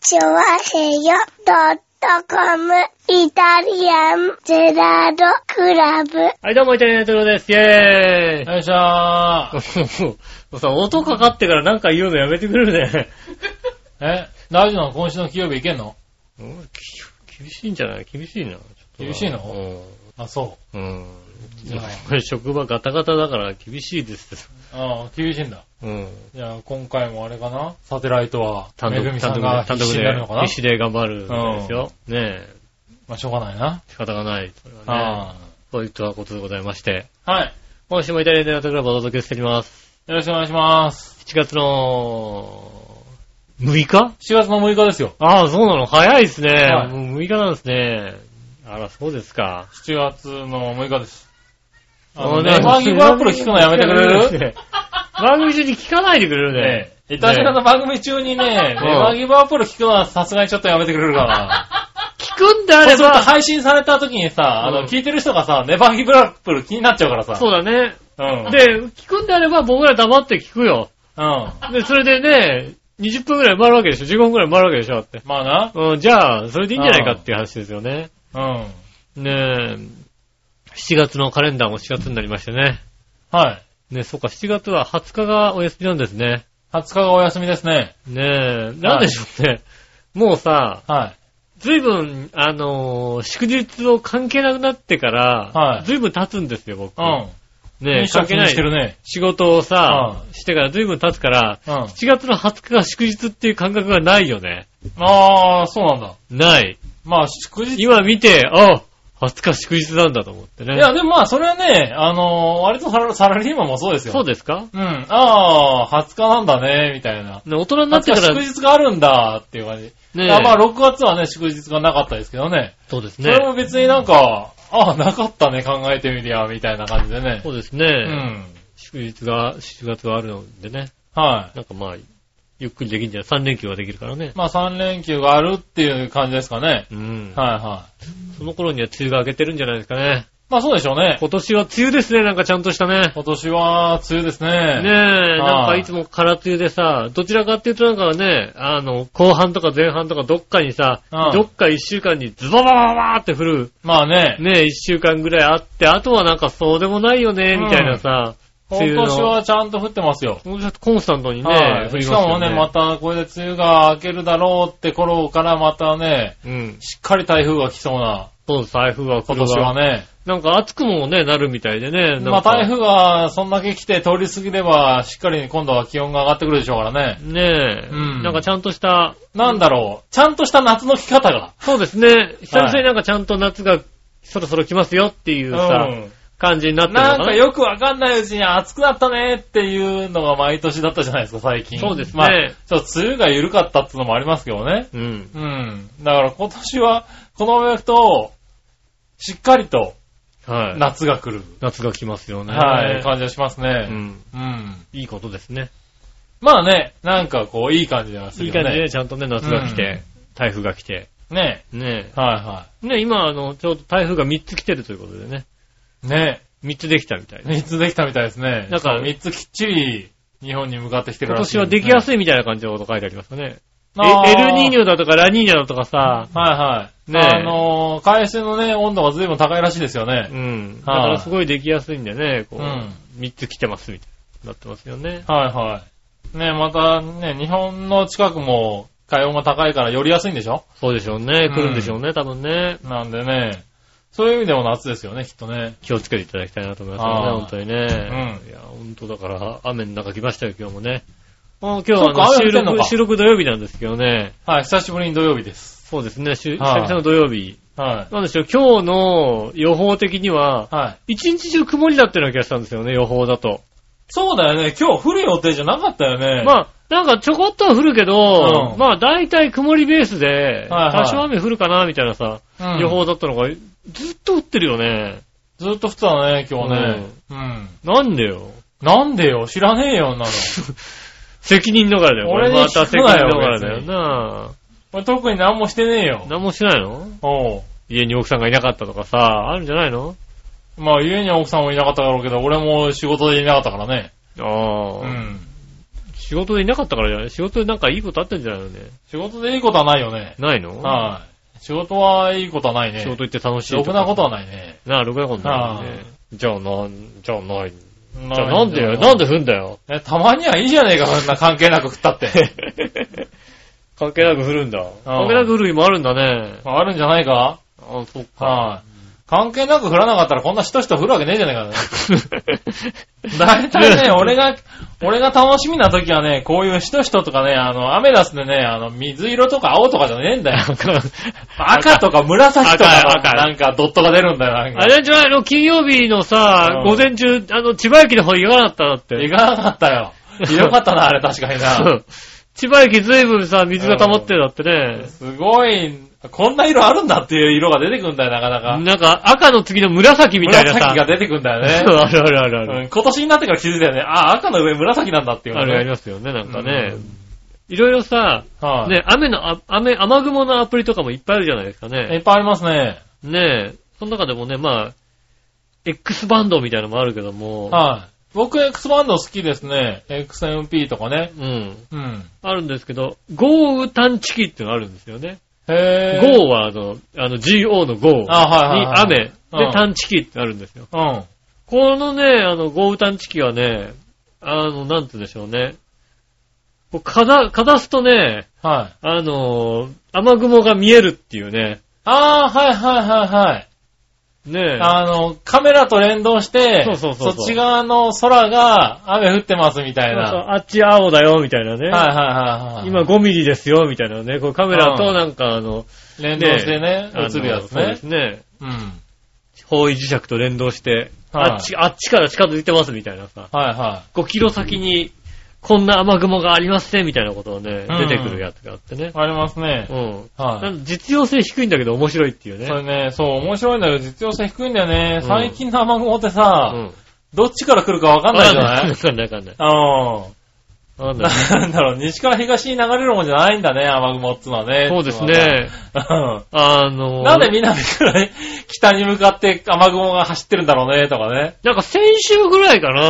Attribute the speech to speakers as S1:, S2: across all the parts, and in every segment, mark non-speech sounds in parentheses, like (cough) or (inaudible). S1: チョワヘヨドットコムイタリアンゼラードクラブ。
S2: はい、どうも、イタリアントロです。イェーイ
S3: よいしょー。
S2: もうさ、音かかってからなんか言うのやめてくれるね。
S3: え、大丈夫なの今週の金曜日行けんの
S2: うんき厳しいんじゃない厳しいな。ちょっとな
S3: 厳しいのあ、そ
S2: うん。うん。
S3: じゃあ
S2: これ職場ガタガタだから厳しいですって。
S3: う。ああ、厳しいんだ。
S2: うん。
S3: じゃあ、今回もあれかなサテライトは、
S2: 単
S3: め
S2: 独
S3: ぐみ、さ
S2: 単
S3: ん
S2: 独
S3: が
S2: で、単
S3: 必
S2: 独
S3: 死に
S2: で
S3: なるのか、な
S2: 必死で頑張るんですよ。ねえ、
S3: まあ、しょうがないな。
S2: 仕方がない。それはね。
S3: あ
S2: そういったことでございまして。
S3: あ。はい。
S2: 今週もイタリアンゼラードクラブをお届けしております。
S3: よろしくお願いします。
S2: 7月の6日
S3: 4月の6日ですよ。
S2: ああ、そうなの。早いですね。
S3: はい
S2: もう6日なんですね。あら、そうですか。
S3: 7月の6日です。あ
S2: あ
S3: の、
S2: ね
S3: ね、マギブアップル聞くのやめてく
S2: (laughs)
S3: れる
S2: 番組中に聞かないでくれるね
S3: ね。え、イタリアの番組中に
S2: うん
S3: ね、ネバーギブアップル聞くのはさすがにちょっとやめてくれるかな。
S2: (laughs) 聞くんであ
S3: そう
S2: れ
S3: すると
S2: ば、
S3: 配信された時にさ、あ
S2: うん
S3: の、聞いてる人がさ、ネバーギブアップル気になっちゃうからさ。
S2: そうだね。
S3: うん。
S2: で、聞くんであれば僕ら黙って聞くよ。
S3: うん。
S2: で、それでね、20分くらい回るわけでしょ ?15 分くらい回るわけでしょだって。
S3: まあな。
S2: うん、じゃあ、それでいいんじゃないかっていう話ですよね。
S3: うん。
S2: ねえ、7月のカレンダーも4月になりましてね。
S3: はい。
S2: ね、そっか、7月は20日がお休みなんですね。
S3: 20日がお休みですね。
S2: ねえ、なんでしょうね。もうさ、
S3: は
S2: ずいぶん、あのー祝日を関係なくなってから、
S3: はい
S2: ずいぶん経つんですよ、僕。
S3: い。うん。
S2: ねえ、関係な
S3: してる
S2: い。
S3: ね。
S2: 仕事をさ、
S3: う
S2: してからずいぶん経つから、
S3: うん。
S2: 7月の20日が祝日っていう感覚がないよね。
S3: ああ、そうなんだ。
S2: ない。
S3: まあ、祝日。い
S2: 今見て、あ、20日祝日なんだと思ってね。
S3: や、でもまあ、それはね、あのー割とサラサラリーマンもそうですよ。
S2: そう
S3: で
S2: ですか
S3: す。うん。ああ、20日なんだね、みたいな。
S2: ね大人にな
S3: 20
S2: ってか
S3: 日
S2: ら、
S3: 祝
S2: ね
S3: 日があるんだ、っていう感じ。
S2: え
S3: あまあ、6月はね、祝日がなかったですけどね。
S2: そうです
S3: それ
S2: ね。
S3: も別になんか、ああ、なかったね、考えてみりゃ、みたいな感じでね。
S2: そうですね、
S3: うん。
S2: 祝日が、7月があるのでね、
S3: はい。
S2: なんかまあ、ゆっくりできるんじゃない ?3 連休はできるからね。
S3: まあ、3連休があるっていう感じですかね。
S2: うん。
S3: はいはい。
S2: その頃には梅雨が明けてるんじゃないですかね。
S3: まあそうでしょうね。
S2: 今年は梅雨ですね、なんかちゃんとしたね。
S3: 今年は梅雨ですね。
S2: ねえ、なんか
S3: はい
S2: いつも空梅雨でさ、どちらかっていうとなんかね、あの、後半とか前半とかどっかにさ、
S3: うん
S2: どっか一週間にズバババババーって降る、
S3: まあね。
S2: ねえ、一週間ぐらいあって、あとはなんかそうでもないよね、
S3: うん
S2: みたいなさ、
S3: 今
S2: 梅雨の
S3: 年はちゃんと降ってますよ。
S2: ほんとコンスタントにね、
S3: はい
S2: 降り
S3: し
S2: ますよ
S3: かも
S2: ね。
S3: ね、またこれで梅雨が明けるだろうって頃からまたね、
S2: うん。
S3: しっかり台風が来そうな、
S2: そう、台風は
S3: 今年は
S2: ね。
S3: ね。
S2: なんか暑くもね、なるみたいでね。
S3: ま
S2: な
S3: あ
S2: んか
S3: 台風がそんだけ来て通り過ぎれば、しっかり今度は気温が上がってくるでしょうからね。
S2: ねえ、
S3: うん
S2: なんかちゃんとした、
S3: なんだろう。ちゃんとした夏の来方が。
S2: そうですね、久々になんかちゃんと夏がそろそろ来ますよっていううさ、感じになってるの
S3: な
S2: か
S3: ん
S2: な。
S3: かよくわかんないうちに暑くなったねっていうのが毎年だったじゃないですか、最近。
S2: そうですね
S3: まあ、ちょっと梅雨が緩かったっていうのもありますけどね。
S2: うん。
S3: うん。だから今年は、このまま行くと、しっかりと
S2: はい。
S3: 夏が来る、
S2: 夏が来ますよね。
S3: はい、感じがします
S2: う
S3: ね。
S2: ん。
S3: うん。
S2: いいことですね。
S3: まあね、なんかこう、いい感じがす
S2: い
S3: る
S2: い
S3: よね。
S2: 感じで、ちゃんとね、夏が来て、台風が来て。
S3: ね。
S2: ね
S3: は
S2: え。ねえ、今、あの、ちょうど台風が3つ来てるということでね。
S3: いはい。ね。
S2: 3つできたみたいで。
S3: 3つできたみたいですね。
S2: なんか
S3: 3つきっちり日本に向かってきてる
S2: 今
S3: らしい、
S2: 年はできや
S3: い。
S2: すいみたいな感じのこと書いてありますかね。
S3: あー
S2: えエルニーニョだとかラニーニョだとかさ、
S3: はいはい。
S2: ねえ
S3: あのー海水のね、温度が随分高いらしいですよ
S2: う
S3: ね。
S2: ん。だか
S3: はい
S2: らすごいできやすいんでね、こ
S3: う、
S2: うん3つ来てますみたいになってますよね。
S3: はいはい。ねえまたね、日本の近くも海温が高いからより安いんでしょ
S2: そうでしょうね。
S3: うん
S2: 来るんでしょうね、多分ね。
S3: なんでね、そういう意味でも夏ですよね、きっとね。
S2: 気をつけていただきたいなと思います
S3: あ
S2: よ
S3: あ
S2: ね、本当にね。
S3: うん
S2: いや、本当だから、雨の中来ましたよ、今日もね。もう今
S3: そっ
S2: 日
S3: か
S2: はあの
S3: 雨降
S2: 収
S3: ってんの
S2: 録、
S3: か
S2: 収録土曜日なんですけどね。
S3: はい、久しぶりに土曜日です。
S2: そうですね、しゅ久
S3: はい
S2: 々の土曜日。
S3: は。、
S2: なんでしょう、今日の予報的にはい
S3: はい。
S2: 一日中曇りだったような気がしたんですよね、予報だと。
S3: そうだよね、今日降る予定じゃなかったよね。
S2: まあ、なんかちょこっとは降るけど、
S3: うん
S2: まあ大体曇りベースで、
S3: はいはい
S2: 多少雨降るかな、みたいなさ、
S3: あ
S2: 予報だったのが、ずっと降ってるよね。
S3: ずっと降ってたね、今日ね。うん。
S2: なんでよ。
S3: なんでよ、知らねえよ、そんなの。
S2: (laughs) 責任逃れだよ、これ。
S3: 俺に
S2: また
S3: 聞く
S2: 責任
S3: なよ
S2: 逃れだよ
S3: 別に
S2: なあ
S3: 俺特に何もしてねえよ。
S2: 何もしないの
S3: おう。
S2: 家に奥さんがいなかったとかさ、あるんじゃないの
S3: まあ、家には奥さんもいなかっただろうけど、俺も仕事でいなかったからね。
S2: ああ、
S3: うん。
S2: 仕事でいなかったからじゃない仕事でなんかいいことあったんじゃないのね。
S3: 仕事でいいことはないよね。
S2: ないの
S3: はい。仕事はいいことはないね。
S2: 仕事行って楽しい
S3: ろくなこと
S2: は
S3: はないね。
S2: なあ、ろくなことないよね。じゃあ、なん、じゃあない。じ
S3: じ
S2: ゃあなんでよ、なんで踏んだよ。
S3: え、たまにはいいじゃねえか、そんな関係なく食ったって。
S2: (laughs) 関係なく振るんだ。関係なく振る日もあるんだね。
S3: あるんじゃないか
S2: あ、そっ (laughs) か。
S3: はい。関係なく振らなかったらこんなしとしと振るわけねえじゃねえかね。大
S2: (laughs)
S3: 体ね、俺が、俺が楽しみな時はね、こういうしとしととかね、あの、アメダスでね、あの、水色とか青とかじゃねえん
S2: (laughs)
S3: だよ。赤とか紫と
S2: 赤
S3: か、
S2: 赤
S3: なんかドットが出るんだよ、なん
S2: あ
S3: か。
S2: れなんじゃないの金曜日のさ、
S3: うん
S2: 午前中、あの、千葉駅の方行かなかったなっ
S3: い
S2: て。
S3: かなかったよ。よかったな、あれ確かに
S2: (laughs) そ
S3: な。
S2: う千葉駅ずいぶんさ、水が溜まってるだってね。
S3: すごい、こんな色あるんだっていう色が出てくんだよ、なかなか。
S2: なんか赤の次の紫みたいなさ。
S3: 紫が出てくんだよね
S2: そう。 (laughs) あるあるあるあ
S3: う
S2: る。
S3: ん今年になってから気づいたよね。あ、赤の上紫なんだっていう
S2: あ
S3: の
S2: るあ
S3: ね
S2: りますよね、なんかね
S3: う。
S2: いろいろさ、
S3: はい、
S2: ね、雨の、あ雨、雨雲のアプリとかもいっぱいあるじゃないですか
S3: い
S2: ね。
S3: っぱいありますね。
S2: ねえ、その中でもね、まあ、X バンドみたいなのもあるけども、
S3: はい。僕、X バンド好きですね。XMP とかね。
S2: うん、
S3: うん。
S2: あるんですけど、豪雨探知機っていうのがあるんですよね。
S3: へぇー。
S2: 豪はあの、あの GO の豪に
S3: あはいはいはい
S2: 雨で
S3: うん
S2: 探知機ってあるんですよ。
S3: うん。
S2: このね、あの、豪雨探知機はね、あの、なんて言うんでしょうね。こうかざ、かざすとね、
S3: はい。
S2: あのー雨雲が見えるっていうね。
S3: あー、はいはいはいはい。
S2: ねえ。
S3: あの、カメラと連動して、
S2: そうそうそうそう
S3: っち側の空が雨降ってますみたい
S2: そうそう
S3: な。
S2: あっち青だよ、みたいなね。
S3: はいはいはいはい。
S2: 今5ミリですよ、みたいなね。こうカメラとなんかあの、
S3: 連動してね、
S2: あの
S3: 映るやつ
S2: そうで
S3: ね
S2: す。ね。
S3: うん。
S2: 方位磁石と連動して、
S3: はい
S2: あっち、あっちから近づいてます、みたいなさ。
S3: はいは
S2: 5キロ先に、こんな雨雲がありますね、みたいなことをね、
S3: う
S2: 出
S3: ん
S2: てくるやつがあってね
S3: い。。ありますね
S2: う。ん。
S3: はい。
S2: なんか実用性低いんだけど面白いっていうね。
S3: それね、そう、面白いんだけど、実用性低いんだよね。
S2: うん
S3: 最近の雨雲ってさ、
S2: うん。
S3: どっちから来るかわかんないじゃない
S2: わかんないわかんない。
S3: (laughs) う
S2: わかん
S3: ん。
S2: ない。
S3: なんだろう、西から東に流れるもんじゃないんだね、雨雲っつうのはね。
S2: そうですね。
S3: うん。
S2: あのー
S3: なんで南から北に向かって雨雲が走ってるんだろうね、とかね。
S2: なんか先週ぐらいか
S3: う
S2: な、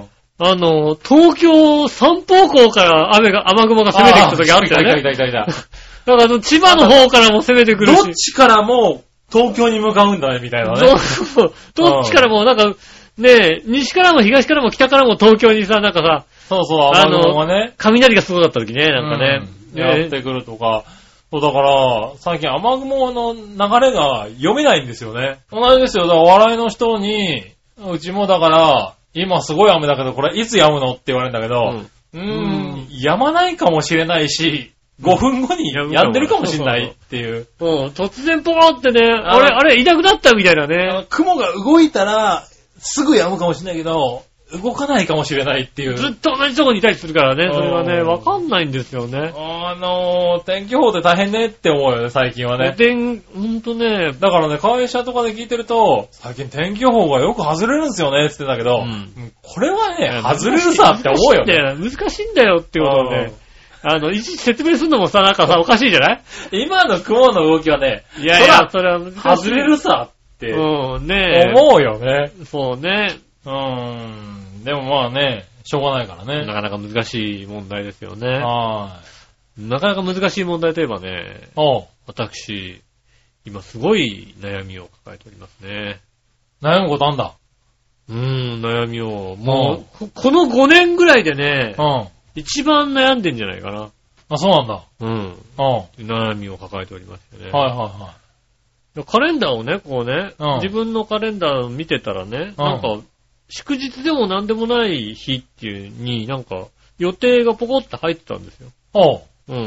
S3: ん。
S2: あの、東京三方向から雨が、雨雲が攻めてきた時あったよ
S3: 来た
S2: ね。
S3: 来た来た来
S2: だからあの千葉の方からも攻めてくる
S3: た。どっ
S2: し。
S3: ちからも東京に向かうんだね、みたいな
S2: ど
S3: ね。
S2: っちどっちからもなんか、ねえ、西からも東からも北からも東京にさ、なんかさ、
S3: そうそう、雨雲がね。
S2: 雷がすごかった時ね、なんかね。
S3: うんやってくるとか。そう、だから、最近雨雲の流れが読めないんですよね。同じですよ。だから、お笑いの人に、うちもだから、今すごい雨だけど、これいつ止むのって言われるんだけど、うー
S2: う
S3: ん、
S2: ん
S3: 止まないかもしれないし、5分後に
S2: やむ
S3: 止んでるかもしれないっていう。
S2: うん、うん突然ポーンってね、
S3: あ
S2: あれ、あれ、いなくなったみたいな
S3: あ
S2: ね。
S3: の雲が動いたら、すぐ止むかもしれないけど、動かないかもしれないってい
S2: ずっ
S3: う。
S2: と同じとこにいたりするからね、それはね、
S3: うん
S2: わかんないんですよね。
S3: あのー、天気予報で大変ねって思うよね、最近はね
S2: お。天、ほんとね、
S3: だからね、会社とかで聞いてると、最近天気予報がよく外れるんですよねって言ってたけど、
S2: うん
S3: これはね、外れるさって思うよ
S2: ね。
S3: ね。
S2: 難しいんだよっていうことをね、あの、いちいち説明するのもさ、なんかさ、おかしいじゃない
S3: うん今の雲の動きはね、
S2: いやいや、それは難しい。
S3: そら外れるさって
S2: うん、ねえ。
S3: 思うよね。
S2: そうね。
S3: うーん。でもまあね、しょうがないから
S2: な
S3: ね。
S2: かなか難しい問題ですよね。
S3: は
S2: なかなか難しい問題といえばね
S3: い。、おう
S2: 私、今すごい悩みを抱えておりますね。
S3: 悩むことあんだ。
S2: うーん、悩みを。もう、ここの5年ぐらいでね
S3: うん。、あ、
S2: 一番悩んでんじゃないかな。
S3: そうなんだ。
S2: うん。
S3: うん。は
S2: 悩みを抱えておりますよね。
S3: いはいは
S2: カレンダーをね、こうね、
S3: うん
S2: 自分のカレンダーを見てたらね、
S3: うん
S2: なんか、祝日でも何でもない日っていうに、なんか、予定がポコッと入ってたんですよ。
S3: い。おう。
S2: うん。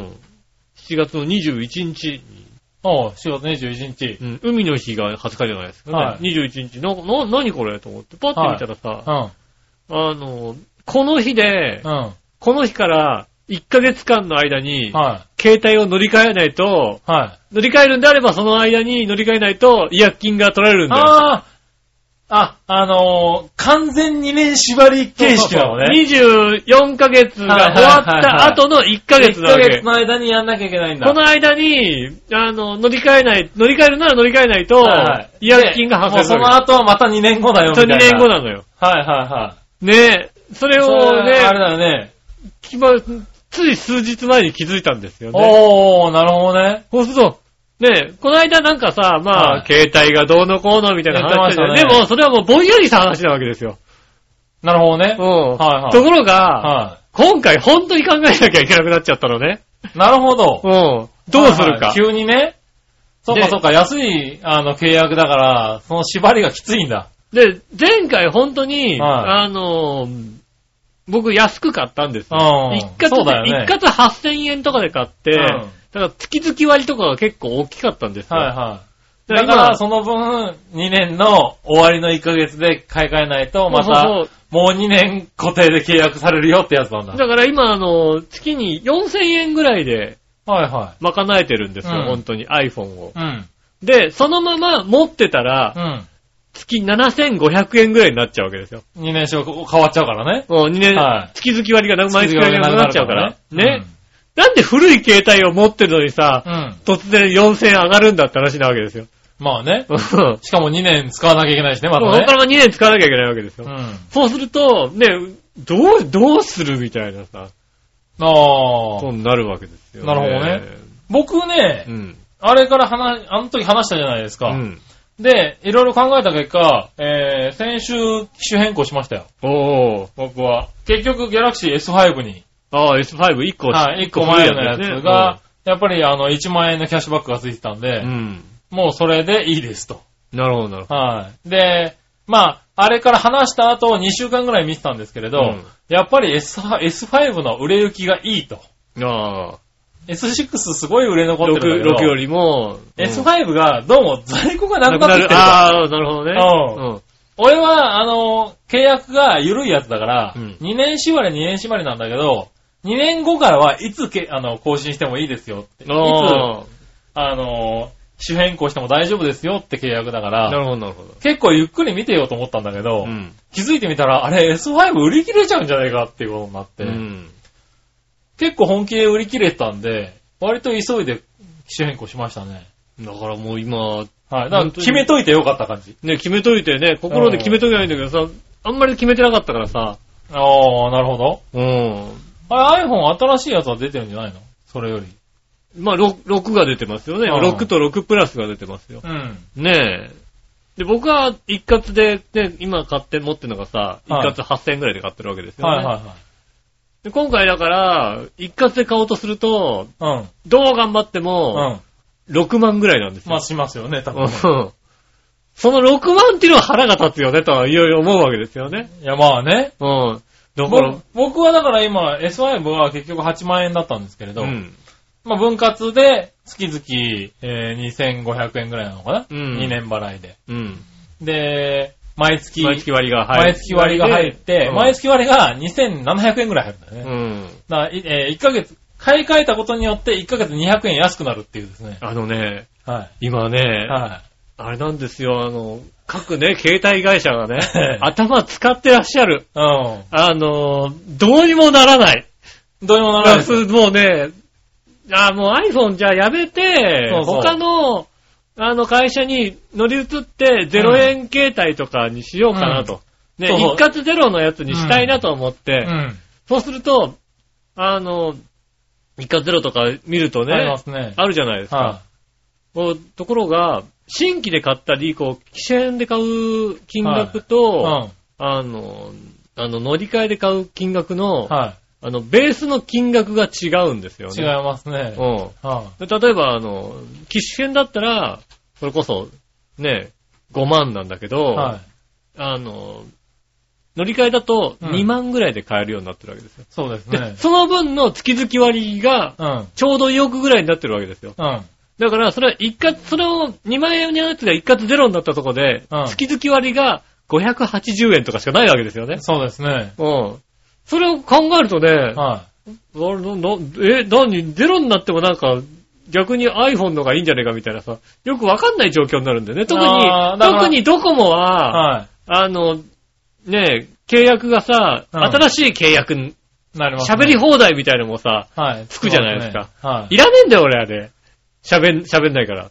S2: 7月の21日に、
S3: おう、4月21日。
S2: うん、海の日が20日じゃないですかね。
S3: はい
S2: 21日、な、な、何これと思って、パッて見たらさ、
S3: うん。
S2: あの、この日で
S3: う、ん。
S2: この日から1ヶ月間の間に、
S3: は
S2: 携帯を乗り換えないと、
S3: い。はい。
S2: 乗り換えるんであればその間に乗り換えないと、違約金が取られるんだよ。
S3: ああ、あ、あのー完全2年縛り形式なのね。
S2: 24ヶ月が終わった後の1ヶ月
S3: 1
S2: な
S3: ヶ
S2: わけ。
S3: 月
S2: こ
S3: の間にやんなきゃいけないんだ。
S2: の間に、あの、乗り換えない、乗り換えるなら乗り換えないと
S3: はいはい、
S2: 違約金が発生する
S3: もうそ
S2: わ
S3: の後はまた2年後だよ、
S2: け。
S3: み
S2: そ
S3: た
S2: れ
S3: いな。
S2: 2年後なのよ。
S3: はいはいはい。
S2: ねえ、それを
S3: それあれ
S2: ね、
S3: だよね。
S2: きま、つい数日前に気づいたんですよね。
S3: おー、なるほどね。
S2: そうすると、ねえ、この間なんかさ、まあ、
S3: はい
S2: 携帯がどうのこうのみたいな話だよね。
S3: やってましたね
S2: でも、それはもうぼんやりした話なわけですよ。
S3: なるほどね
S2: う。ん。
S3: はいはい
S2: ところが、
S3: は
S2: 今回本当に考えなきゃいけなくなっちゃったのね。
S3: い。なるほど
S2: う。ん。どうする
S3: はいは
S2: か
S3: い。急にね。そっか
S2: で
S3: そっか、安い、あの、契約だから、その縛りがきついんだ。
S2: で、前回本当に、
S3: は
S2: あのー僕安く買ったんです
S3: う
S2: よ。
S3: ん。
S2: 一括
S3: そうだよ
S2: で、
S3: ね。
S2: 一括8000円とかで買って、
S3: うん
S2: だから月々割とかが結構大きかったんですよ。
S3: はいはい。
S2: だから
S3: だ
S2: 今
S3: から、その分、2年の終わりの1ヶ月で買い替えないと、また、
S2: そうそう
S3: もう2年固定で契約されるよってやつなんだ。
S2: だから今、あの、月に4000円ぐらいで
S3: はいは
S2: 賄えてるんですよ、
S3: うん
S2: 本当に iPhone を
S3: い。。うん。
S2: で、そのまま持ってたら、
S3: う
S2: 月7500円ぐらいになっちゃうわけですよ。
S3: ん。2年証変わっちゃうからね。
S2: もう2年、
S3: はい
S2: 月々割が毎月割がなくなっちゃうから。ね、
S3: ね。
S2: なんで古い携帯を持ってるのにさ、
S3: うんうん。
S2: 突然4000円上がるんだって話なわけですよ。
S3: まあね。
S2: うんもう
S3: しかも2年使わなきゃいけないしね、ま
S2: これ
S3: た
S2: から
S3: ね。
S2: 2年使わなきゃいけないわけです
S3: う
S2: よ。
S3: ん。
S2: そうすると、ね、どう、どうするみたいなさ、
S3: あ
S2: こ
S3: あ。
S2: うなるわけですよ、
S3: なる僕ね、
S2: うん。
S3: あれから話、あの時話したじゃないです
S2: う
S3: か。
S2: ん。
S3: で、いろいろ考えた結果、えー、先週機種変更しましたよ。
S2: おー。
S3: 僕は。結局、ギャラクシー S5 に、
S2: ああ、S51 個。
S3: はい、1個前のやつが、、やっぱりあの、1万円のキャッシュバックがついてたん
S2: う
S3: で、
S2: ん。
S3: もうそれでいいですと。
S2: なるほど、なるほ
S3: はい。で、まあ、あれから話した後、2週間ぐらい見てたんですけれど、
S2: うん
S3: やっぱり S- S5 の売れ行きがいいと。
S2: ど。ああ。
S3: S6 すごい売れ残ってるんだけ
S2: 6
S3: ど、
S2: よりも、うん
S3: S5 がどうも在庫がな
S2: なく
S3: くなっ
S2: な
S3: てき
S2: る。
S3: てると。
S2: ああ、なるほどね。
S3: 俺は、あの、契約が緩いやつだから、
S2: うん
S3: 2年縛り2年縛りなんだけど、2年後からはいつけ、あの、更新してもいいですよって。いつ、
S2: うん。あ
S3: あの、種変更しても大丈夫ですよって契約だか
S2: あ。な
S3: ら、
S2: るほど、なるほど。
S3: 結構ゆっくり見てようと思ったんだけ
S2: う
S3: ど、
S2: ん。
S3: 気づいてみたら、あれ S5 売り切れちゃうんじゃないかっていうことになって、
S2: うん。
S3: 結構本気で売り切れてたんで、割と急いで機種変更しましたね。
S2: だからもう今、
S3: はい。だから
S2: 本当に
S3: 決めといてよかった感じ。
S2: ね、決めといてね、心で決めとけばいいんだけどさ、あんまり決めてなかったからさ、
S3: ああ、なるほど。
S2: うん。
S3: あれ iPhone 新しいやつは出てるんじゃないのそれより。
S2: まあ、6, 6が出てますよね。
S3: うん
S2: 6と6プラスが出てますよ。
S3: うん。
S2: ねえ。で、僕は一括で、ね、今買って持ってるのがさ、一
S3: はい
S2: 括8000円ぐらいで買ってるわけですよね。
S3: はいは
S2: で今回だから、一括で買おうとすると、
S3: いはい。
S2: どう頑張って
S3: うん。
S2: も、
S3: うん。
S2: 6万ぐらいなんです
S3: まあ
S2: よ。
S3: しますよね、多
S2: う
S3: 分
S2: ん。その6万っていうのは腹が立つよね、とはいろいろ思うわけですよね。
S3: いや、まあね。
S2: うん。だから
S3: 僕、僕はだから今、S5 は結局8万円だったんですけれど、
S2: うん。
S3: まあ分割で月々、えー、2500円ぐらいなのかな、
S2: うん
S3: 2年払いで。
S2: うん。
S3: で、毎月、
S2: 毎月割が入る。
S3: 毎月割が入って、
S2: うん
S3: 毎月割が2700円ぐらい入るんだよね。
S2: うん。
S3: だから、いえー、1ヶ月、買い替えたことによって1ヶ月200円安くなるっていうですね。
S2: あのね、
S3: は
S2: 今ね
S3: い。、は、
S2: あれなんですよ、あの、各ね、携帯会社がね
S3: (laughs)
S2: 頭使ってらっしゃる。
S3: い。うん。
S2: あの、どうにもならない。
S3: どうにもならないです。
S2: もうね、あもう iPhone じゃあやめて、
S3: そうそう
S2: 他の、あの会社に乗り移って
S3: うん
S2: 0円携帯とかにしようかなと。ね
S3: そうそう
S2: 一括ゼロのやつにしたいなと思って、
S3: うん。
S2: そうすると、あの、一括ゼロとか見るとね、
S3: ありま
S2: あ
S3: すね。
S2: るじゃないですか。
S3: は
S2: こうところが、新規で買ったり、こう、機種変で買う金額と、
S3: い。うん。はい。
S2: あの、あの、乗り換えで買う金額の、
S3: は
S2: あの、ベースの金額が違うんですよ
S3: い
S2: ね。
S3: 違いますね。
S2: うん。
S3: は
S2: で例えば、あの、機種変だったら、それこそ、ね、5万なんだけど、
S3: い。はい。
S2: あの、乗り換えだと
S3: うん
S2: 2万ぐらいで買えるようになってるわけですよ。
S3: そうです
S2: で、 (laughs)
S3: ね。
S2: その分の月々割が、
S3: うん。
S2: ちょうど4億ぐらいになってるわけですよ。
S3: うん。
S2: だから、それは一括、それを2万円のやつが一括ゼロになったとこで、
S3: うん
S2: 月々割が580円とかしかないわけですよね。
S3: そうですね。
S2: うん。それを考えるとね、
S3: は
S2: あれななえ、何ゼロになってもなんか、逆に iPhone のがいいんじゃねえかみたいなさ、よくわかんない状況になるんだよね。特に
S3: あー、だから
S2: 特にドコモ
S3: い。
S2: は、
S3: は
S2: あの、ねえ、契約がさ、
S3: うん
S2: 新しい契約に、
S3: い。なります、
S2: 喋り、放題みたいなのもさ、
S3: はい。
S2: (laughs) つくじゃないですか
S3: そうねはい。
S2: いらねえんだよ俺あれ。喋ん、喋んないから。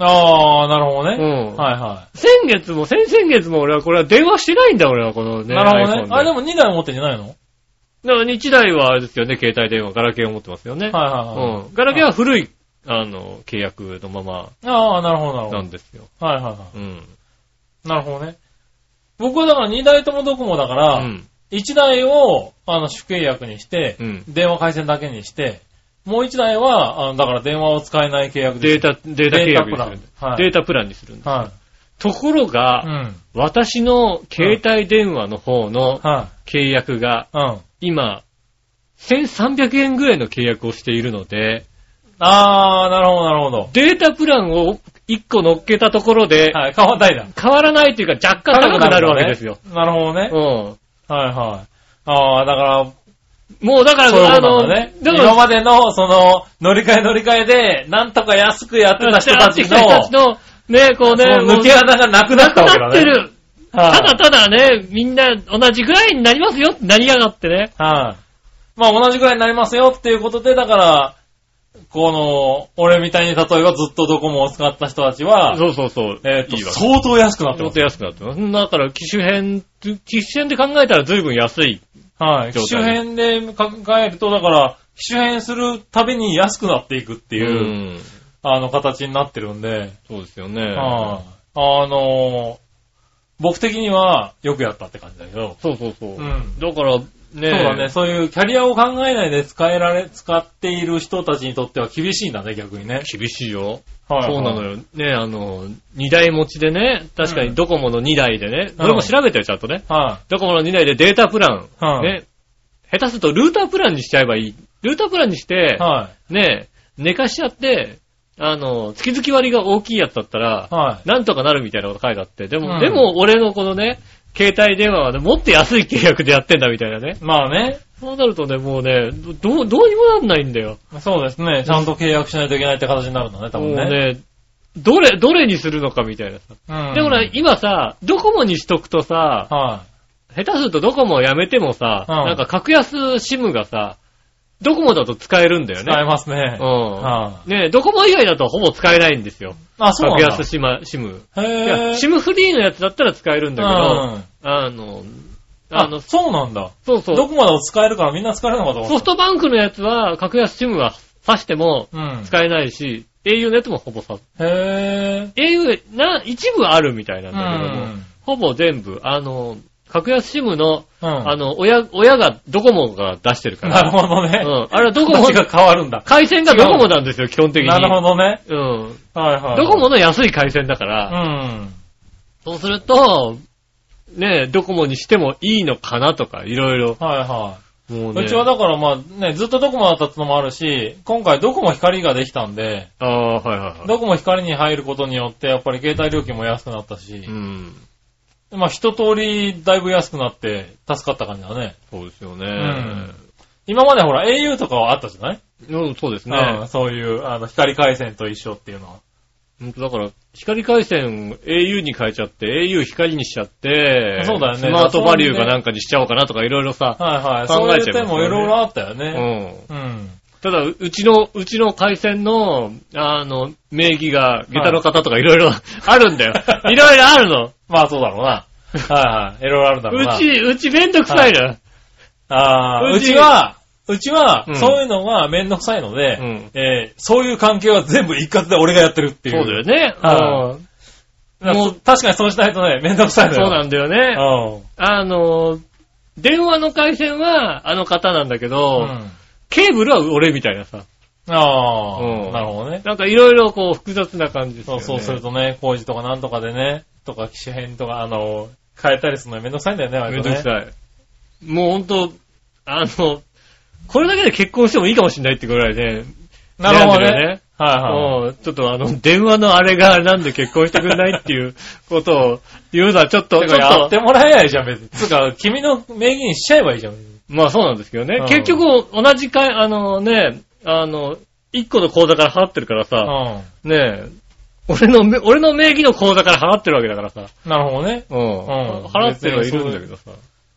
S3: ああ、なるほど
S2: う
S3: ね。
S2: ん。
S3: はいは
S2: 先月も、先々月も俺はこれは電話してないんだ俺はこの
S3: い。
S2: ね。
S3: なるほどね。
S2: iPhone で
S3: あれでも2台持ってんじゃないの
S2: だから日大はあれですよね、携帯電話、ガラケーを持ってますよね。
S3: はいはいはい。
S2: うん。ガラケーは古い、あの、契約のまま
S3: ああ、なるほど、なるほど。
S2: なんですよ。
S3: はいはいは
S2: うん。
S3: い。なるほどね。僕はだから2台ともドコモだか
S2: う
S3: ら、
S2: ん。
S3: 1台を、あの、主契約にして、
S2: うん
S3: 電話回線だけにして、もう1台は、あのだから電話を使えない契約
S2: デ
S3: で
S2: ー
S3: す。
S2: タ、データ契約にするん
S3: デー
S2: で
S3: タプランはい
S2: データプランにするんです。
S3: は
S2: ところが
S3: い。う、ん。
S2: 私の携帯電話の方の
S3: は
S2: 契約が
S3: い。うん。
S2: 今、1300円ぐらいの契約をしているので、
S3: ああ、なるほど、なるほど。
S2: データプランを1個乗っけたところで、
S3: はい、変わったいだ。
S2: 変わらないというか若干高くなるわけですよ。
S3: なるほどね。
S2: う
S3: はいはい。ああ、だから、
S2: ん。もうだから、
S3: そういうこ
S2: あ
S3: とな
S2: の、
S3: んだね。
S2: だか
S3: 今
S2: ら、
S3: までの、その、乗り換え乗り換えで、なんとか安くやってた人たち
S2: 人
S3: の、
S2: たちの、ね、こうね、
S3: その
S2: も
S3: 抜
S2: う
S3: け穴がなくな
S2: な
S3: った
S2: く
S3: わけ
S2: な
S3: だ
S2: って
S3: ね。
S2: る。
S3: は
S2: た
S3: い
S2: だただね、みんな同じぐらいになりますよってなりやがってね。
S3: はい。まあ同じぐらいになりますよっていうことで、だから、この、俺みたいに例えばずっとドコモを使った人たちは、
S2: うそうそう。
S3: えっと
S2: いいわ、
S3: 相当安くなって
S2: も
S3: ま
S2: っ
S3: す
S2: と。安くなってます。だから、機種変、機種変で考えたら随分安い。
S3: はい。
S2: 状
S3: 機
S2: 態
S3: 種変で考えると、だから、機種変するたびに安くなっていくって
S2: て
S3: いう、
S2: ん。
S3: あの、形になってるんで、
S2: そうですよね。
S3: はいあのー僕的にはよくやったって感じだけど、
S2: そうそうそう。
S3: うん
S2: だから、ね。
S3: そうだね、そういうキャリアを考えないで使えられ、使っている人たちにとっては厳しいんだね、逆にね。
S2: 厳しいよ。
S3: はい
S2: そうなのよ。ね、あの、2台持ちでね、確かにドコモの2台でね、
S3: ん
S2: 俺も調べたよ、ちゃんとね。
S3: は
S2: ドコモの2台でデータプラン、
S3: うん
S2: ね、下手するとルータープランにしちゃえばいい。ルータープランにして
S3: い。、は
S2: ね、寝かしちゃって、あの、月々割が大きいやつだったら
S3: い。、はい。
S2: なんとかなるみたいなこと書いてあって、でも、
S3: うん
S2: でも俺のこのね、携帯電話はね、もっと安い契約でやってんだみたいなね。
S3: まあね、
S2: そうなるとね、もうね、ど、どうどうにもなんないんだよ。
S3: そうですね。ちゃんと契約しないといけないって形になるんだね、多分
S2: もう
S3: ね。
S2: ね、どれ、どれにするのかみたいなさ。
S3: うん
S2: でもね、今さ、ドコモにしとくとさ、
S3: は
S2: 下手するとドコモをやめてもさ、
S3: うん
S2: なんか格安シムがさ、ドコモだと使えるんだよ
S3: い。
S2: ね。
S3: 使えますね
S2: う。
S3: は
S2: ん。ねドコモ以外だとほぼ使えないんですよ。
S3: あ、そうなん
S2: 格
S3: だ。
S2: 安シム。シムい
S3: へ
S2: や
S3: ぇ
S2: シムフリーのやつだったら使えるんだけど、
S3: うん
S2: あの、あ
S3: あ、
S2: の、
S3: そうなんだ。
S2: そうそ
S3: ど
S2: う。
S3: こまでも使えるからみんな使えるのかと思
S2: ソ
S3: っ
S2: フトバンクのやつは格安シムは挿しても
S3: た。うん。
S2: 使えないし、au のやつもほぼ挿す。
S3: へ
S2: au、な、一部あるみたいなん
S3: ぇ
S2: だけども、
S3: うん
S2: ほぼ全部、あの、格安シムの、
S3: うん
S2: あの、親、親が、ドコモが出してるから。
S3: (laughs) なるほどね。
S2: うん。あれはドコ
S3: (laughs)
S2: モ
S3: 話が
S2: が、
S3: 変わるんだ。
S2: 回線がドコモなんですよ、基本的に。
S3: なるほどね。
S2: うん。
S3: はいはい。
S2: ドコモの安い回線だから、
S3: うん。
S2: そうすると、ねえ、ドコモにしてもいいのかなとか、いろいろ。
S3: はいは
S2: もう
S3: い。
S2: ね。
S3: うちはだからまあね、ずっとドコモだったってのもあるし、今回ドコモ光ができたんで、
S2: ああ、はいはいはい。
S3: ドコモ光に入ることによって、やっぱり携帯料金も安くなったし
S2: う、ん。
S3: まあ一通りだいぶ安くなって助かった感じだね。
S2: そうですよね。
S3: ん今までほら au とかはあったじゃない
S2: うん、そうです
S3: うん
S2: ね。
S3: そういう、あの、光回線と一緒っていうのは。
S2: 本当だから、光回線 au に変えちゃって、au 光にしちゃって、
S3: そうだよね
S2: スマートバリューかなんかにしちゃおうかなとか、いろいろさ。
S3: はいはい。
S2: 考
S3: そう
S2: え
S3: いう
S2: ちゃいますよね
S3: 点もいろいろあったよ
S2: う
S3: ね。
S2: ん。
S3: うん。
S2: ただ、ううちの、うちの回線の、あの、名義が、下駄の方とかいろい (laughs) ろあるんだよ。いろいろあるの。
S3: まあそうだろうな。はいはい。いろいろあるだろうな。
S2: うち、うちめんどくさいの。
S3: ああ、
S2: う
S3: う
S2: ち
S3: ちは、うちは
S2: う、ん
S3: そういうのがめんどくさいので、
S2: うん
S3: えーそういう関係は全部一括で俺がやってるってい
S2: そ
S3: う。
S2: うだよね。
S3: は
S2: うん
S3: だから
S2: もう
S3: 確かにそうしないとね、めんどくさいの
S2: そ
S3: よ。
S2: うなんだよね。
S3: うん
S2: あの、電話の回線はあの方なんだけど、
S3: うん。
S2: ケーブルは俺みたいなさ。
S3: ああ、
S2: うん
S3: なるほどね。
S2: なんかいろいろこう複雑な感じです
S3: そ
S2: よ
S3: う
S2: ね。
S3: そうするとね、工事とかなんとかでね、とか機種変とか、あの、変えたりするのめんどくさいんだよね、
S2: め
S3: 割
S2: ん
S3: と
S2: ど
S3: ね。
S2: くさい。もうほんと、あの、これだけで結婚してもいいかもしれないってぐらいね。
S3: なる
S2: 悩んで
S3: ほど
S2: るよ
S3: ね。
S2: ね
S3: はいはい。
S2: うんちょっとあの、電話のあれがなんで結婚してくんないっていう (laughs) ことを言うのはちょっと、
S3: て
S2: ちょ
S3: かや
S2: っ
S3: って
S2: と、
S3: もらえないじゃん、別に。つうか、君の名義にしちゃえばいいじゃん。
S2: まあそうなんですけどね
S3: う。ん
S2: 結局、同じ会、あのね、あの、一個の口座から払ってるから
S3: う
S2: さ、
S3: ん。
S2: ねえ、俺のめ、俺の名義の口座から払ってるわけだからさ、
S3: なるほどね。
S2: うん
S3: うん
S2: 払ってはいるんだけどさ、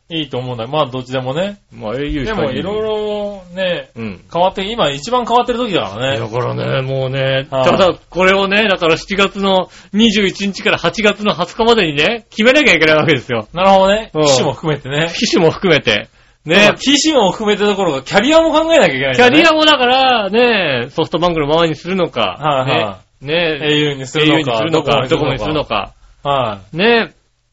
S3: いいと思うんだよ。まあ、どっちでもね。
S2: まあ au し
S3: で
S2: か
S3: も、いろ
S2: ろ、
S3: いろね、
S2: うん。
S3: 変わって、今一番変わってる時だから
S2: だ
S3: ね。
S2: からね、もうね、
S3: はい
S2: ただこれをね、だから7月の21日から8月の20日までにね、決めなきゃいけないわけですよ。
S3: なるほどね。
S2: うん
S3: 機種も含めてね。
S2: 機種も含めて。ね、
S3: 機種も含めてどころか、キャリアも考えなきゃいけないん
S2: キ
S3: だ
S2: ャ
S3: ね、
S2: リアもだから、ね、ソフトバンクのままにするのか、
S3: はいは
S2: ね、ね、
S3: au にす
S2: au
S3: る
S2: に
S3: のか、
S2: するのか、ドコモにするの
S3: か。
S2: か、
S3: は
S2: ね、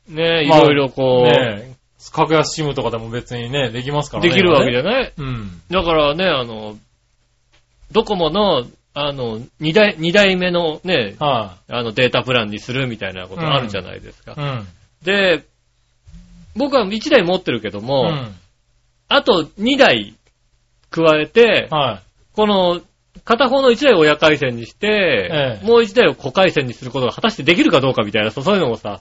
S2: ね、い
S3: まあ
S2: ろいろ
S3: い。
S2: こう、
S3: ねえ、格安シムとかでも別にね、できますからね。
S2: できるわけじ
S3: ゃ
S2: ゃない
S3: うん。
S2: だからね、あの、ドコモの、あの、二代、二代目のね、
S3: は
S2: あの、データプランにするみたいなことあるじゃないですか
S3: い。。うん。
S2: で、僕は1台持ってるけど
S3: う
S2: も、
S3: ん。
S2: あと2台加えて、
S3: はい。
S2: この、片方の1台を親回線にして
S3: え、え
S2: もう1台を子回線にすることが果たしてできるかどうかみたいな、そうそういうのもさ、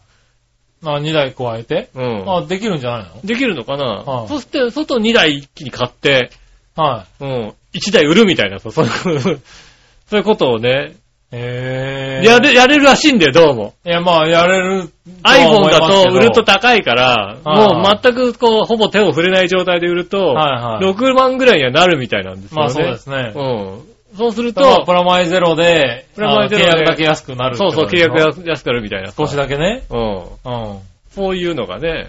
S3: あ、2台加えて。
S2: うん。
S3: あ、できるんじゃない
S2: できるのかな、
S3: はい
S2: そして、外2台一気に買って、
S3: のはい。
S2: うん、1台売るみたいな、そう (laughs) そういう、そういうことをね、
S3: ええ。
S2: や、れ、やれるらしいんだよ、どうも。
S3: いや、まあ、やれるとは
S2: iPhone
S3: 思いますけど。
S2: だと売ると高いから、
S3: はい
S2: もう全くこう、ほぼ手を触れない状態で売ると、
S3: はいはい。
S2: 6万ぐらいにはなるみたいなんですよね。
S3: まあ、そうですね。
S2: うん。そうする
S3: だから
S2: と
S3: プ、ラマイゼロで、
S2: プラマイゼロで
S3: あの契約だけ安くなるって
S2: そ
S3: こ
S2: うそう、
S3: と
S2: 契
S3: でしょ
S2: 約安くなるみたいな。
S3: 少しだけね。
S2: うん。
S3: うん。
S2: そういうのがね、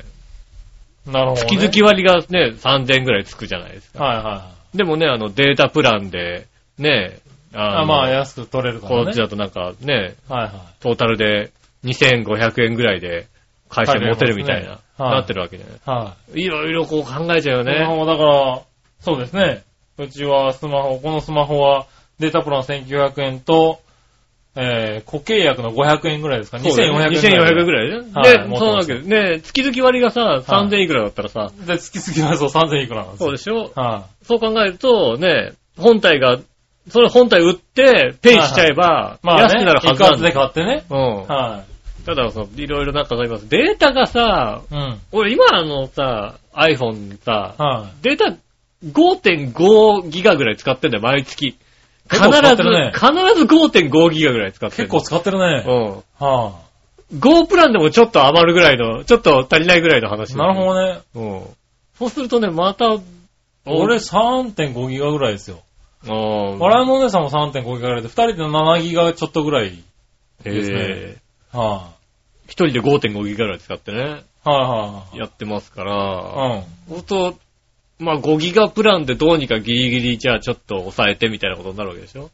S3: なるほど、ね。
S2: 月々割がね、3000ぐらいつくじゃないですか。
S3: はいはい。
S2: でもね、あの、データプランで、ね、
S3: あ
S2: あの
S3: まあ、安く取れるから
S2: こっ
S3: ね
S2: ち。だとなんかね、
S3: はいは
S2: トータルで2500円ぐらいで会社持てるみたいな、
S3: はいはい。
S2: なってるわけじゃない。
S3: はい
S2: いろいろこう考えちゃうよ
S3: い。ね、
S2: ね。
S3: もうだから、そうですね。うちはスマホ、このスマホはデータプラン1900円と、えー、固契約の500円ぐらいですか。2400円ぐらい。
S2: 2400ぐらいで。
S3: はい
S2: で、そうなわけで、ね、月々割がさ、3000いくらだったらさ、
S3: で、月々はそう3000いくらなんです
S2: そう
S3: よ。
S2: でしょ
S3: は
S2: そう考えると、ね、本体が、それ本体売って、ペイしちゃえば、
S3: い。まあ、ね、
S2: 安くなるはずなん
S3: 一
S2: だ
S3: 括で
S2: よ。
S3: 買ってね。
S2: うん。
S3: は
S2: ただ、そのいろいろなんかあります。データがさ、
S3: い。うん。
S2: 俺今あのさ、iPhone さ、
S3: はい。
S2: データ5.5ギガぐらい使ってんだよ、毎月。必
S3: 結
S2: ず、
S3: 構
S2: 必
S3: 使ってるね
S2: ず5.5ギガぐらい使って
S3: 結
S2: る。
S3: 構使ってるね。
S2: 構。
S3: はあ。
S2: うん。5プランでもちょっと余るぐらいの、ちょっと足りないぐらいの話。
S3: なるほどね。
S2: ど。うん。そうするとね、また、
S3: 俺、3.5ギガぐらいですよ。
S2: うん。
S3: 笑いのお姉さんも3.5ギガぐらいで、二人で7ギガちょっとぐらい。
S2: へ
S3: ですね
S2: え
S3: は
S2: 一人で5.5ギガぐらい使ってね、
S3: い、は
S2: やってますか
S3: い、
S2: ら、
S3: はい、
S2: ほんと、まあ5ギガプランでどうにかギリギリじゃあちょっと抑えてみたいなことになるわけでしょ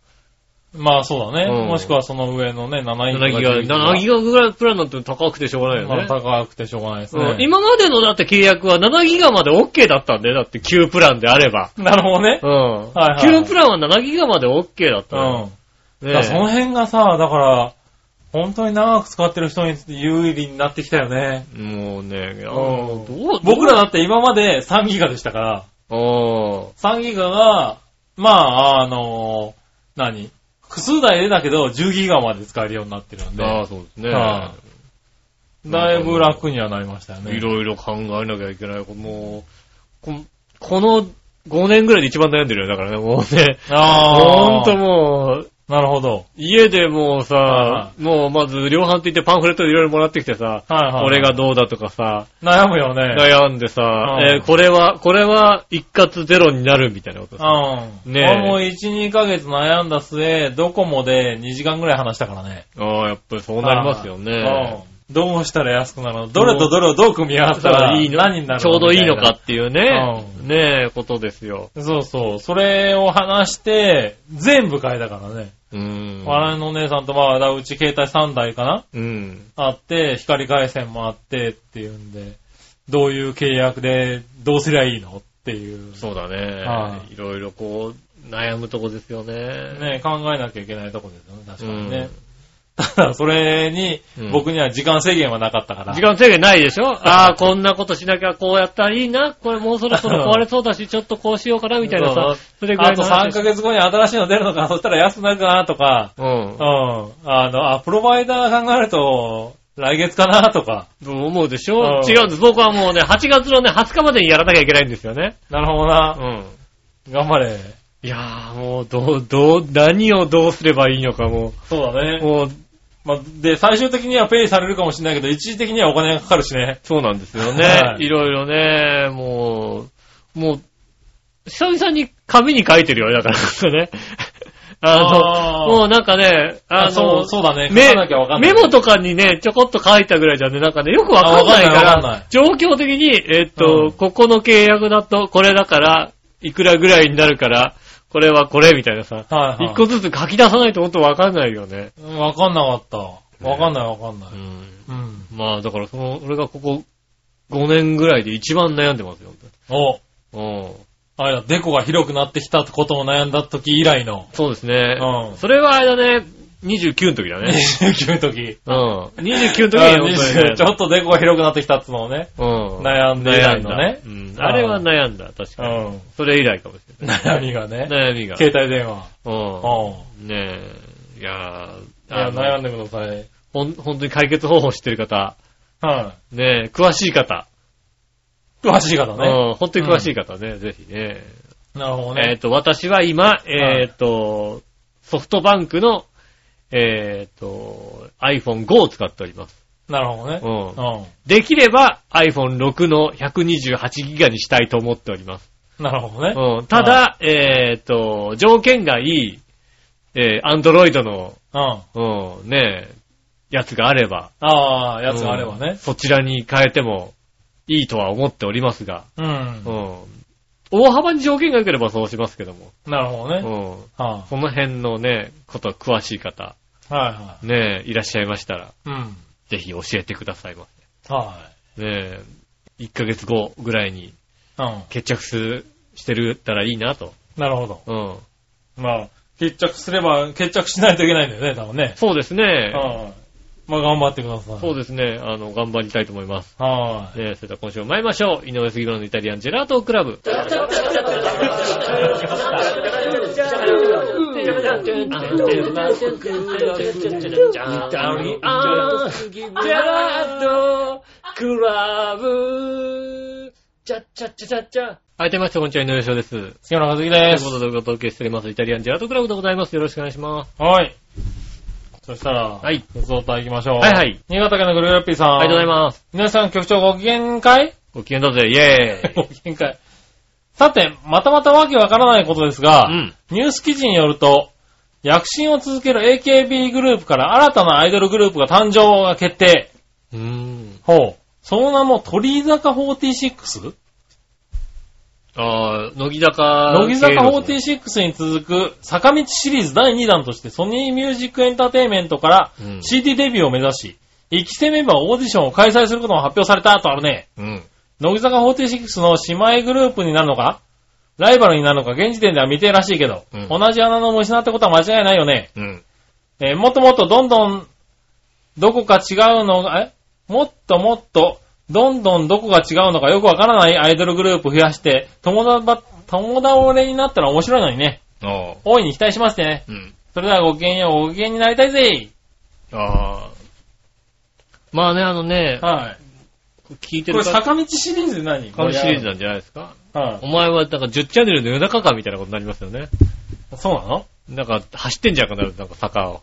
S3: うん。まあそうだね、
S2: うん
S3: もしくはその上のね、7
S2: ?7 ギ
S3: ギ
S2: ガ、
S3: ガ。
S2: 7ギガぐらいプランなんて高くてしょうがないよね。
S3: まあ高くてしょうがないです
S2: うん
S3: ね。
S2: 今までのだって契約は7ギガまで OK だったんだよ。だって旧プランであれば。
S3: (laughs) なるほどね
S2: う。ん。
S3: はいはい
S2: 旧プランは7ギガまで OK だった
S3: う
S2: のよ
S3: ん。
S2: ね
S3: だからその辺がさ、だから、本当に長く使ってる人に有利になってきたよね。
S2: もうね、あ
S3: うん
S2: のどう
S3: 僕らだって今まで3ギガでしたから、
S2: どう
S3: 3ギガが、まあ、あの何複数台でだけど、10ギガまで使えるようになってるん
S2: ああ、あ
S3: で
S2: あ、、そうですね。
S3: はだいぶ楽にはなりましたよね。
S2: いろいろ考えなきゃいけない。もう、ここの5年ぐらいで一番悩んでるよ。だからね、もうね。ほ
S3: ああ。
S2: んともう、
S3: なるほど。
S2: 家でもうさ
S3: は、
S2: もうまず量販って言ってパンフレットいろいろもらってきてさ、
S3: はいはい。
S2: これがどうだとかさ、
S3: 悩むよね。
S2: 悩んでさ、
S3: うん
S2: えーこれは、これは一括ゼロになるみたいなことさ。
S3: うん。
S2: ねえ
S3: 俺も1、2ヶ月悩んだ末、ドコモで2時間ぐらい話したからね。
S2: ああ、やっぱりそうなりますよね。
S3: うん。どうしたら安くなるのどれとどれをどう組み合わせたら
S2: いいの
S3: 何になるの
S2: ちょうどいいのか
S3: み
S2: っていうね、
S3: う
S2: ねえ、ことですよ。
S3: たいなそうそう。それを話して、全部変えたからね。
S2: うん。
S3: 笑いのお姉さんとまあ、うち携帯3台かな
S2: うん。
S3: あって、光回線もあってっていうんで、どういう契約でどうすりゃいいのっていう。
S2: そうだね
S3: は。
S2: いろいろこう、悩むとこですよね。
S3: ね、考えなきゃいけないとこですよね、確かに
S2: う
S3: ね
S2: ん。
S3: ただ、それに
S2: うん、
S3: 僕には時間制限はなかったから。
S2: 時間制限ないでしょああ、こんなことしなきゃこうやったらいいな。これもうそろそろ壊れそうだし、ちょっとこうしようかなみたいな
S3: そう
S2: さ
S3: そ、
S2: それぐら
S3: あ
S2: いの
S3: と
S2: 話
S3: 3ヶ月後に新しいの出るのかな、そしたら安くなるかなとか、
S2: うん
S3: うん。。あの、あ、プロバイダー考えると、来月かなとか。
S2: と思うでしょ
S3: うん
S2: 違うんです。僕はもうね、8月のね、20日までにやらなきゃいけないんですよね。
S3: なるほど
S2: う
S3: な。
S2: ん。
S3: 頑張れ。
S2: いやー、もう、どう、どう、何をどうすればいいのか、も
S3: そうだ
S2: う。
S3: ね。
S2: もう、
S3: まあ、で、最終的にはペイされるかもしれないけど、一時的にはお金がかかるしね。
S2: そうなんですよね。
S3: はい
S2: い、ろいろね、もう、もう、久々に紙に書いてるよ、だから、ね。 (laughs) あの、
S3: あー
S2: もうなんかね、あ
S3: あ、そ
S2: の
S3: う、、そうだね。書
S2: メ
S3: かなきゃわかんない。
S2: メモとかにね、ちょこっと書いたぐらいじゃね、なんかね、よくわかんないか
S3: あわかんないわ
S2: ら、状況的に、えっと、
S3: うん
S2: ここの契約だと、これだから、いくらぐらいになるから、これはこれみたいなさ、
S3: はいはい。
S2: 一個ずつ書き出さないと本当わかんないよね。
S3: うんわかんなかった。わかんないわかんない。うん。
S2: まあ、だから、その、俺がここ5年ぐらいで一番悩んでますよ。
S3: お、
S2: うん。
S3: あれだ、デコが広くなってきたことを悩んだ時以来
S2: (laughs)
S3: の。
S2: そうです
S3: う
S2: ね。
S3: ん。
S2: それはあれだね、29の時だね。
S3: 29の時。
S2: うん。29の時
S3: (laughs) あ
S2: に本当にね
S3: 20ちょっとデコが広くなってきたっつうのをね。
S2: うん
S3: 悩んで以
S2: 悩
S3: 来
S2: ん
S3: の
S2: だ
S3: ね。
S2: うん。あれは悩んだ、確
S3: う
S2: かに。
S3: ん。
S2: それ以来かもしれない。
S3: (laughs) 悩みがね。
S2: 悩みが。
S3: 携帯電話。
S2: う。
S3: うん
S2: ねえ。いやー
S3: ん。いや、
S2: あの
S3: 悩んでください。
S2: ほん、本当に解決方法を知ってる方、
S3: は
S2: ねえ、詳しい方、
S3: い。詳しい方ね。
S2: うん、本当に詳しい方ね、ぜひね。
S3: なるほど
S2: えっ、
S3: ね。
S2: と、私は今、
S3: い
S2: えっ、と、ソフトバンクの、えっ、と、iPhone 5を使っております。
S3: なるほどね
S2: う。ん。
S3: う
S2: できれば iPhone6 の 128GB にしたいと思っております。
S3: ん。なるほどね。
S2: うん、ただ、えーっと、条件がいい、えー、アンドロイドの、
S3: うん。
S2: うん、ねえ、やつがあれば、
S3: ああ、やつがあれば
S2: うん
S3: ね。
S2: そちらに変えてもいいとは思っておりますが、
S3: う。
S2: うんん、大幅に条件が良ければそうしますけども、
S3: なるほど
S2: う
S3: ね。
S2: ん、
S3: は
S2: この辺のね、こと詳しい方、
S3: い。は
S2: ねえ、いらっしゃいましたら、
S3: いはい。うん。
S2: ぜひ教えてくださいま
S3: は
S2: せ。ねえ、1ヶ月後ぐらいに
S3: い。うん。
S2: 決着する、してるたらいいなと。
S3: なるほど。
S2: うん。
S3: まあ、決着すれば、決着しないといけないんだよね、多分ね。
S2: そうですね。
S3: はい。まあ、頑張ってください。
S2: そうですね。あの、頑張りたいと思います。
S3: はい。
S2: ねそれでは今週も参りましょう。井上杉村のイタリアンジェラートクラブ。はい、どうもこんにちは、井上翔です。という
S3: 杉村和樹で
S2: こ
S3: す。
S2: とで、お届けしております。イタリアンジェラートクラブでございます。よろしくお願いします。
S3: はい。そしたら、
S2: はい。
S3: ふつおた行きましょう。
S2: はいはい。
S3: 新潟県のグルーピーさん。
S2: ありがとうございます。
S3: 皆さん、局長ご機嫌かい
S2: ご機嫌だぜ、イェー
S3: ご
S2: イ。
S3: (laughs) 機嫌かい。さて、またまたわけわからないことですが、
S2: うん。
S3: ニュース記事によると、躍進を続ける AKB グループから新たなアイドルグループが誕生が決定。
S2: うーん。
S3: ほう。その名も鳥居坂 46?
S2: あー、乃木坂。
S3: 乃木坂
S2: 系
S3: 46に続く坂道シリーズ第2弾としてソニーミュージックエンターテインメントから
S2: うん
S3: CD デビューを目指し、1期生メンバーオーディションを開催することが発表されたとあるね。
S2: の。うん。
S3: 乃木坂46の姉妹グループになるのかライバルになるのか現時点では未定らしいけど、
S2: うん
S3: 同じ穴の虫なってことは間違いないよね。
S2: うん。
S3: えーもっともっとどんどん、どこか違うのが、えもっともっと、どんどんどこが違うのかよくわからないアイドルグループ増やして、友だば、友倒れになったら面白いのにね。
S2: ああ。
S3: 大いに期待しましてね。
S2: うん。
S3: それではごきげんよう、ごきげんになりたいぜ
S2: ああ。まあね、あのね、
S3: は
S2: 聞い
S3: い。
S2: て
S3: こ
S2: る
S3: れ
S2: 方
S3: 坂道シリーズで何
S2: このシリーズ
S3: だ。
S2: なんじゃないですか
S3: は
S2: お前は、なんか10チャンネルの夜中かみたいなことになりますよね。
S3: い。そうなの
S2: なんか、走ってんじゃなくなる、なんか坂を。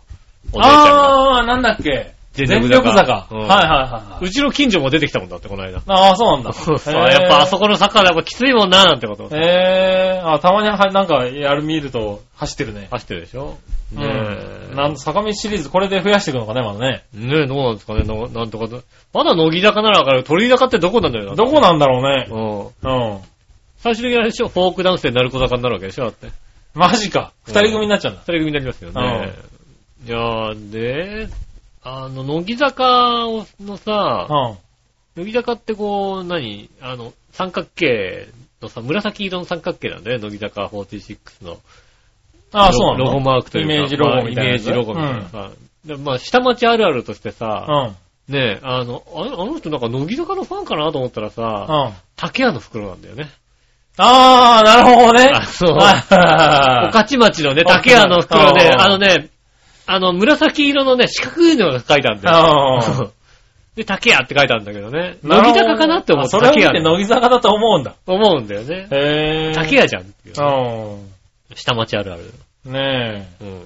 S2: お姉ちゃんが。
S3: ああー、なんだっけ
S2: 全
S3: 全
S2: 力
S3: 力
S2: 坂
S3: 坂。
S2: うん
S3: はいはいはいは
S2: う
S3: い。
S2: ちの近所も出てきたもんだって、この間。
S3: ああ、そうなん
S2: (laughs)
S3: だ。
S2: そうそう。やっぱあそこの坂はやっぱきついもんな、なんてこと。
S3: ええー、あ、たまにはなんか、やる見ると走ってるね。
S2: 走ってるでしょね
S3: う
S2: え
S3: ん。なん坂道シリーズ、これで増やしていくのかね、まだね。
S2: ねえ、どうなんですかね、ななんとかと。まだ乃木坂ならわかる。鳥居坂ってどこなんだよな。
S3: どこなんだろうね。
S2: うん。
S3: うん。
S2: 最終的にあれでしょ、フォークダンスで鳴子坂になるわけでしょ、だって。
S3: マジか。
S2: うん
S3: 二人組になっちゃうんだ。
S2: それ組になりますよね。いやー、で、あの、乃木坂をの
S3: う
S2: さ、
S3: ん。
S2: 乃木坂ってこう、何あの、三角形のさ、紫色の三角形なんだよね、乃木坂46の。
S3: ああ、そうなの
S2: ロゴマークというか。
S3: イメージロゴみたいな
S2: イメ
S3: や
S2: ー
S3: つ。
S2: ジロゴみたいなさ。でまあ、下町あるあるとして
S3: う
S2: さ、
S3: ん。うん。
S2: ねえ、あの、あのあの人なんか乃木坂のファンかなと思ったらさ、
S3: あ
S2: 竹屋の袋なんだよね。
S3: あー、なるほどね。
S2: あそう
S3: あ
S2: 御徒町のね、竹屋の袋で、
S3: うん
S2: あのね、あの、紫色のね、四角いのが書いてあるんだよ。
S3: あ
S2: (laughs) で、竹屋って書いてあるんだけどね。
S3: ー。なる
S2: 乃
S3: ほ
S2: 木
S3: ど
S2: 坂かなって思っ
S3: あ
S2: て
S3: それを見
S2: 竹
S3: て
S2: 屋
S3: 乃木坂だと思うんだ。
S2: 思うんだよね。
S3: へえ。
S2: 竹屋じゃんっていうね。
S3: う
S2: 下町あるある。
S3: ん。ね
S2: う
S3: え。
S2: ん。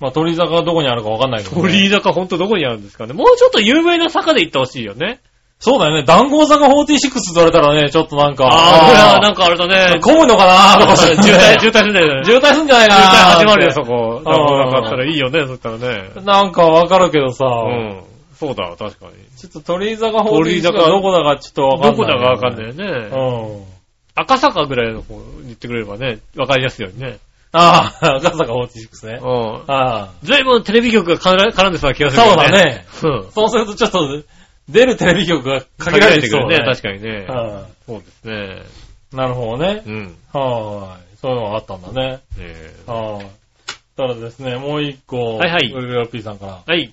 S3: まあ、鳥居坂はどこにあるかわかんないけどね。
S2: 鳥居坂ほんとどこにあるんですかね。もうちょっと有名な坂で行ってほしいよね。
S3: そうだよね。談合坂46って言われたらね、ちょっとなんか、
S2: ああ、なん
S3: か、
S2: かあれだね。
S3: (laughs) 混むのかな
S2: (laughs)
S3: とか
S2: 渋滞、渋滞すんだよね。渋
S3: 渋滞すんじゃないかな
S2: 滞始まるよ、
S3: って
S2: そこ。
S3: あー
S2: なんかあったらいいよね、そしたらね。
S3: なんかわかるけどさ、
S2: うん。そうだ、確かに。
S3: ちょっと鳥居坂
S2: 鳥
S3: 46
S2: 居
S3: が
S2: 坂
S3: どこだかちょっとわかんない。
S2: どこだかわかんない
S3: い。
S2: よね。
S3: うん。
S2: 赤坂ぐらいの方に言ってくれればね、わかりやすいようにね。
S3: ああ、赤坂46ね。
S2: うん。
S3: ああ。
S2: ずいぶんテレビ局が絡んでそうな気がする
S3: そ
S2: け
S3: う
S2: ど
S3: だ。ね。
S2: うん。
S3: そうするとちょっと、出るテレビ局が限られてくる
S2: ね
S3: ね。。
S2: 確かにね。
S3: は
S2: そうですね。
S3: いなるほどね
S2: う。ん。ね
S3: はーい。そういうのがあったんだね。
S2: え
S3: はーい。ただですね、もう一個。
S2: はいはい
S3: ウルグラピーさんから。
S2: はい。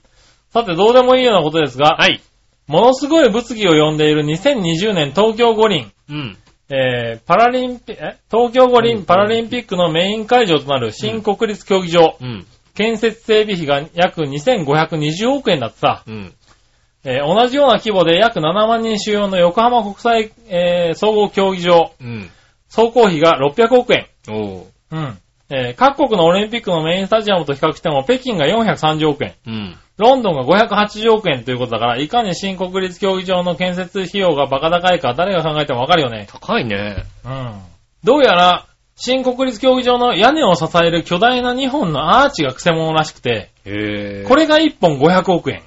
S3: さて、どうでもいいようなことですが、
S2: はい。
S3: ものすごい物議を呼んでいる2020年東京五輪、
S2: うん。
S3: えー、パラリンピ、え東京五
S2: う
S3: 輪
S2: ん
S3: パラリンピックのメイン会場となる新国立競技場、
S2: うん。
S3: 建設整備費が約2520億円だってさ、
S2: うん。
S3: えー同じような規模で約7万人収容の横浜国際、えー総合競技場、
S2: うん。
S3: 総工費が600億円。
S2: おう。
S3: うん。えー各国のオリンピックのメインスタジアムと比較しても、北京が430億円、
S2: うん。
S3: ロンドンが580億円ということだから、いかに新国立競技場の建設費用がバカ高いか誰が考えてもわかるよね。
S2: 高いね。
S3: うん。どうやら、新国立競技場の屋根を支える巨大な2本のアーチがクセ者らしくて、
S2: へえ。
S3: これが1本500億円。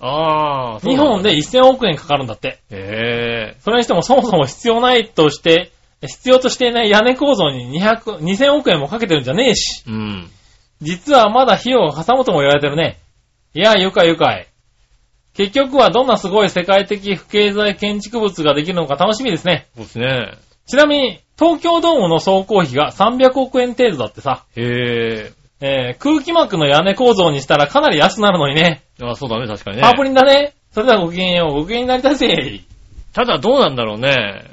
S2: ああ、
S3: 2本で
S2: いい。
S3: 1000億円かかるんだって。
S2: へえ。
S3: それにしてもそもそも必要ないとして、必要としていない屋根構造に200、2000億円もかけてるんじゃねえし。
S2: うん。
S3: 実はまだ費用がかさむとも言われてるね。いや、愉快愉快。結局はどんなすごい世界的不経済建築物ができるのか楽しみですね。
S2: そうですね。
S3: ちなみに、東京ドームの総工費が300億円程度だってさ、
S2: へえ。
S3: えー、空気膜の屋根構造にしたらかなり安くなるのにね。
S2: あそうだね、確かにね。
S3: パープリンだね。それではごきげんよう。ごきげんになりたいぜ。
S2: ただどうなんだろうね。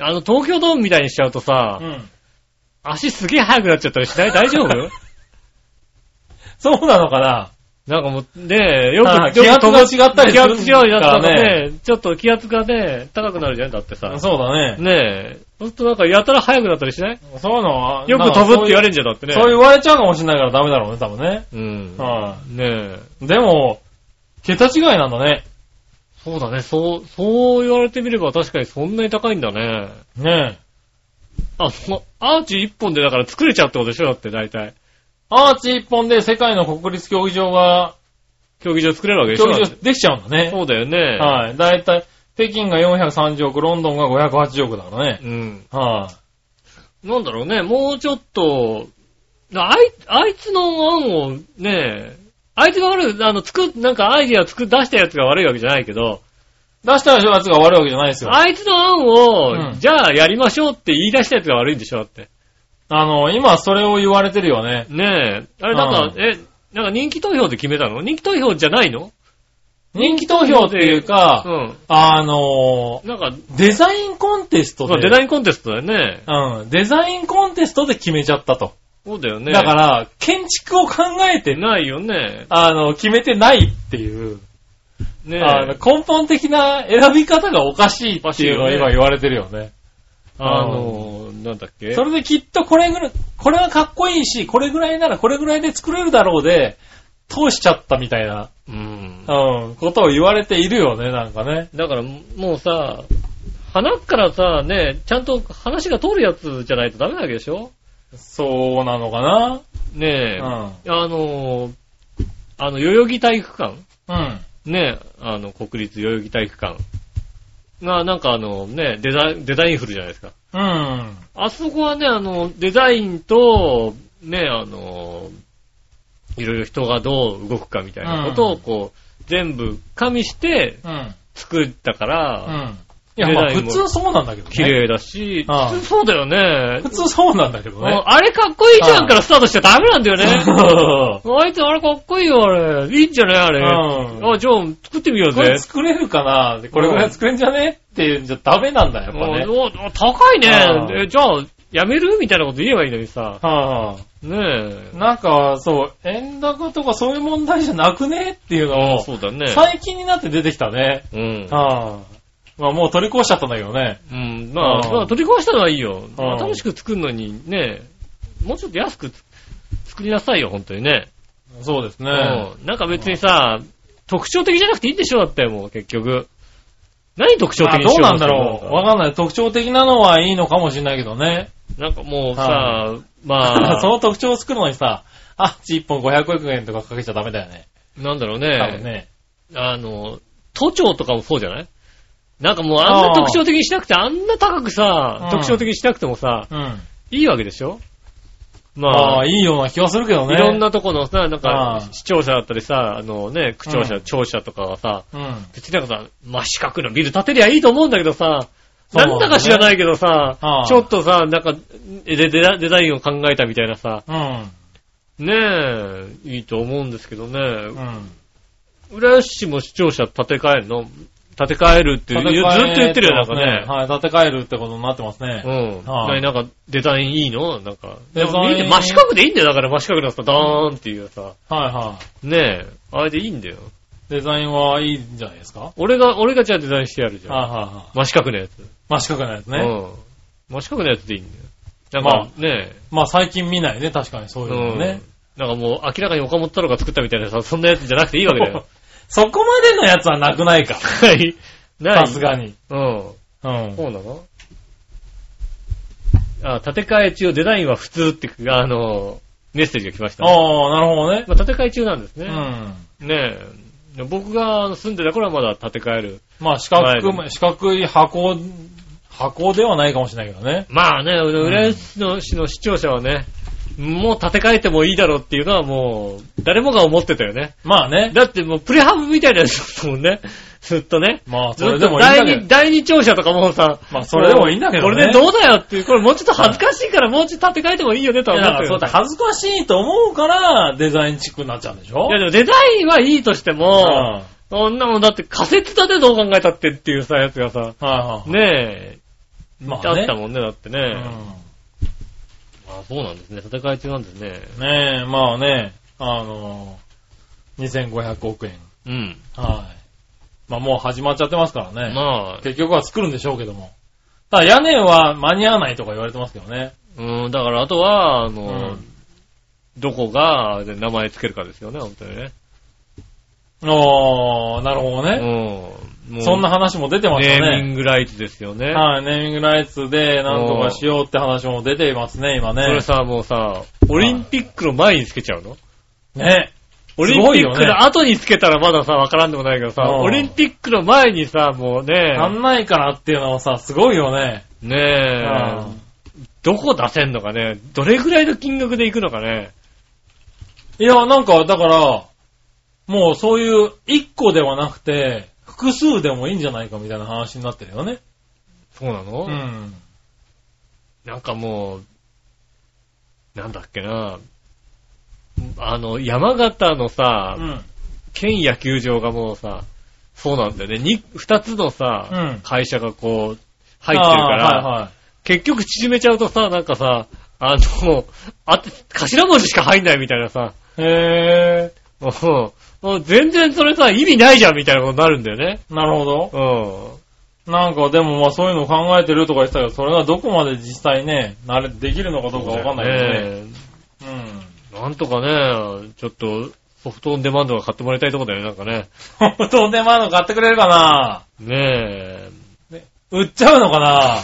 S2: あの、東京ドームみたいにしちゃうとさ、
S3: うん。
S2: 足すげえ速くなっちゃったりし
S3: (laughs)
S2: ない大丈夫
S3: そうなのかな
S2: なんかもう、ねえ、よく、
S3: ああ
S2: よく
S3: 気圧が
S2: 飛ば
S3: 違ったりする
S2: 気圧違うやつだ
S3: か
S2: ね
S3: ら
S2: ね。ちょっと気圧がね、高くなるじゃん、だってさ。
S3: そうだね。
S2: ねえ。ほんとなんかやたら速くなったりしない
S3: そういうのは、
S2: よく飛ぶって言われるんじゃん、だってね。
S3: そう言われちゃうかもしれないからダメだろうね、多分ね。
S2: うん。
S3: は
S2: ねえ。
S3: い。でも、桁違いなんだね。
S2: そうだね、そう、そう言われてみれば確かにそんなに高いんだね。
S3: ねえ。
S2: あ、その、アーチ一本でだから作れちゃうってことでしょだって大体。
S3: アーチ一本で世界の国立競技場が、
S2: 競技場作れるわけでし
S3: 競
S2: ょ
S3: 技
S2: だっ
S3: 場
S2: て
S3: できちゃうんだね。
S2: そうだよね。
S3: はい。だいたい、北京が430億、ロンドンが580億だからね。
S2: うん。
S3: は
S2: なんだろうね、もうちょっと、なあい、あいつの案をね、あいつが悪い、あの、作っ、なんかアイディア作、出したやつが悪いわけじゃないけど、
S3: い。出したやつが悪いわけじゃないですよ。
S2: あいつの案を、
S3: うん
S2: じゃあやりましょうって言い出したやつが悪いんでしょだって。
S3: あの、今それを言われてるよね。
S2: ねえ。あれなんか、
S3: う
S2: え、なんか人気投票で決めたの人気投票じゃないの
S3: 人気投票っていう
S2: う
S3: か、
S2: ん。
S3: あの、
S2: なんか、
S3: デザインコンテスト
S2: まあデ
S3: で、
S2: ザインコンテストだよね。
S3: うん、デザインコンテストで決めちゃったと。
S2: そうだよね。
S3: だから、建築を考えて、
S2: ないよね。
S3: あの、決めてないっていう、
S2: ねえ。
S3: あの根本的な選び方がおかしいっていうの
S2: おか
S3: を
S2: しいよね
S3: 今言われてるよね。
S2: あの、なんだっけ
S3: それできっとこれぐらい、これはかっこいいし、これぐらいならこれぐらいで作れるだろうで、通しちゃったみたいな、
S2: うん。
S3: うん、ことを言われているよね、なんかね。
S2: だからもうさ、花っからさ、ね、ちゃんと話が通るやつじゃないとダメなわけでしょ
S3: そうなのかな
S2: ねえ。あの、あの、代々木体育館
S3: うん。うん。
S2: ねえ、あの、国立代々木体育館が、なんかあの、ね、デザイン、デザインフルじゃないですか。
S3: うん。
S2: あそこはね、あの、デザインと、ね、あの、いろいろ人がどう動くかみたいなこと
S3: う
S2: を、
S3: ん
S2: こう、全部加味して
S3: うん。
S2: 作ったか
S3: う
S2: ら、
S3: ん。いや、まあ
S2: デザイン
S3: 普
S2: も
S3: 通そうなんだけどね。
S2: 綺麗だし、
S3: ああ
S2: 普通そうだよ
S3: (laughs)
S2: ね
S3: 普。通そうなんだけど
S2: もう
S3: ね。
S2: あれかっこいいじゃんからスタートしちゃダメなんだよね。あいつあれかっこいいよ、あれ。いいんじゃないあれ。
S3: うん
S2: あ、じゃあ作ってみよう
S3: こ
S2: ぜ
S3: れ。作れるかなこれぐらい作れんじゃねっていうんじゃダメなんだ、やっぱね。
S2: おお高い
S3: ああ
S2: ね。えじゃあ、やめるみたいなこと言えばいいのにさ。
S3: は
S2: ねえ
S3: あ、。なんか、そう、円高とかそういう問題じゃなくねっていうのを、
S2: そうだね。
S3: 最近になって出てきたね。
S2: うん。
S3: はあ、まあもう取り越しちゃったんだけどね。
S2: うん、まあ、
S3: うん
S2: まあ取り壊したのはいいよ。
S3: うん
S2: 新しく作るのにね、もうちょっと安くつ作りなさいよ、本当にね。
S3: そうですね。
S2: うんなんか別にさ、特徴的じゃなくていいんでしょだってもう結局。何特徴的
S3: あ
S2: に
S3: ど
S2: しよ
S3: う
S2: う
S3: な
S2: と
S3: ん
S2: して
S3: だ
S2: るの
S3: ろう。わかんない。特徴的なのはいいのかもしれないけどね。
S2: なんかもうさ
S3: は、
S2: ま
S3: (laughs) そ
S2: あ、
S3: の特徴を作るのにさ、あっち1本500円とかかけちゃダメだよね。
S2: なんだろう
S3: 多
S2: ね。
S3: 分ね。
S2: あの、都庁とかもそうじゃないなんかもうあんな特徴的にしなくて、あんな高く
S3: う
S2: さ
S3: ん、
S2: 特徴的にしなくてもさ、
S3: うん。
S2: いいわけでしょま
S3: あ
S2: あ
S3: あ、い、いような気がするけどね。
S2: いろん。なとこのさ、なんか
S3: う、ん
S2: 視聴者だったりさ、あのね、区長
S3: う
S2: 者、
S3: ん
S2: 庁舎とかはさ、
S3: うん。
S2: 別になんかさ、真四角のビル建てりゃいいと思うんだけどさ、
S3: そう
S2: な
S3: なんだね
S2: んだか知らないけどさ
S3: ああ、
S2: ちょっとさ、なんかデデザ、デザインを考えたみたいなさ、
S3: うん。
S2: ねえ、いいと思うんですけどね
S3: う。ん。
S2: 浦安市も視聴者建て替えるの建て替えるっていう、ずっと言ってるよ、なんかね。
S3: はい、建て替えるってことになってますね。
S2: うん。
S3: は
S2: ないになんか、デザインいいのなんか。
S3: デザイン
S2: いいね真四角でいいんだよ、だから真四角のさ、ダーンっていうさ。
S3: はいはい。
S2: ねえ、あれでいいんだよ。
S3: デザインはいいんじゃないですかはい
S2: 俺が、俺がじゃあデザインしてやるじゃん。
S3: はいはい。
S2: 真四角のやつ。
S3: 真四角なやつ
S2: う
S3: ね。
S2: ん。真四角のやつでいいんだよ。なんか、ね
S3: まあ最近見ないね、確かにそう
S2: え。
S3: いうのね。
S2: うん。なんかもう、明らかに岡本太郎が作ったみたいなさ、そんなやつじゃなくていいわけだよ。
S3: (laughs) そこまでのやつはなくないか。
S2: はい。な
S3: さ
S2: い
S3: すがに。
S2: うん。
S3: うん。
S2: そうなのあ、建て替え中、デザインは普通って、あの、メッセージが来ました、ね。
S3: ああ、なるほどね。
S2: まあ、建て替え中なんです
S3: う
S2: ね。
S3: ん。
S2: ねえ。僕が住んでた頃はまだ建て替える。
S3: まあ四角
S2: は
S3: く、四角い箱、箱ではないかもしれないけどね。
S2: まあね、浦安市の市の視聴者はね、もう建て替えてもいいだろうっていうのはもう、誰もが思ってたよね。
S3: まあね。
S2: だってもうプレハブみたいなやつだったもんね。 (laughs) ずっとね。
S3: まあ
S2: ず
S3: それ
S2: っ
S3: で
S2: と
S3: もいいんだ
S2: 第
S3: け
S2: 二、
S3: ど。
S2: 第二庁舎とかもさ。
S3: まあそれでもいいんだけどね
S2: これでどうだよっていう、これもうちょっと恥ずかしいからもうちょっと建て替えてもいいよねと
S3: い
S2: は
S3: や
S2: 思
S3: だ
S2: っ
S3: か
S2: た
S3: ら
S2: け
S3: そう
S2: ど
S3: やって恥ずかしいと思うから、デザインチックになっちゃうんでしょ
S2: いやでもデザインはいいとして
S3: うん。
S2: も、
S3: はい
S2: そんなもんだって仮説だでどう考えたってっていうさ、やつがさ、
S3: はい。
S2: ねえ、
S3: ま
S2: あ
S3: あね
S2: ったもんね、だってね。
S3: う
S2: あそうなんですね、建て替え中なんですね。
S3: ん。ねえ、まあね、あのー、2500億円。
S2: うん。
S3: はい。まあもう始まっちゃってますからね。
S2: まあ、
S3: 結局は作るんでしょうけども。ただ屋根は間に合わないとか言われてますけどね。
S2: うん、だからあとは、あ
S3: う
S2: の、
S3: ん。
S2: どこがで名前つけるかですよね、本当にね。
S3: おー、なる
S2: う
S3: ほど
S2: ん
S3: ね。。
S2: もう
S3: そんな話も出てまし
S2: ネ
S3: た
S2: ーミ
S3: ね。
S2: ングライツですよね。
S3: はい、ネーミングライツでなんとかしようって話も出ていますね、今ね。
S2: それさ、もうさ、オリンピックの前につけちゃうの
S3: ね。
S2: オリンピックの後につけたらまださ、わからんでもないけどさ、
S3: うん
S2: オリンピックの前にさ、もうね、
S3: 足んないからっていうのはさ、すごいよね。う
S2: ねえ
S3: ん、
S2: どこ出せんのかね、どれぐらいの金額で行くのかね。
S3: いや、なんか、だから、もうそういう一個ではなくて、複数でもいいんじゃないかみたいな話になってるよね。
S2: そうなの、
S3: うん。
S2: なんかもう、なんだっけな、あの、山形のさ、
S3: うん。
S2: 県野球場がもうさ、そうなんだよね。に二つのさ、
S3: うん
S2: 会社がこう、入ってるから、
S3: あーはいはい。
S2: 結局縮めちゃうとさ、なんかさ、あの、あて、頭文字しか入んないみたいなさ、
S3: へ
S2: うんもう全然それさ、意味ないじゃんみたいなことになるんだよね。
S3: ー。なるほど。
S2: う
S3: なんかでもまあそういうの考えてるとか言ってたけど、それがどこまで実際ね、慣れ、できるのかど
S2: ん。
S3: うかわかんない
S2: ね
S3: けどね。うん。
S2: えなんとかね、ちょっと、ソフトオンデマンドが買ってもらいたいとこだよね、なんかね。
S3: (laughs) 本当でまだ買ってくれるかな
S2: ねえ、
S3: 売っちゃうのかな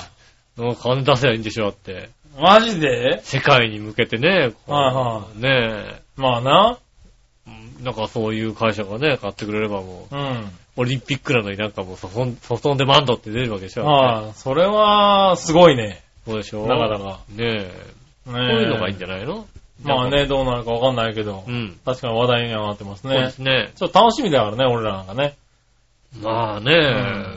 S2: もう金出せばいいんでしょ、だって。
S3: マジで
S2: 世界に向けてね、こう
S3: はいは
S2: ね
S3: まあな。
S2: えうん、なんかそういう会社がね、買ってくれればも
S3: うん。
S2: う、オリンピックなのになんかもうソフトンソフトオンデマンドって出るわけでしょ。
S3: はい、それは、すごいね。
S2: そうでしょ
S3: なかなか。
S2: ねえ。
S3: ね
S2: こういうのがいいんじゃないの
S3: まあ。ね、どうなるかわかんないけど
S2: う、ん。
S3: 確かに話題にはなってます
S2: そうで
S3: ね
S2: す。ね。
S3: ちょっと楽しみだからね、俺らなんかね。
S2: まあね、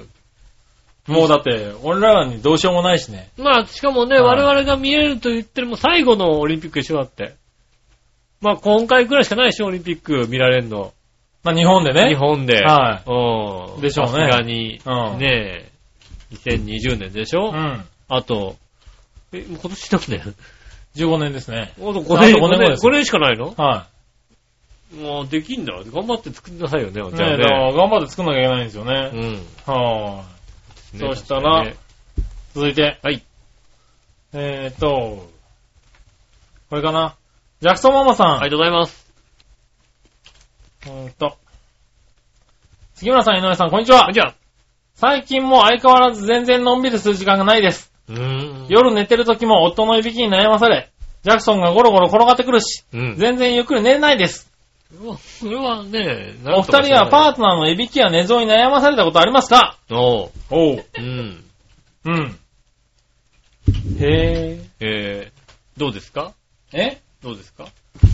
S3: もうだって、俺らにどうしようもないしね。
S2: まあしかもね、
S3: は
S2: 我
S3: い
S2: 々が見えると言っても最後のオリンピックでしょだって。まあ今回くらいしかないでしょ、オリンピック見られるの。
S3: まあ日本でね。
S2: 日本で。
S3: は
S2: うん。
S3: でしょうね
S2: さすがに、
S3: うん
S2: ねえ、2020年でしょ、
S3: うん。
S2: あと、え、もう今年何年
S3: 15年ですね。
S2: あと5
S3: (laughs) あ
S2: 年、
S3: と五年後です
S2: 5年しかないの
S3: は
S2: もうできんだ。頑張って作りなさいよね、
S3: い。
S2: じゃ
S3: ね
S2: あ
S3: え、だから
S2: ね。
S3: 頑張って作んなきゃいけないんですよ
S2: うん。
S3: ね。はーい。
S2: ね
S3: そしたら、
S2: 確かにね
S3: 続いて、
S2: はい。
S3: えーと、これかな。ジャクソンママさん。
S2: ありがとうございます。
S3: うーんと。杉村さん、井上さん、こんにち
S2: あ
S3: は。
S2: じゃあ、
S3: 最近も相変わらず全然のんびりする時間がないです。
S2: うーん。
S3: 夜寝てる時も夫のいびきに悩まされ、ジャクソンがゴロゴロ転がってくるし、
S2: うん。
S3: 全然ゆっくり寝れないです。
S2: それはね、
S3: お二人はパ
S2: ー
S3: ートナーのいびきや寝相に悩まされたことありますか
S2: おう。
S3: おう。
S2: うん。
S3: うん。へ
S2: えー、どうですか
S3: ぇー。え
S2: どうですか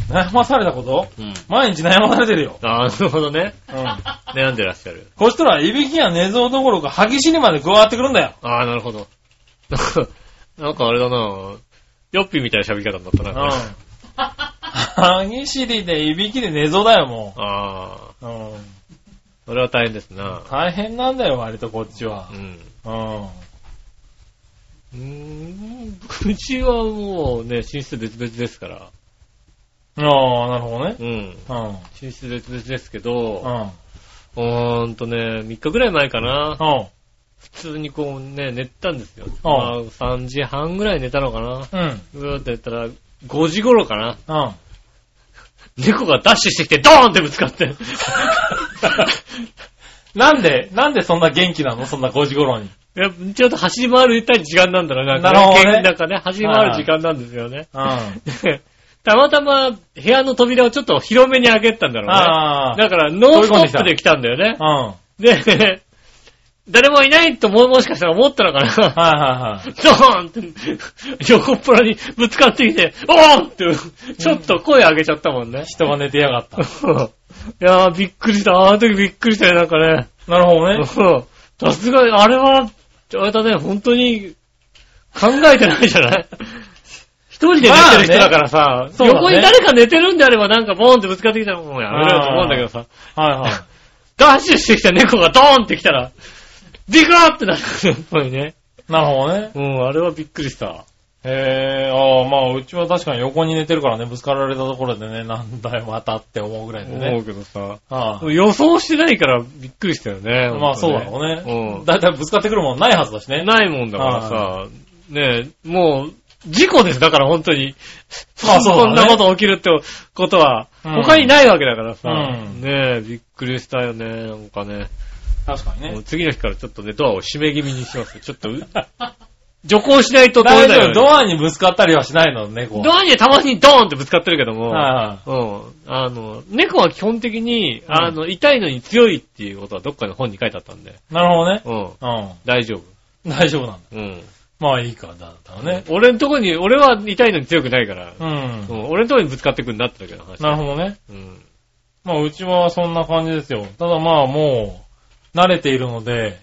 S3: 悩まされたこと
S2: うん。
S3: 毎日悩まされてるよ。
S2: ああ、なるほどね。
S3: うん。
S2: 悩んでらっしゃる。
S3: こしたら、いびきや寝相どころか、歯ぎしりまで加わってくるんだよ。
S2: ああ、なるほど。 (laughs) なんか、なんかあれだなヨッピーみたいな喋り方になった
S3: う
S2: な。
S3: ん
S2: これ。
S3: 歯ぎしりでいびきで寝相だよ、も
S2: ああ、
S3: う。うん。
S2: それは大変ですな。
S3: 大変なんだよ、割とこっちは
S2: う。ん。
S3: うん。
S2: うーん、うちはもうね、寝室別々ですから。
S3: ああ、なるほどね。
S2: うん。
S3: うん。
S2: 寝室別々ですけど、
S3: うん。
S2: うーんとね、3日ぐらい前かな。
S3: うん。
S2: 普通にこうね、寝たんですよ。
S3: あ
S2: まあ、3時半ぐらい寝たのかな。
S3: うん。
S2: うーってやったら、5時頃かな。
S3: うん。
S2: 猫がダッシュしてきて、ドーンってぶつか (laughs) って。
S3: なんで、なんでそんな元気なのそんな5時頃に。
S2: いや、ちょっと走り回るたい時間なんだろうな。
S3: なるほどね
S2: 原因なんかね、走り回る時間なんですよね。 (laughs)
S3: うん。あ
S2: たまたま部屋の扉をちょっと広めに開けたんだろうね。
S3: あ。
S2: だから、ノーストップで来たんだよね。
S3: うん。はい
S2: で、 (laughs) 誰もいないとも、もしかしたら思ったのか
S3: (laughs)
S2: な。
S3: はいはい。
S2: ドーンって、横っ腹にぶつかってきて、おーんって、ちょっと声上げちゃったもんね。
S3: 人が寝てやがった。
S2: (laughs) いやー、びっくりした。あの時びっくりしたよ、なんかね。
S3: なる
S2: (laughs)
S3: ほどね。
S2: うんさすがに、あれは、あれだね、本当に、考えてないじゃない (laughs) 一人で寝てる人だからさ、
S3: そうだね
S2: 横に誰か寝てるんであればなんかボーンってぶつかってきたらもうやめろよと思うんだけどさ、
S3: はいはい。
S2: ダッシュしてきた猫がドーンってきたら、ビクーってなる。やっぱりね。
S3: なるほどね。
S2: (laughs) うん、あれはびっくりした。
S3: へえ、ああ、まあ、うちは確かに横に寝てるからね、ぶつかられたところでね、なんだよ、またって思うぐらいで
S2: 思
S3: ね。
S2: うけどさ、
S3: ああ
S2: 予想してないからびっくりしたよね。
S3: まあ、そうだろ
S2: 本
S3: うね
S2: 当。うん
S3: だいたいぶつかってくるもんないはずだしね。
S2: ないもんだからさ、ねえ、もう、事故です、だから本当に。
S3: まあそうだね
S2: こんなこと起きるってことは、
S3: うん
S2: 他にないわけだからさ、
S3: うん
S2: ねえ、びっくりしたよね、なんかね。
S3: 確かに
S2: もう。次の日からちょっとね、ドアを閉め気味にしますよちょっと、う (laughs) 徐行しないと取れないよう
S3: 大丈夫、
S2: に
S3: ドアにぶつかったりはしないの、猫は。
S2: ドアにはたまにドーンってぶつかってるけども、
S3: は
S2: うん。あの、猫は基本的に、
S3: ん
S2: あの、痛いのに強いっていうことはどっかの本に書いてあったんで、
S3: いなるほどね。
S2: うん。
S3: う
S2: 大丈夫。
S3: ん。大丈夫なんだ。
S2: うん。
S3: まあいいか、だったらね。
S2: 俺のとこに、俺は痛いのに強くないから、
S3: うん
S2: う。ん、俺のとこにぶつかってくるんだってだけの話。
S3: なるほどね。
S2: うん。
S3: まあうちはそんな感じですよ。ただまあもう、慣れているので、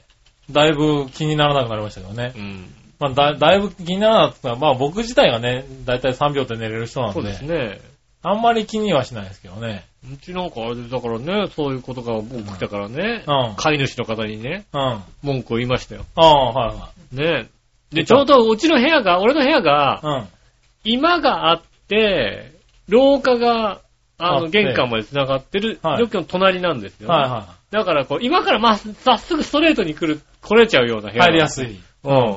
S3: だいぶ気にならなくなりましたけどね
S2: う。ん。
S3: まあだだいぶ気にならなかったのはまあ僕自体がね、だいたい3秒で寝れる人なん
S2: そ
S3: で、
S2: うですね。
S3: あんまり気にはしないですけどね。
S2: うちなんかあれで、だからね、そういうことが起きたからね、
S3: うん
S2: 飼い主の方にね、
S3: うん。あ
S2: 文句を言いましたよ。
S3: あ、はいは
S2: ね。
S3: 出
S2: で、ち
S3: た
S2: ょうどうちの部屋が、俺の部屋が、
S3: い。
S2: 居間があって、廊下が、あ
S3: あ
S2: の、
S3: って
S2: 玄関まで繋がってる、
S3: はい
S2: 状況の隣なんです
S3: う
S2: よ、
S3: ん。はいは
S2: だから、こう、今からまっ、早速ストレートに来る、来れちゃうような部
S3: い。
S2: 屋。
S3: 入りやす。い。
S2: うん。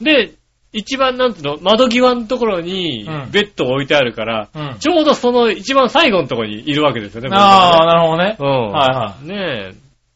S2: で、一番なんていうの、窓際のところに
S3: うん
S2: ベッドを置いてあるから、
S3: うん。
S2: ちょうどその一番最後のところにいるわけですよね。
S3: ああ、なるほどね
S2: 僕。はねうん。
S3: はい
S2: はい。ねえ、ねえ、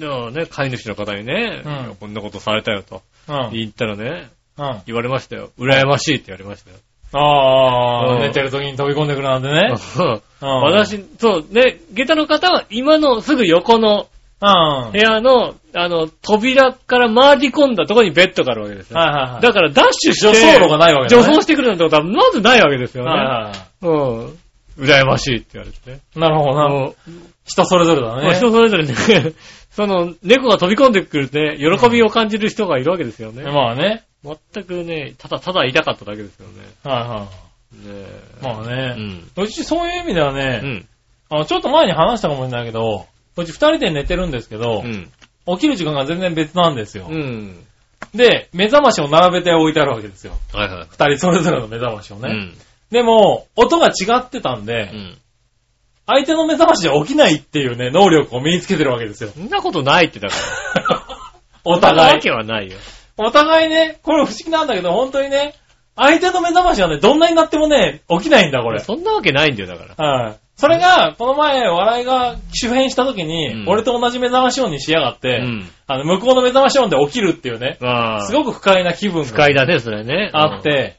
S2: だからね、飼い主の方にね、
S3: うん
S2: いやこんなことされたよと
S3: うん。
S2: 言ったらね、
S3: うん。
S2: 言われましたよ。羨ましいって言われましたよ。
S3: あ
S2: う
S3: あ、
S2: ん
S3: 寝てる時に飛び込んでくるなんてね。うん。
S2: (laughs) 私、そう、ね、下駄の方は今のすぐ横の
S3: うん。は
S2: 部
S3: い
S2: 屋の、あの、扉から回り込んだところにベッドがあるわけですよ。
S3: はいはい。
S2: だからダッシュして、
S3: 助走路がないわけだ
S2: 助
S3: ね
S2: 走してくるなんてことはまずないわけですよね。
S3: はいはいは
S2: うん。羨ましいって言われてね。
S3: い。なるほどな。
S2: も
S3: 人それぞれだ
S2: う、
S3: ね。
S2: 人それぞれね、 (laughs) その、猫が飛び込んでくるね、喜びを感じる人がいるわけですよね。
S3: まあね。
S2: 全くね、ただただ痛かっただけですよね。ね
S3: はいは
S2: え
S3: い。まあ
S2: う
S3: ね。
S2: ん。
S3: うちそういう意味では
S2: う
S3: ね、
S2: ん。
S3: あのちょっと前に話したかもしれないけど、うち二人で寝てるんですけど
S2: う、ん。
S3: 起きる時間が全然別なんですよ
S2: う。ん。
S3: で、目覚ましを並べて置いてあるわけですよ。
S2: はいはい。
S3: 二人それぞれの目覚ましを
S2: う
S3: ね。
S2: ん。
S3: でも、音が違ってたんで、
S2: うん。
S3: 相手の目覚ましじゃ起きないっていうね、能力を身につけてるわけ
S2: (laughs)
S3: ですよ。
S2: そんなことないってだから。
S3: お
S2: そんな
S3: 互
S2: わ
S3: い。
S2: けはないよ。
S3: お互いね、これ不思議なんだけど、本当にね、相手の目覚ましはね、どんなになってもね、起きないんだ、これ。
S2: そんなわけないんだよ、だから。
S3: はい。それが、この前、笑いが周辺した時に、
S2: うん
S3: 俺と同じ目覚まし音にしやがって、
S2: うん
S3: あの、向こうの目覚まし音で起きるっていうね、
S2: ああ。
S3: すごく不快な気分
S2: 不
S3: が
S2: 快だね、それね。
S3: あって、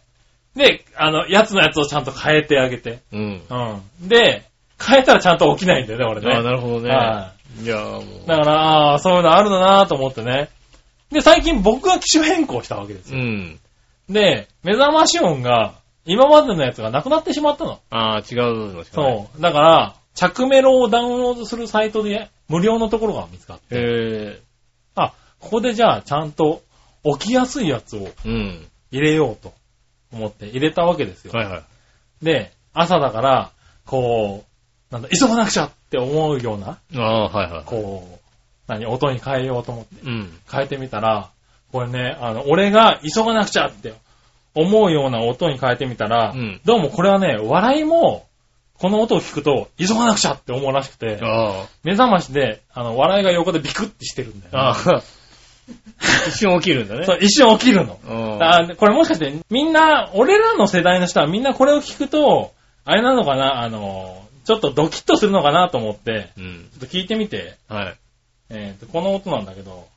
S3: で、あの、やつのやつをちゃんと変えてあげて、
S2: うん。うん。
S3: うん。で、変えたらちゃんと起きないんだよね、俺ね。
S2: ああ、なるほどね。
S3: はい
S2: やーもう。
S3: だから、ああ、そういうのあるんだなと思ってね。で、最近僕が機種変更したわけです
S2: う
S3: よ。
S2: ん。
S3: で、目覚まし音が、今までのやつがなくなってしまったの。
S2: ああ、違うのしかない。
S3: そう。だから、着メロをダウンロードするサイトで無料のところが見つかって、
S2: へ
S3: あ、ここでじゃあちゃんと起きやすいやつを
S2: え。うん。
S3: 入れようと思って入れたわけですよ。
S2: はいはい。
S3: で、朝だから、こう、なんだ、急がなくちゃって思うような、
S2: ああ、はいは
S3: こう、何、音に変えようと思って。
S2: い。うん。
S3: 変えてみたら、これね、あの、俺が急がなくちゃって思うような音に変えてみたら、
S2: うん
S3: どうもこれはね、笑いも、この音を聞くと、急がなくちゃって思うらしくて、
S2: あ
S3: 目覚ましで、あの、笑いが横でビクッてしてるんだよ
S2: あ。あ
S3: ね、
S2: あ。 (laughs) 一瞬起きるんだね。
S3: そう一瞬起きるの。
S2: うん
S3: あこれもしかして、みんな、俺らの世代の人はみんなこれを聞くと、あれなのかな、あの、ちょっとドキッとするのかなと思って、
S2: うん。
S3: ちょっと聞いてみて、
S2: はい。
S3: えっ、と、この音なんだけど、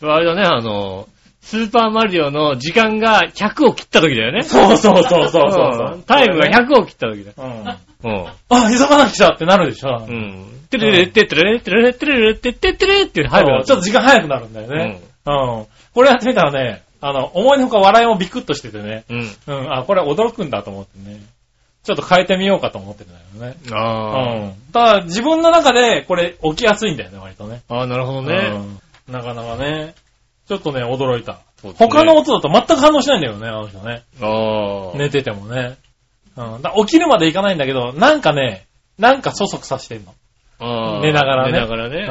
S2: あれだね、あの、スーパーマリオの時間が100を切った時だよね。
S3: そうそうそうそうそうそう
S2: う
S3: (laughs)
S2: んタイムが100を切った時だ。
S3: うん。
S2: うん。
S3: あ、急がなくちゃってなるでしょ。
S2: うん。てれれってってれれってれれってれれってってってれって入る
S3: そうちょっと時間早くなるんだよね。うん。これやってみたらね、あの、思いのほか笑いもビクッとしててね。
S2: うん。
S3: うん。あ、これ驚くんだと思ってね。ちょっと変えてみようかと思ってるんだよね。
S2: ああ。
S3: うん。ただ、自分の中でこれ起きやすいんだよね、割とね。
S2: ああ、なるほどね。
S3: うん。なかなかね、ちょっとね、驚いた。
S2: そうですね
S3: 他の音だと全く反応しないんだよね、あの人ね。
S2: ああ。
S3: 寝ててもね。うん。だ起きるまでいかないんだけど、なんかね、なんかそそくさしてんの。
S2: ああ
S3: 寝ながらね
S2: 寝ながらね。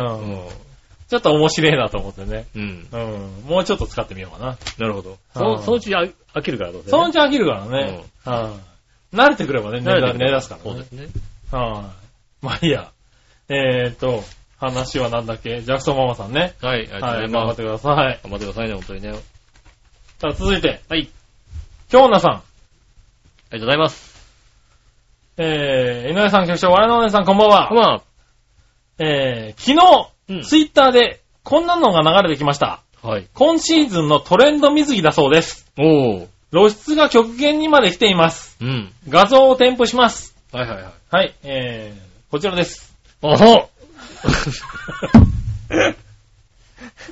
S3: ちょっと面白いなと思ってね。
S2: うん。うん。
S3: うん。もうちょっと使ってみようかな。
S2: なるほど。
S3: あ
S2: そ
S3: あ
S2: そのうちあ飽きるからどうせね。
S3: そのうち飽きるからね。うん。慣れてくればね、
S2: 慣
S3: 寝
S2: れて
S3: だ
S2: くる
S3: 寝出すから
S2: そう
S3: ね。
S2: ですね。
S3: はい。まあいいや。えーと、話はなんだっけジャクソンママさんね。
S2: はい、ありがとうご
S3: は
S2: ざい
S3: い、頑張
S2: ま
S3: っ
S2: す。
S3: てください。
S2: 頑張ってくださいね、本当にね。あり
S3: さあ、続いて。
S2: はい。
S3: 京奈さん。
S2: がとうございます。
S3: えー、井上さん局長、我のお姉さん、こんばん
S2: こん
S3: は。
S2: ばんは。
S3: えー、昨
S2: う
S3: 日、ツイッターで、こんなのが流れてきました。
S2: はい。
S3: 今シーズンのトレンド水着だそうです。
S2: おー。
S3: 露出が極限にまで来ています。
S2: うん。
S3: 画像を添付します。
S2: はいはいはい。
S3: はい、えー、こちらです。
S2: お
S3: (laughs)
S2: ほ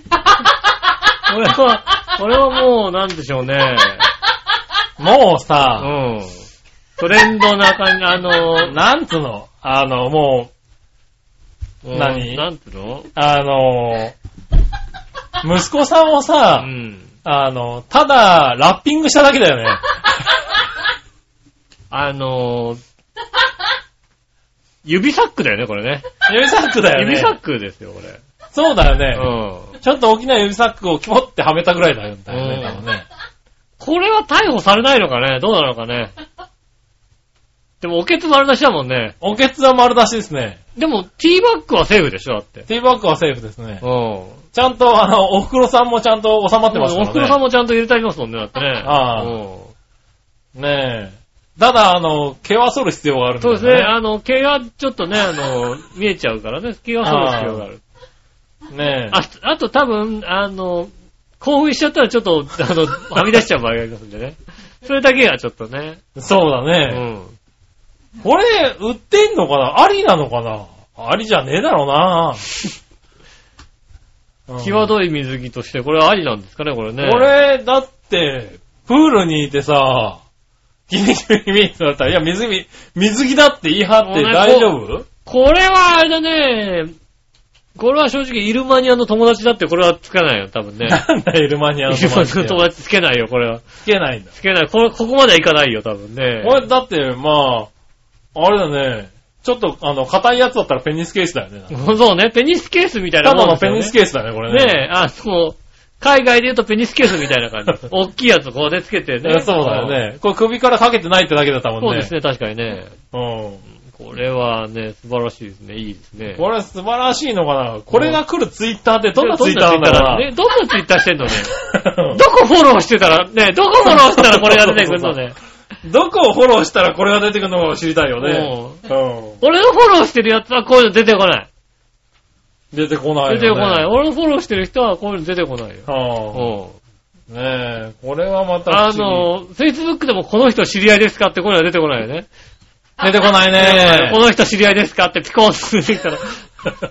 S2: これは、これはもう、なんでしょうね。
S3: もうさ、
S2: うん。トレンドな感じ、あの、
S3: なんつうのあの、も
S2: うん
S3: 何
S2: なんていうの
S3: う、あの、息子さんを
S2: う
S3: さ、
S2: ん。
S3: あの、ただ、ラッピングしただけだ
S2: (laughs)
S3: よね。
S2: あの、指サックだよね、これね。
S3: 指サックだよね。
S2: 指サックですよ、これ。
S3: そうだよ
S2: うん。
S3: ね。ちょっと大きな指サックをキモってはめたぐらいだよね。多分ね
S2: うん
S3: 多分ね
S2: これは逮捕されないのかねどうなのかねでも、おけつ丸出しだもんね。
S3: おけつは丸出しですね。
S2: でも、ティーバックはセーフでしょだって。
S3: ティーバッグはセーフですね
S2: う。ん。
S3: ちゃんと、あの、お袋さんもちゃんと収まってますか
S2: お
S3: らね。
S2: ふくろさんもちゃんと入れてありますもんね、だってね。
S3: ああ
S2: うん
S3: ねえ。ただ、あの、毛は剃る必要があるんだ
S2: そう
S3: よ
S2: で
S3: ね。
S2: すね。あの、毛がちょっとね、あの、見えちゃうからね。毛がそうですよ、ある。
S3: ねえ。
S2: あ、あと多分、あの、興奮しちゃったらちょっと、あ
S3: (laughs)
S2: の、はみ出しちゃう場合がありますんでね。それだけはちょっとね。
S3: そうだ
S2: う
S3: ね。
S2: ん。
S3: これ、売ってんのかなありなのかなありじゃねえだろうなうん
S2: 際どい水着として、これはありなんですかね、これね。
S3: これ、だって、プールにいてさ、ギリギリ見だったら、いや、水着、水着だって言い張って
S2: もうね
S3: 大丈夫
S2: これはあれだね。これは正直、イルマニアの友達だってこれはつかないよ、多
S3: (laughs)
S2: 分ね。
S3: なんだ、イルマニア
S2: イ
S3: の
S2: ルマ
S3: 友
S2: ニア
S3: 達
S2: の
S3: って
S2: 友達つけないよ、これは。
S3: つけないんだ。
S2: つけない。これ、ここまではいかないよ、多分ね。
S3: これ、だって、まあ、あれだね、ちょっと、あの、硬いやつだったらペニスケースだよね。
S2: そうね、ペニスケースみたいな
S3: ただ
S2: もん
S3: の
S2: です
S3: ペ
S2: よね
S3: ニスケースだね、これね。
S2: ねえ、あの、海外で言うとペニスケースみたいな感
S3: (laughs)
S2: じ。大きいやつこうでつけて
S3: いや
S2: ね。
S3: そうだよ。ね。これ首からかけてないってだけだったもんね。
S2: そうですね、確かにね。
S3: うん。
S2: これはね、素晴らしいですね。いいですね。
S3: これ素晴らしいのかなこれが来るツイッターってどんなツイッターなんだ
S2: だ
S3: ろ
S2: ね。どん
S3: (laughs)
S2: なツイッターしてんのね。
S3: うな
S2: どこフォローしてたら、ね、どこフォローしたらこれが出てくるのね。
S3: どこをフォローしたらこれが出てくるのかを知りたいよね。
S2: もう
S3: うん。
S2: 俺のフォローしてるやつはこういうの出てこない。
S3: 出てこないよね。
S2: 出てこない。俺のフォローしてる人はこういうの出てこないよ。
S3: は
S2: うん
S3: あ。ねえ、これはまた
S2: あ
S3: 不思
S2: の、Facebook でもこの人知り合いですかってこれは出てこないよね。
S3: 議、出てこないね。
S2: この人知り合いですかってピコンって出てきたら、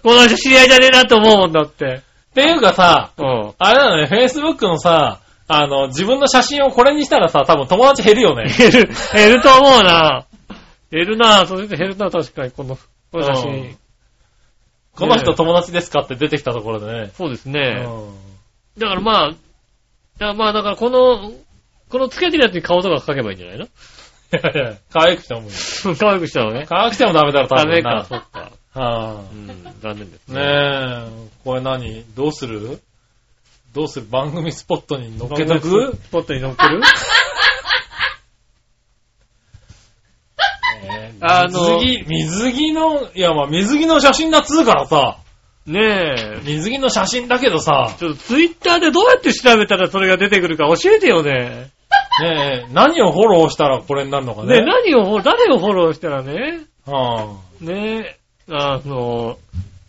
S2: この人知り合いじゃねえなと思うもんだって。
S3: っていうかさ、
S2: うん。
S3: あれだね、Facebook のさ、あの、自分の写真をこれにしたらさ、多分友達減るよね。
S2: (laughs) 減る、減ると思うな。減るな、それで減るな、確かに、この、この写真。
S3: うんこの人友達ですかって出てきたところでね。
S2: そうです
S3: う
S2: ね。
S3: ん
S2: だからまあ、だからまあ、だからこの、このつけてるやつに顔とか書けばいいんじゃない (laughs) の
S3: いやいや可愛くしても無理。
S2: 可愛くしたのね。
S3: 可愛くしてもダメだろ、多
S2: ダ
S3: 分
S2: メか、。
S3: な
S2: そっか。う
S3: はあ
S2: ん、残念です
S3: ねえ、これ何どうするどうする番組スポットに乗っけと
S2: 乗っ
S3: く
S2: けポットに乗っける
S3: ねえ
S2: あの
S3: 水着、水着の、いやまあ水着の写真だっつうからさ、
S2: (laughs) ねえ。
S3: 水着の写真だけどさ、
S2: ちょっとツイッターでどうやって調べたらそれが出てくるか教えてよね。
S3: ねえ、何をフォローしたらこれになるのか
S2: ね
S3: ね。
S2: 何をフォロー、誰をフォローしたらね。
S3: は
S2: ねえ、あの、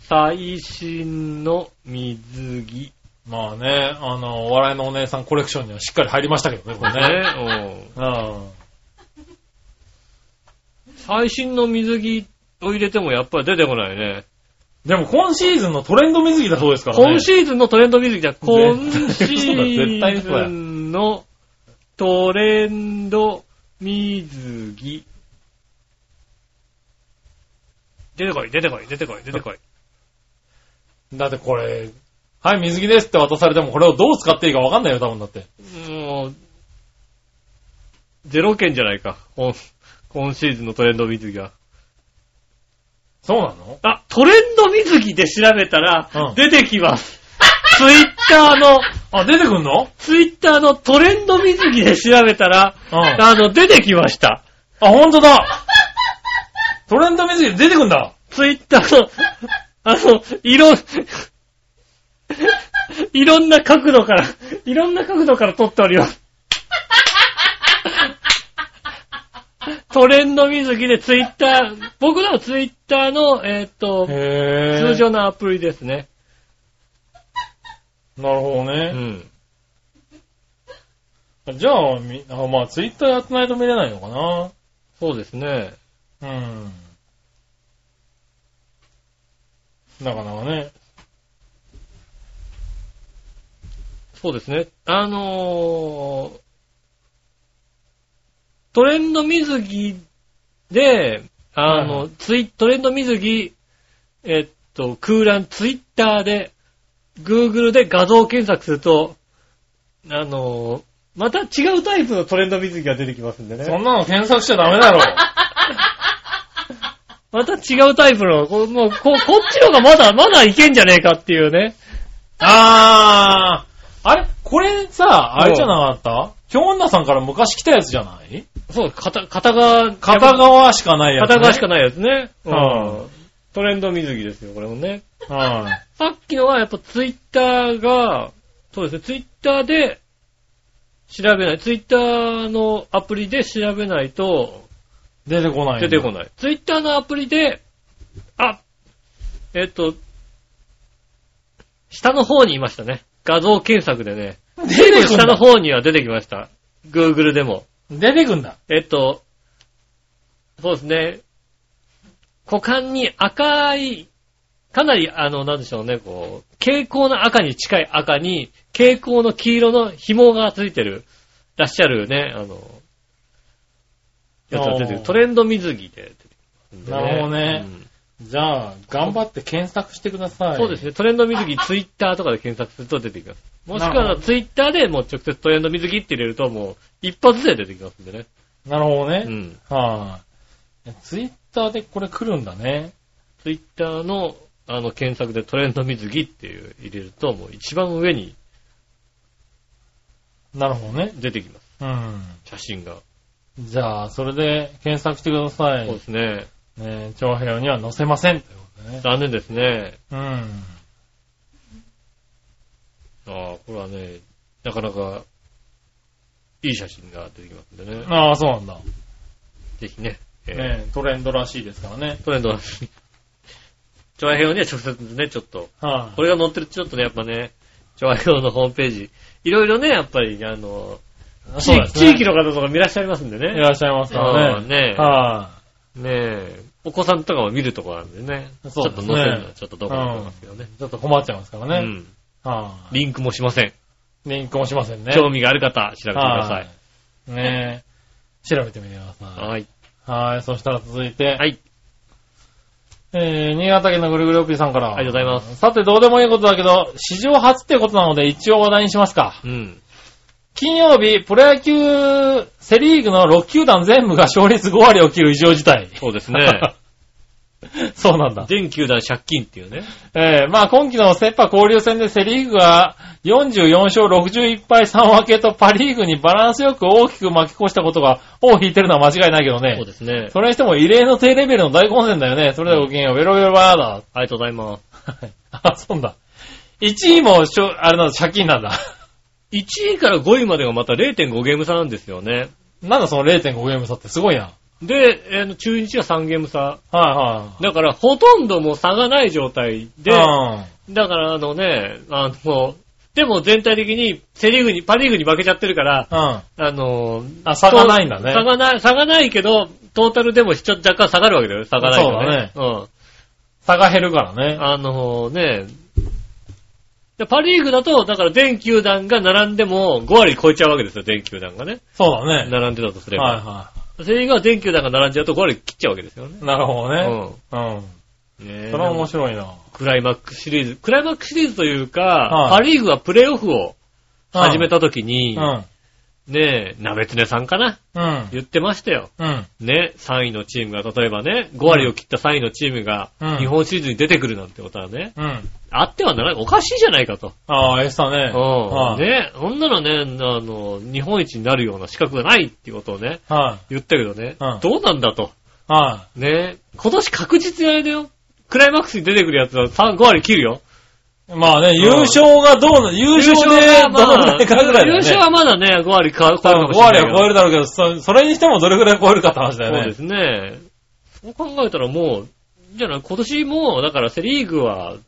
S2: 最新の水着。
S3: あまあね、あの、お笑いのお姉さんコレクションにはしっかり入りましたけどね、これね。
S2: ね、
S3: う
S2: う
S3: ん
S2: ん最新の水着を入れてもやっぱり出てこないね。
S3: でも今シーズンのトレンド水着だそうですからね。
S2: 今シーズンのトレンド水着じゃ、今シ
S3: 絶対
S2: ー
S3: 嘘だ
S2: ズンのトレンド水着。出てこい、出てこい、出てこい、出てこい。
S3: だってこれ、はい、水着ですって渡されてもこれをどう使っていいかわかんないよ、多分だって。
S2: もう、ゼロ件じゃないか。今今シーズンのトレンド水着は。
S3: そうなの
S2: あ、トレンド水着で調べたら、
S3: うん
S2: 出てきます。ツイッターの、
S3: あ、出てくんの
S2: ツイッターのトレンド水着で調べたら、
S3: うん
S2: あの、出てきました。
S3: あ、ほんとだトレンド水着出てくんだ
S2: ツイッターの、あの、いろん、いろんな角度から、いろんな角度から撮っております。トレンド水着でツイッター、僕らのツイッターの、えーっと、
S3: へ
S2: 通常のアプリですね。
S3: なるほ
S2: う
S3: どね。
S2: ん。
S3: じゃあ、み、あまあ、ツイッターやってないと見れないのか
S2: そうですね。
S3: なうん。なかなかね。
S2: そうですね。あのートレンド水着で、あの、
S3: はいは
S2: ツイトレンド水着、えっと、空欄、ツイッターで、Google で画像検索すると、あのーまた違うタイプのトレンド水着が出てきますんで
S3: (laughs) そ
S2: ね。
S3: んなの検索しちゃダメ (laughs) だろ。
S2: また違うタイプの、こもうここっちの方がまだ、まだいけんじゃねえかっていうね。
S3: あー。あれこれさ、あれじゃなかった京女さんから昔来たやつじゃない
S2: そう、片、片側、
S3: 片側しかないやつ、ね。
S2: 片側しかないやつね。う
S3: は
S2: ん。トレンド水着ですよ、これもね。
S3: はい、
S2: さっきのはやっぱツイッターが、そうですね、ツイッターで調べない。ツイッターのアプリで調べないと
S3: 出てこない。
S2: 出てこ
S3: い。
S2: ない。ツイッターのアプリで、あ、えっと、下の方にいましたね。画像検索でね。
S3: 出てくん
S2: 下の
S3: だ。
S2: 方には出てきました。Google でも。
S3: 出てくんだ。
S2: えっと、そうですね。股間に赤い、かなり、あの、なんでしょうね、こう、蛍光の赤に近い赤に、蛍光の黄色の紐がついてる、らっしゃるね、あの、やつが出て
S3: あ
S2: る。
S3: ー
S2: トレンド水着で出てくるんで、
S3: なるほどね
S2: うん
S3: じゃあ、頑張って検索してください。
S2: そうですね、トレンド水着、ツイッターとかで検索すると出てきます。もしく
S3: なる
S2: は、
S3: ほ
S2: ツイッターでもう直接トレンド水着って入れると、もう、一発で出てきますんでね。
S3: なるほどね。
S2: うん。
S3: はい、ツイッターでこれ来るんだね。
S2: ツイッターの、あの、検索でトレンド水着っていう入れると、もう一番上に
S3: なるほどね。
S2: 出てきます。
S3: うん。
S2: 写真が。
S3: じゃあ、それで検索してください。
S2: そうですね。
S3: ね長平には載せません。ということでね。
S2: 残念ですね。
S3: うん。
S2: ああ、これはね、なかなか、いい写真が出てきますんでね。
S3: ああ、そうなんだ。
S2: ぜひね、えー
S3: ねトレンドらしいですからね。
S2: トレンドの、調和平和には直接ね、ちょっと、
S3: は
S2: これが載ってるとちょっとね、やっぱね、調和平和のホームページ、いろいろね、やっぱり、あの、
S3: い。
S2: 地
S3: そうですね
S2: 地域の方とか見らっしゃいますんで
S3: い
S2: ね。
S3: らっしゃいますから
S2: うん
S3: ね。
S2: ね
S3: は
S2: ねえ、お子さんとかも見るとこなんでね。
S3: そう
S2: ちょっ
S3: ですね
S2: と載せるのはちょっとどうかと思いますけどね。
S3: い。ちょっと困っちゃいますか
S2: う
S3: らね。
S2: ん。
S3: は
S2: リンクもしません。
S3: い。リンクもしませんね。
S2: 興味がある方、調べてください。
S3: はい。ねえ。調べてみてくださ
S2: はい。
S3: い。はい。そしたら続いて、
S2: はい。
S3: えー、新潟県のぐるぐるおっぴーさんから。
S2: ありがとうございます。
S3: さて、どうでもいいことだけど、史上初ってことなので一応話題にしますか。
S2: うん。
S3: 金曜日、プロ野球セリーグの6球団全部が勝率5割を切る異常事態。
S2: そうです
S3: (laughs)
S2: ね。
S3: そうなんだ。
S2: 全球団借金っていうね。
S3: えー、まあ今季のセッパ交流戦でセリーグが44勝61敗3分けとパリーグにバランスよく大きく巻き越したことが、を引いてるのは間違いないけど
S2: そう
S3: ね。
S2: ですね。
S3: それにしても異例の低レベルの大混戦だよね。それではごきげんよう、ベロベロバーだ。 (laughs)
S2: ありがとうございます。
S3: はいあ、そうなんだ。1位もしょ、あれなんだ、借金なんだ。 (laughs)
S2: 1位から5位までがまた0.5ゲーム差なんですよね。
S3: なんだその0.5ゲーム差ってすごいな。
S2: で、えー中日が3ゲーム差。
S3: はいは
S2: だから、ほとんどもう差がない状態
S3: い。
S2: で、
S3: うん
S2: だからあのね、あの、でも全体的にセリーグに、パリーグに負けちゃってるから、
S3: うん。
S2: あの、
S3: あ、差がないんだね。
S2: 差がない、差がないけど、トータルでもちょっと若干下がるわけだよね。差がないからね。
S3: 差が減るから
S2: うん。
S3: ね。
S2: あのね、でパリーグだと、だから全球団が並んでも5割超えちゃうわけですよ、全球団がね。
S3: そうだね。
S2: 並んでたとすれば。
S3: はいは
S2: セリーグは全球団が並んじゃうと5割切っちゃうわけですよね。
S3: い。なるほど
S2: う
S3: ね。
S2: ん。
S3: うん。
S2: ねえ
S3: それは面白いな。
S2: クライマックスシリーズ。クライマックスシリーズというか、
S3: はい
S2: パリーグはプレイオフを始めた時
S3: う
S2: に、
S3: ん。
S2: ねえ、なべつねさんかな
S3: うん。
S2: 言ってましたよ。
S3: うん。
S2: ね、3位のチームが、例えばね、5割を切った3位のチームが
S3: うん、
S2: 日本シリーズに出てくるなんてことはね、
S3: うん。
S2: あってはならない。おかしいじゃないかと。
S3: ああ、エスタね。
S2: うん。
S3: はい
S2: ね、そんなのね、あの、日本一になるような資格がないっていうことをね、
S3: は
S2: 言ったけどね
S3: うん、
S2: どうなんだと。
S3: い。は
S2: ね、今年確実にあれだよ。クライマックスに出てくるやつは3、5割切るよ。
S3: い。まあね、優勝がどうな、優勝でどのぐらいかぐらいだよね。
S2: 優勝はまだね、5割か超えるかも
S3: 5
S2: しれない
S3: 割
S2: けど。
S3: は超えるだろうけど、そそれにしてもどれぐらい超えるかって話だよね。
S2: そうですね。そう考えたらもう、じゃあ今年も、だからセリーグは、うん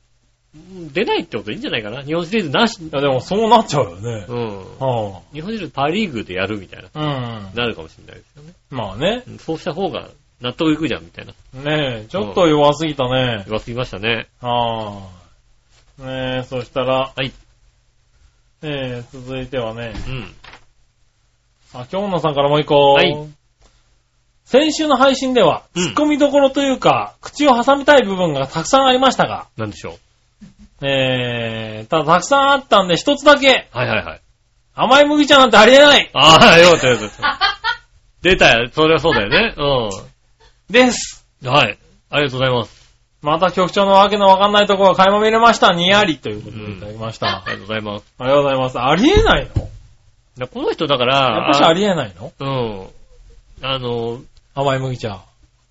S2: 出ないってことでいいんじゃないかな。日本シリーズなし。
S3: いや、でもそうなっちゃうよね。
S2: うん。
S3: は
S2: 日本シリーズパリーグでやるみたいな、
S3: あ、うん。
S2: なるかもしれないですよね。
S3: まあね。
S2: うんそうした方が納得いくじゃん、みたいな。
S3: ねえ、ちょっと弱すぎたね。
S2: 弱すぎましたね。
S3: はあ。ねえ、そしたら、
S2: はい。
S3: えー、続いてはね、
S2: うん。
S3: あ、京野さんからもう一個。
S2: はい
S3: 先週の配信では、
S2: うん
S3: 突っ込みどころというか、口を挟みたい部分がたくさんありましたが、
S2: なんでしょ
S3: えー、ただたくさんあったんで一つだけ、
S2: う。はいはいはい。
S3: 甘い麦茶なんてありえない
S2: ああ、よかったよかった。出たよ。それはそうだよね。う
S3: です
S2: ん。はい。ありがとうございます。
S3: また局長のわけのわかんないところが垣間見れました。にやりということでいただきました。
S2: ありがとうございます。
S3: ありがとうございます。ありえないの
S2: だからこの人だから、
S3: やっぱしありえないの
S2: うん。あの、
S3: 甘い麦茶。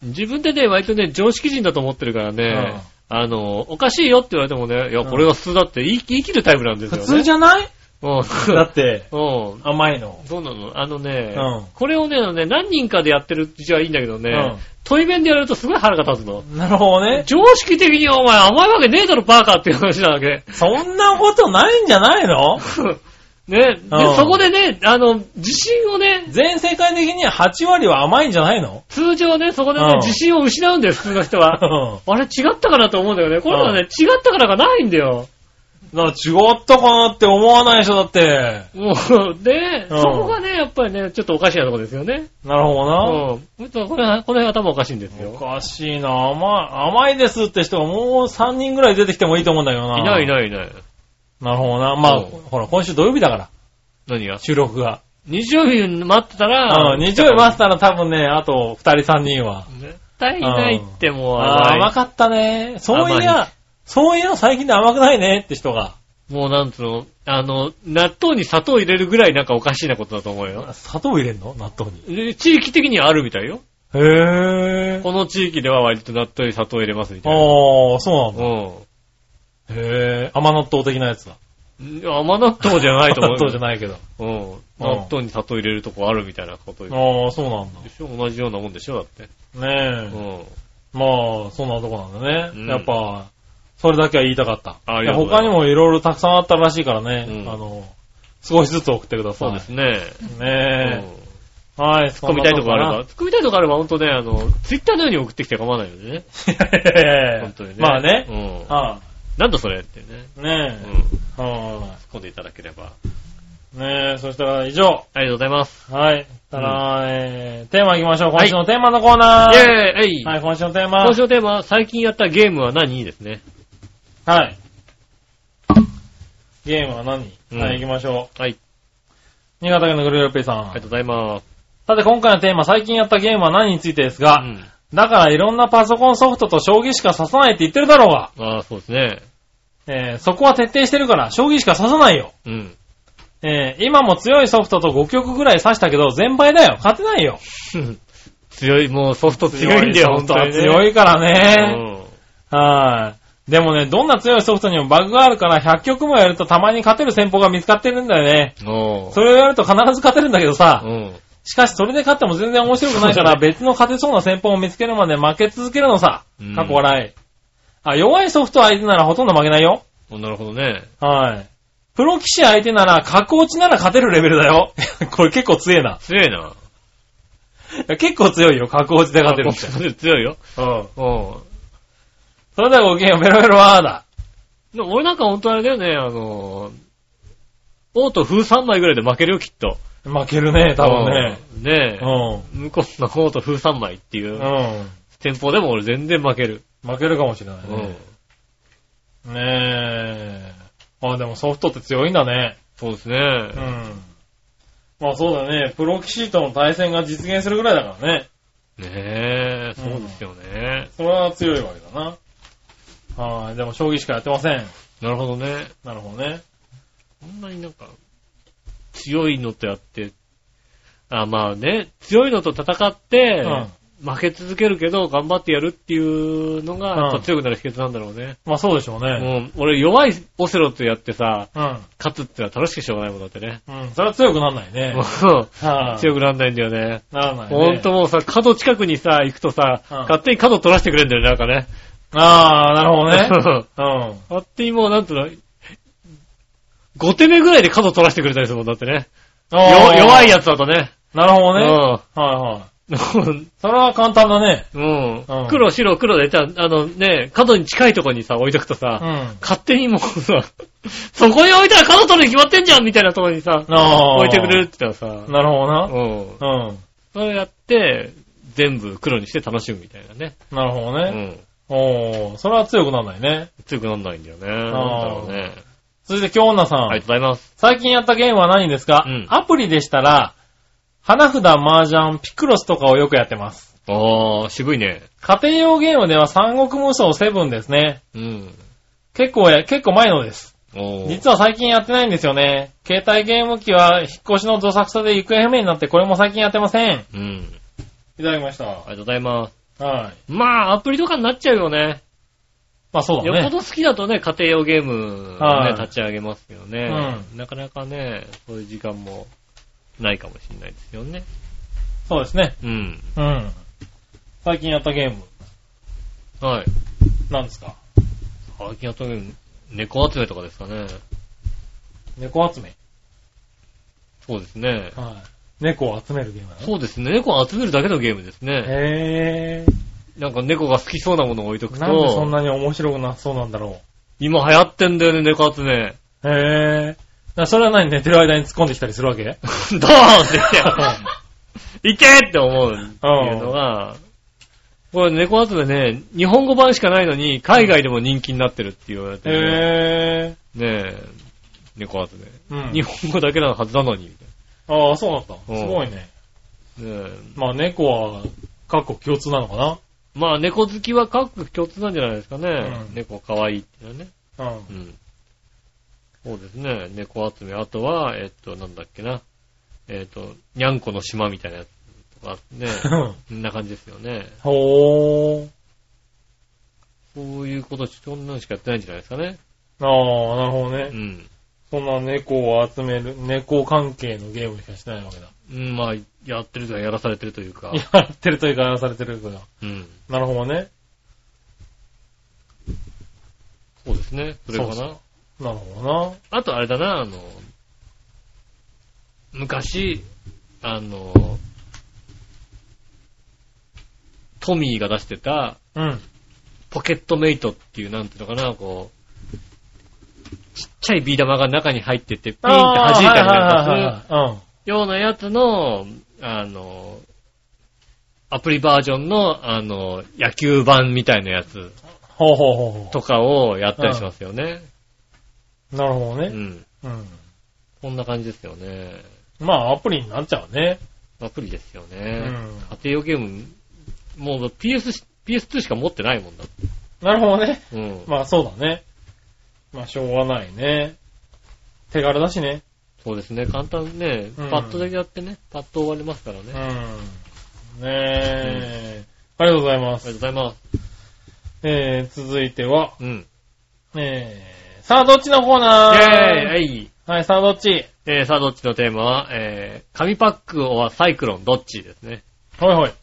S2: 自分でね、割とね、常識人だと思ってるからね、あの、おかしいよって言われてもね、いや、
S3: うん
S2: これが普通だって言い言い切るタイプなんですよ
S3: 普
S2: ね。
S3: 通じゃない
S2: うん。
S3: だって、
S2: うん。
S3: 甘いの。
S2: そうなのあのね、
S3: うん
S2: これをねあのね、何人かでやってるうちはいいんだけどね、
S3: うん
S2: 対面でやるとすごい腹が立つの。
S3: なるほどね。
S2: 常識的にお前甘いわけねえだろ、バーカーっていう話なわけ。 (laughs)
S3: そんなことないんじゃないの
S2: ね、で
S3: うん
S2: そこでね、あの、自信をね、
S3: 全世界的には8割は甘いんじゃないの (laughs)
S2: 通常ね、そこで
S3: う
S2: ね
S3: ん、
S2: 自信を失うんだよ、普通の人
S3: (laughs)
S2: は。
S3: うん。
S2: あれ違ったかなと思うんだよね。これはね、
S3: う
S2: 違ったからがないんだよ。
S3: だから違ったかなって思わない人だって。
S2: もう、で、
S3: うん
S2: そこがね、やっぱりね、ちょっとおかしなとこですよね。
S3: なるほ
S2: う
S3: ど
S2: ん。この辺、この辺頭おかしいんです
S3: な。お
S2: よ。
S3: かしいな。甘い、甘いですって人がもう3人ぐらい出てきてもいいと思うんだけどな。
S2: いないい
S3: い。
S2: ないいない。
S3: なるほどな。まあ、
S2: うん
S3: ほら、今週土曜日だから、
S2: 何が
S3: 収録が。
S2: 日曜日待ってたら、
S3: うん、日曜日待ってたら多分ね、あと2人3人は。
S2: 絶対いないってもう、
S3: あー
S2: あ
S3: 甘かったね。そうい
S2: 甘
S3: や、そういや最近で甘くないねって人が。
S2: もうなんつうの、あの、納豆に砂糖入れるぐらいなんかおかしいなことだと思うよ。
S3: 砂糖入れんの納豆に。
S2: で地域的にはあるみたいよ。
S3: へー。
S2: この地域では割と納豆に砂糖入れますみたいな。
S3: ああ、そうなんだ。
S2: うん。
S3: へー。甘納豆的なやつだ。
S2: 甘納豆じゃないと
S3: (laughs)
S2: 思う。
S3: 納豆じゃ
S2: い。
S3: な
S2: (laughs)
S3: いけど。
S2: うん。納豆に砂糖入れるとこあるみたいなことで
S3: ああ、そうなんだ。
S2: しょ同じようなもんでしょだって。
S3: ねえ。
S2: うん。
S3: まあ、そんなとこなんだね。
S2: うん
S3: やっぱ、それだけは言いたかった。
S2: あり
S3: い
S2: が
S3: や
S2: とうござ
S3: 他
S2: います
S3: にもいろいろたくさんあったらしいからね。
S2: うん
S3: あの、少しずつ送ってください。
S2: そうですね。
S3: す。
S2: うん
S3: ねえ。はい、
S2: 突っ込みたいとこあれば、突っ込みたいとこあれば、ほんとね、あの、ツイッターのように送ってきて構わないのでね。
S3: そんなとこかな。いやいやいやいや
S2: 本当にね。
S3: まあね。
S2: うん。
S3: は
S2: なんだそれってね。
S3: い。
S2: うん。突
S3: ね
S2: っ
S3: え。は
S2: 込んでいただければ。
S3: い。ねえ、そしたら以上。
S2: ありがとうございます。
S3: はい。たら、えー、テーマ行きましょう。今週のテーマのコーナー。
S2: イェーイえい
S3: はい、今週のテーマ。
S2: 今週のテーマ、最近やったゲームは何ですね。
S3: はい。ゲームは何、
S2: うん
S3: はい、行きましょう。
S2: はい。
S3: 新潟県のグルーペイさん。
S2: ありがとうございます。
S3: さて、今回のテーマ、最近やったゲームは何についてですが、
S2: うん。
S3: だからいろんなパソコンソフトと将棋しか指さないって言ってるだろうが、
S2: ああ、そうですね。
S3: えー、そこは徹底してるから、将棋しか指さないよ。
S2: うん。 (laughs)
S3: えー、今も強いソフトと5局ぐらい指したけど、全敗だよ。勝てないよ。
S2: 強い、もうソフト強いんだよ、
S3: ソ
S2: ほん
S3: フ
S2: と
S3: トは
S2: にね。
S3: 強いからね。
S2: ね。
S3: はい。でもね、どんな強いソフトにもバグがあるから、100局もやるとたまに勝てる戦法が見つかってるんだよね。
S2: うん。お
S3: それをやると必ず勝てるんだけどさ、
S2: うん。
S3: しかしそれで勝っても全然面白くないから、別の勝てそうな戦法を見つけるまで負け続けるのさ
S2: うん。
S3: 過去笑い。あ、弱いソフト相手ならほとんど負けないよ。
S2: おなるほどね。
S3: はい。プロ棋士相手なら、格落ちなら勝てるレベルだよ。 (laughs) これ結構強えな。
S2: 強いな。
S3: いや結構強いよ、格落ちで勝てるって。
S2: 強いよ。
S3: うん。
S2: うん。
S3: それではごきげんよう、メロメロワーだ。
S2: でも俺なんか本当あれだよね、あの、王と風3枚ぐらいで負けるよ、きっと。
S3: 負けるね、多分ね。
S2: うん。ね
S3: う
S2: え。向こうの王と風3枚ってい
S3: ん。
S2: う
S3: うん。
S2: 戦法でも俺全然負ける。
S3: 負けるかもしれな
S2: うん
S3: いね。。ねえ。あ、でもソフトって強いんだね。
S2: そうですね
S3: う。ん。まあそうだね。プロ棋士との対戦が実現するぐらいだからね。
S2: ねえ、そうですよね。
S3: それは強いわけだな。はい。でも将棋しかやってません。
S2: なるほどね。
S3: なるほどね。
S2: こんなになんか、強いのとやって、あ、まあね、強いのと戦って、
S3: うん。
S2: 負け続けるけど、頑張ってやるっていうのが、やっぱ強くなる秘訣なんだろうね。
S3: まあそうでしょうね。
S2: うん、俺弱いオセロとやってさ、
S3: うん。
S2: 勝つってのは楽しくしょうがないもんだってね。
S3: うん。それは強くなんないね。
S2: も
S3: は
S2: う
S3: い。
S2: 強くなんないんだよね。
S3: ならないね。
S2: ほんともうさ、角近くにさ、行くとさ、
S3: うん
S2: 勝手に角取らせてくれんだよね、なんかね。
S3: ああ、なるほどね。うん。
S2: (laughs) 勝手にもうなんつうの、5手目ぐらいで角取らせてくれたりするもんだってね。よ
S3: あー
S2: 弱い。やつだとね。
S3: なるほ
S2: う
S3: どね。はい
S2: ん。
S3: はい。それは簡単だね。
S2: うん
S3: うん
S2: 黒、白、黒で、じゃあ、あのね、角に近いとこにさ、置いとくと
S3: う
S2: さ、
S3: ん。
S2: 勝手にもうさ、そこに置いたら角取るに決まってんじゃんみたいなとこにさ、
S3: ああ。
S2: 置いてくれるって言ったらさ、
S3: なるほどな。
S2: うん。
S3: うん。
S2: そうやって、全部黒にして楽しむみたいなね。
S3: なるほど
S2: う
S3: ね。
S2: ん。
S3: おー、それは強くなんないね。
S2: 強くなんないんだよね。なんだろうね。
S3: 続いて、京女さん。
S2: ありがとうございます。
S3: 最近やったゲームは何ですか、
S2: うん
S3: アプリでしたら、花札、麻雀、ピクロスとかをよくやってます。
S2: ああ、渋いね。
S3: 家庭用ゲームでは三国無双セブンですね。
S2: うん。
S3: 結構や、結構前のです。
S2: おー
S3: 実は最近やってないんですよね。携帯ゲーム機は引っ越しのどさくさで行方不明になってこれも最近やってません。
S2: うん。
S3: いただきました。は
S2: ありがとうございます。
S3: い。
S2: まあ、アプリとかになっちゃうよね。
S3: まあそう
S2: よ
S3: だ
S2: っぽ
S3: ね。
S2: ど好きだとね、家庭用ゲームを
S3: は
S2: ね、
S3: い
S2: 立ち上げますけどね。なかなかね、そういう時間もないかもしれないですよね。
S3: そうですね。
S2: うん。
S3: うん。最近やったゲーム、
S2: はい。
S3: なんですか
S2: 最近やったゲーム、猫集めとかですかね。
S3: 猫集め。
S2: そうですね。
S3: はい。猫を集めるゲームなの
S2: そうですね。猫を集めるだけのゲームですね。
S3: へー。
S2: なんか猫が好きそうなものを置いとくと、
S3: なんでそんなに面白くなさそうなんだろ
S2: 今流行ってんだよね、猫集
S3: (laughs)
S2: め。
S3: う。へえ。だそれは何寝てる間に突っ込んできたりするわけ
S2: ドーンって来て、いけって思うっていうのが、これ猫集めね、日本語版しかないのに、海外でも人気になってるって言われてるね、
S3: へ
S2: ねえ、猫集
S3: ぇー。う
S2: め。
S3: ん。
S2: 日本語だけなはずなのに、みたい
S3: ああ、そうなんだっ
S2: う
S3: た。
S2: ん
S3: すごいね。
S2: な。ねえ
S3: まあ猫は、過去共通なのか
S2: まあ、猫好きは各国共通なんじゃないですかね。
S3: うん
S2: 猫可愛いっていうのはね。
S3: な。うん。
S2: うん。そうですね。猫集め。あとは、えっと、なんだっけな。えっと、にゃんこの島みたいなやつとかね。こんな感じですよね。
S3: (laughs) ほー。
S2: そういうこと、そんなのしかやってないんじゃないですかね。
S3: ああ、なるほど
S2: う
S3: ね。
S2: ん。
S3: そんな猫を集める、猫関係のゲームしかしてないわけだ。
S2: うん、まあ、やってるというか、やらされてるというか。
S3: やってるというか、やらされてるというか。
S2: うん。
S3: なるほどね。
S2: そうですね。それかな。
S3: そうそうなるほどな。
S2: あとあれだな、あの、昔、あの、トミーが出してた、
S3: うん。
S2: ポケットメイトっていう、なんていうのかな、こう、ちっちゃいビー玉が中に入ってて、ピンって弾いたりなんかする
S3: あーはいはいはいはい
S2: ようなやつの、あの、アプリバージョンの、あの、野球版みたいなやつ
S3: うん。ほうほうほうほ
S2: とかをやったりしますよね。
S3: う。なるほど
S2: う
S3: ね。
S2: ん。
S3: うん。
S2: こんな感じですよね。
S3: まあ、アプリになっちゃうね。
S2: アプリですよ
S3: う
S2: ね。
S3: ん。
S2: 家庭用ゲーム、もう PS、PS2 しか持ってないもんだって。
S3: なるほどね。
S2: うん。
S3: まあ、そうだね。まあ、しょうがないね。手軽だしね。
S2: そうですね。簡単ね、
S3: うん
S2: パッドでやってね、パッド終わりますからね。
S3: う
S2: あ
S3: ん。ねえ。ありがとうございま
S2: りがとう
S3: す。
S2: ございます。
S3: えー、続いては、
S2: うん。
S3: えー、さあ、どっちの
S2: イェ
S3: コー
S2: ー
S3: ナー
S2: イはい。
S3: はい、さあ、どっち
S2: えー、さあ、どっちのテーマは、えー、紙パックはサイクロン、どっちですね。
S3: はいはい。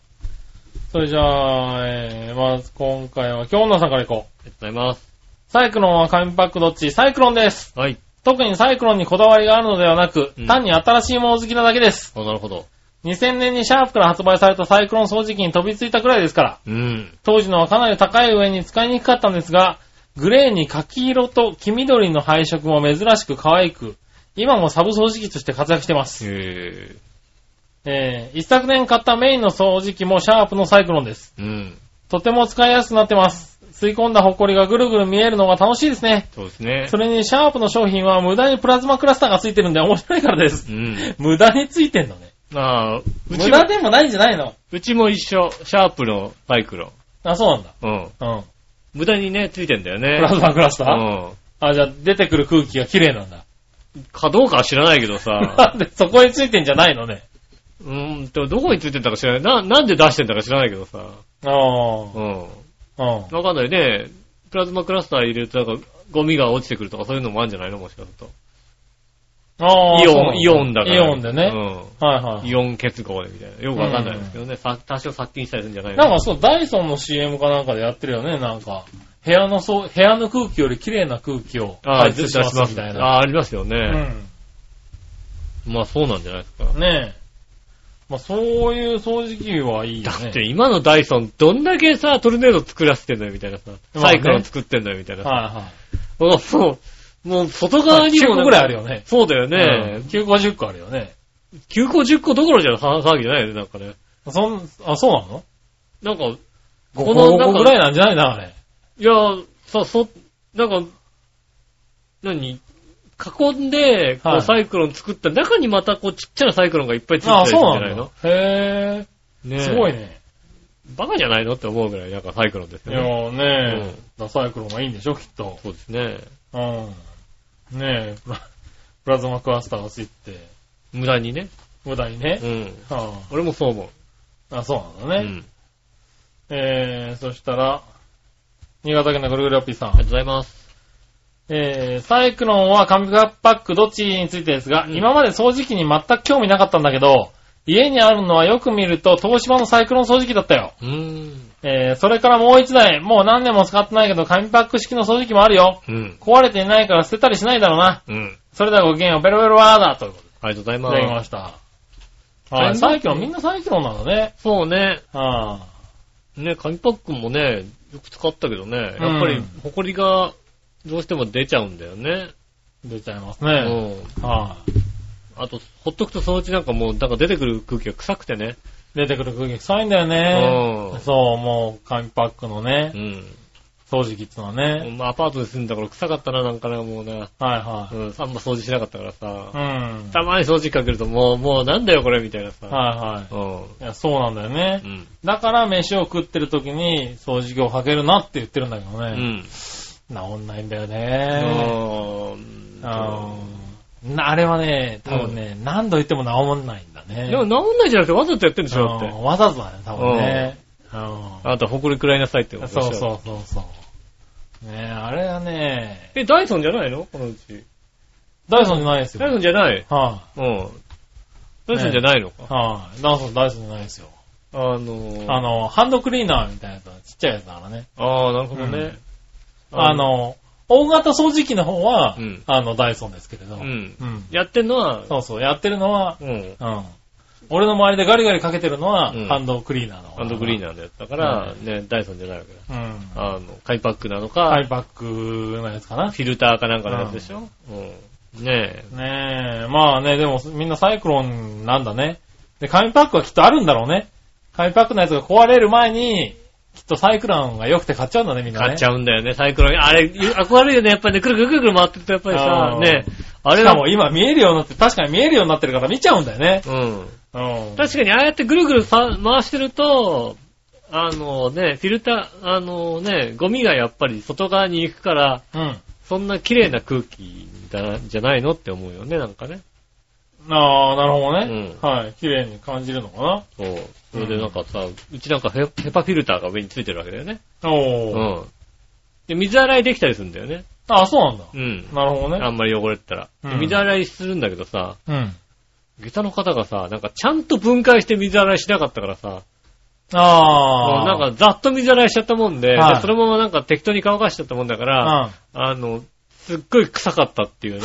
S3: それじゃあ、えー、まず今回は、今日のさんからいこう。
S2: ありがとうございます。
S3: サイクロンは紙パックどっちサイクロンです。
S2: はい。
S3: 特にサイクロンにこだわりがあるのではなく、
S2: うん
S3: 単に新しいもの好きなだけです。
S2: おなるほど。
S3: 2000年にシャープから発売されたサイクロン掃除機に飛びついたくらいですから。
S2: うん。
S3: 当時のはかなり高い上に使いにくかったんですが、グレーに柿色と黄緑の配色も珍しく可愛く、今もサブ掃除機として活躍してます。
S2: へ
S3: えー、一昨年買ったメインの掃除機もシャープのサイクロンです。
S2: ー。うん。
S3: とても使いやすくなってます。吸い込んだホコリがぐるぐる見えるのが楽しいですね。
S2: そうですね
S3: そ。れにシャープの商品は無駄にプラズマクラスターがついてるんで面白いからです
S2: う。ん。
S3: 無駄についてんのね。
S2: ああ、う
S3: 無
S2: ち
S3: 駄
S2: も、
S3: でもないんじゃないの
S2: うちも一緒、シャープのサイクロ
S3: あ、そうなんだ。
S2: ン。うん。
S3: うん。
S2: 無駄にね、ついてんだよね。
S3: プラズマクラスター、
S2: うん。
S3: あ、じゃあ出てくる空気が綺麗なんだ。
S2: かどうかは知らないけどさ、
S3: (laughs) なんでそこについてんじゃないのね。
S2: うーんと、どこについてんだか知らない。な、なんで出してんだか知らないけどさ、
S3: ああ
S2: う。ん。
S3: うん。
S2: わかんないね。プラズマクラスター入れると、なんか、ゴミが落ちてくるとかそういうのもあるんじゃないのもしかすると。
S3: ああ。
S2: イ
S3: そうなん
S2: オン、イオンだから。
S3: イオンでね。
S2: う
S3: はいは
S2: ん。イオン結合でみたいな。よくわかんないですけどね。さ多少殺菌したりするんじゃない
S3: い。
S2: の
S3: なんかそう、ダイソンの CM かなんかでやってるよね、なんか。部屋のそう、部屋の空気より綺麗な空気を
S2: ああ、
S3: 排
S2: 出
S3: 出
S2: し
S3: しま
S2: ます
S3: す
S2: み
S3: み
S2: た
S3: た
S2: い
S3: い
S2: な。
S3: な。
S2: ああー、ありますよ
S3: う
S2: ね。
S3: ん。
S2: まあそうなんじゃないですか。
S3: ねえ。まあそういう掃除機はいいよ
S2: だ
S3: ね。
S2: って今のダイソン、どんだけさ、トルネード作らせてんのよみたいなさ。
S3: ね
S2: サイクロン作ってんのよみたいなさ。
S3: はいはい。
S2: もう、もう、もう外側にも、
S3: 9個ぐらいあるよね
S2: そうだよね。
S3: え、9個10個あるよね。
S2: 9個10個どころじゃ騒騒ぎじゃないよね、なんかね。
S3: そん、あ、そうな
S2: な
S3: の
S2: んか、この
S3: 5個5
S2: 中
S3: 個ぐらいなんじゃないな、あれ。
S2: いや、さ、そ、なんか、何囲んで、こ
S3: は
S2: う
S3: い
S2: サイクロン作った中にまたこうちっちゃなサイクロンがいっぱいついてるん
S3: ああ、
S2: じ
S3: そう
S2: ゃ
S3: な
S2: ない
S3: んだ
S2: の。
S3: へ
S2: ね
S3: え、
S2: え
S3: すごい。ね。
S2: バカじゃないのって思うぐらい、なんかサイクロンです
S3: い
S2: よ
S3: や
S2: ね。
S3: ーねダサイクロンがいいんでしょ、きっと。
S2: そうですね。
S3: うん。ねえ、プラプラズマクラスターがついて、
S2: 無駄にね。
S3: 無駄にね
S2: う。ん。
S3: は
S2: 俺もそう思う。
S3: あ、あ、そう
S2: う
S3: なんだね。
S2: ん。
S3: えー、そしたら、新潟県のぐるぐるおっぴーさ。
S2: ありがとうんございます。
S3: えー、サイクロンは紙パックどっちについてですが、
S2: うん
S3: 今まで掃除機に全く興味なかったんだけど、家にあるのはよく見ると東芝のサイクロン掃除機だったよ。
S2: うーん。
S3: えー、それからもう一台、もう何年も使ってないけど、紙パック式の掃除機もあるよ。
S2: うん。
S3: 壊れていないから捨てたりしないだろうな。
S2: うん。
S3: それではごきげんよう、ベロベロワーだということで、
S2: ありがとうござい
S3: いただき
S2: ま。
S3: ますした。
S2: は
S3: はいい、サイクロン、みんなサイクロンなのね。
S2: そうね。
S3: はあ、
S2: ね、紙パックンもね、よく使ったけどね、やっ
S3: うん
S2: ぱり、ホコリが、どうしても出ちゃうんだよね。
S3: 出ちゃいます
S2: う
S3: ね。
S2: ん。
S3: はあ、
S2: あと、ほっとくとそのうちなんかもう、なんか出てくる空気が臭くてね。
S3: 出てくる空気臭いんだよ
S2: うん
S3: ね。そう、もう紙パックのね
S2: う、ん。
S3: 掃除機ってのはね。
S2: まあ、アパートに住んだから臭かったな、なんかね、もうね。
S3: はいは
S2: うん、あんま掃除しなかったからさ
S3: い。う。ん。
S2: たまに掃除機かけると、もう、もうなんだよ、これ、みたいなさ。
S3: はいうは
S2: ん。
S3: い。いや、そうなんだよ
S2: う
S3: ね。
S2: ん。
S3: だから、飯を食ってる時に掃除機をかけるなって言ってるんだけど
S2: う
S3: ね。
S2: ん。
S3: 治んないんだよ
S2: う
S3: ね。
S2: ん
S3: あーなあれはね、多分ね、何度言っても治んないんだね。
S2: でも治んないじゃなくて、わざとやってんでしょ、だっ
S3: うん
S2: て。
S3: わざとだね、多分ね。う
S2: あんた、ホコリ食らいなさいって
S3: ん
S2: ことでし
S3: そ
S2: ょ
S3: うそうそうそう。ねえ、あれはね、
S2: え、ダイソンじゃないのこのうち。
S3: ダイソンじゃないですよ。
S2: ダイ
S3: はい、
S2: ソンじゃない。うん。ダイソンじゃないのか。
S3: はい、ダイソン、ダイソンじゃないですよ。
S2: あのー、
S3: あの、ハンドクリーナーみたいなやつはちっちゃいやつだからね。
S2: あー、なるほどね。
S3: あ、の、大型掃除機の方は、
S2: うん
S3: あの、ダイソンですけれど。
S2: うん。
S3: うん
S2: やってんのは、
S3: そうそう、やってるのは、
S2: うん。
S3: うん。俺の周りでガリガリかけてるのは、
S2: うん
S3: ハンドクリーナーの。
S2: ハンドクリーナーでやったから、ね、ダイソンじゃないわけだ。
S3: ー。うん。
S2: あの、カイパックなの
S3: ハ
S2: か
S3: イ、バックのやつかな。
S2: フィルターかなんかのやつでしょうん。ね
S3: ねえ、まあね、でもみんなサイクロンなんだね。で、紙パックはきっとあるんだろうね。紙パックのやつが壊れる前に、きっとサイクロンが良くて買っちゃうんだね、みん
S2: え。
S3: なね。
S2: 買っち
S3: ゃ
S2: ゃうんだよね、サイクロン。あれ、憧れるよね、やっぱりね、くるくるくるくる回ってると、やっぱりさ
S3: う、ん
S2: ねえあれ
S3: し
S2: は
S3: かも今見えるようになって、確かに見えるようになってるから見ちゃうんだよね。
S2: うん。
S3: うん。
S2: 確かにああやってぐるぐるさ回してると、あのね、フィルター、あのね、ゴミがやっぱり外側に行くから、
S3: うん。
S2: そんな綺麗な空気だじゃないのって思うよね、なんかね。
S3: ああ、なるほどね。
S2: う
S3: はい。綺麗に感じるのか
S2: そう。それでなんかさ、うちなんかヘヘパフィルターが上についてるわけだよね。
S3: な。おー。
S2: うん。で、水洗いできたりするんだよね。
S3: あそうなんだ。
S2: うん。
S3: なるほど
S2: あ
S3: ね。
S2: んまり汚れてたら。で
S3: うん
S2: 水洗いするんだけどさ、
S3: うん。
S2: 下駄の方がさ、なんかちゃんと分解して水洗いしなかったからさ、
S3: ああ。
S2: なんかざっと水洗いしちゃったもんで、
S3: はい
S2: でそのままなんか適当に乾かしちゃったもんだから、
S3: うん。
S2: あの、すっごい臭かったっていう
S3: (laughs)
S2: ね。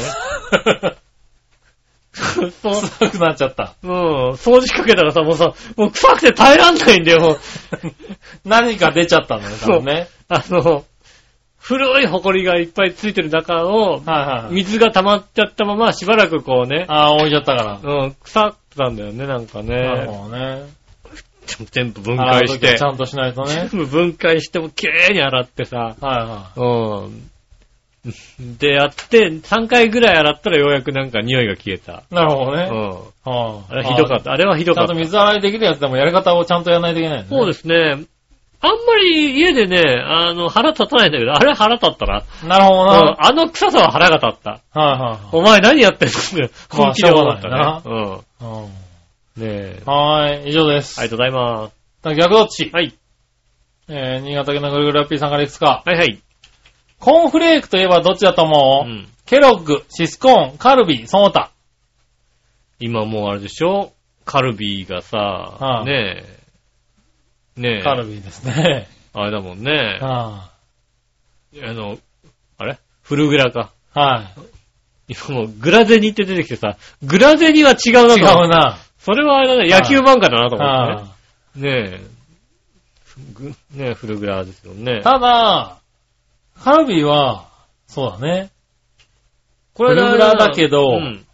S2: そう。
S3: 臭くなっちゃった。
S2: うん。掃除機かけたらさ、もうさ、もう臭くて耐えらんないんだよ、もう。
S3: (laughs) 何か出ちゃったんだね、多分ね。
S2: あの、古い埃がいっぱいついてる中を、
S3: はいはい。
S2: 水が溜まっちゃったまましばらくこうね、
S3: ああ、置いちゃったから。
S2: うん、腐ってたんだよね、なんか
S3: なる
S2: ね。
S3: ほどね。
S2: 全部分解し
S3: 洗う時
S2: て
S3: はち、ゃんとしないと
S2: 全。
S3: ね
S2: 部分解しても綺麗に洗ってさ、
S3: はいは
S2: うん。で、やって、3回ぐらい洗ったらようやくなんか匂いが消えた。
S3: い。なるほど
S2: う
S3: ね。
S2: ん。
S3: は
S2: あれひどか
S3: た。
S2: った。あれはひど
S3: ちゃ
S2: か
S3: ん
S2: った
S3: と。水洗いできるやつでもやり方をちゃんとやらないといけないよね。
S2: そうですね。あんまり家でね、あの、腹立たないんだけど、あれ腹立ったな。
S3: す。なるほど
S2: う
S3: な。
S2: ん、あの臭さは腹が立った。
S3: はいは
S2: お前何やってん (laughs) の本気で思った
S3: まあし
S2: ね。
S3: いはい
S2: うん。ねえ
S3: うん。。はーい、以上です。
S2: ありがとうございます。
S3: 逆どっち
S2: はい。
S3: えー、新潟県のぐるぐるラッピーさんからいくつか。
S2: はいはい。
S3: コーンフレークといえばどっちだと思
S2: う
S3: う、
S2: ん。
S3: ケロッグ、シスコーン、カルビー、その他。
S2: 今もうあれでしょカルビーがさ
S3: あ、あ
S2: ねえ。ねえ。
S3: カルビーですね。
S2: あれだもんね。あ
S3: は
S2: の、あれフルグラか。
S3: いは。
S2: 今もうグラゼニって出てきてさ、グラゼニは違うないと
S3: 違
S2: 思う
S3: うな。
S2: それはあれだね、
S3: はい
S2: 野球漫画だなと思って
S3: は
S2: ね。ねえ。ぐねえ、フルグラですよね
S3: い。。ただ、カルビーは、そうだね。
S2: こ
S3: れ
S2: は
S3: フルグラだけど
S2: うん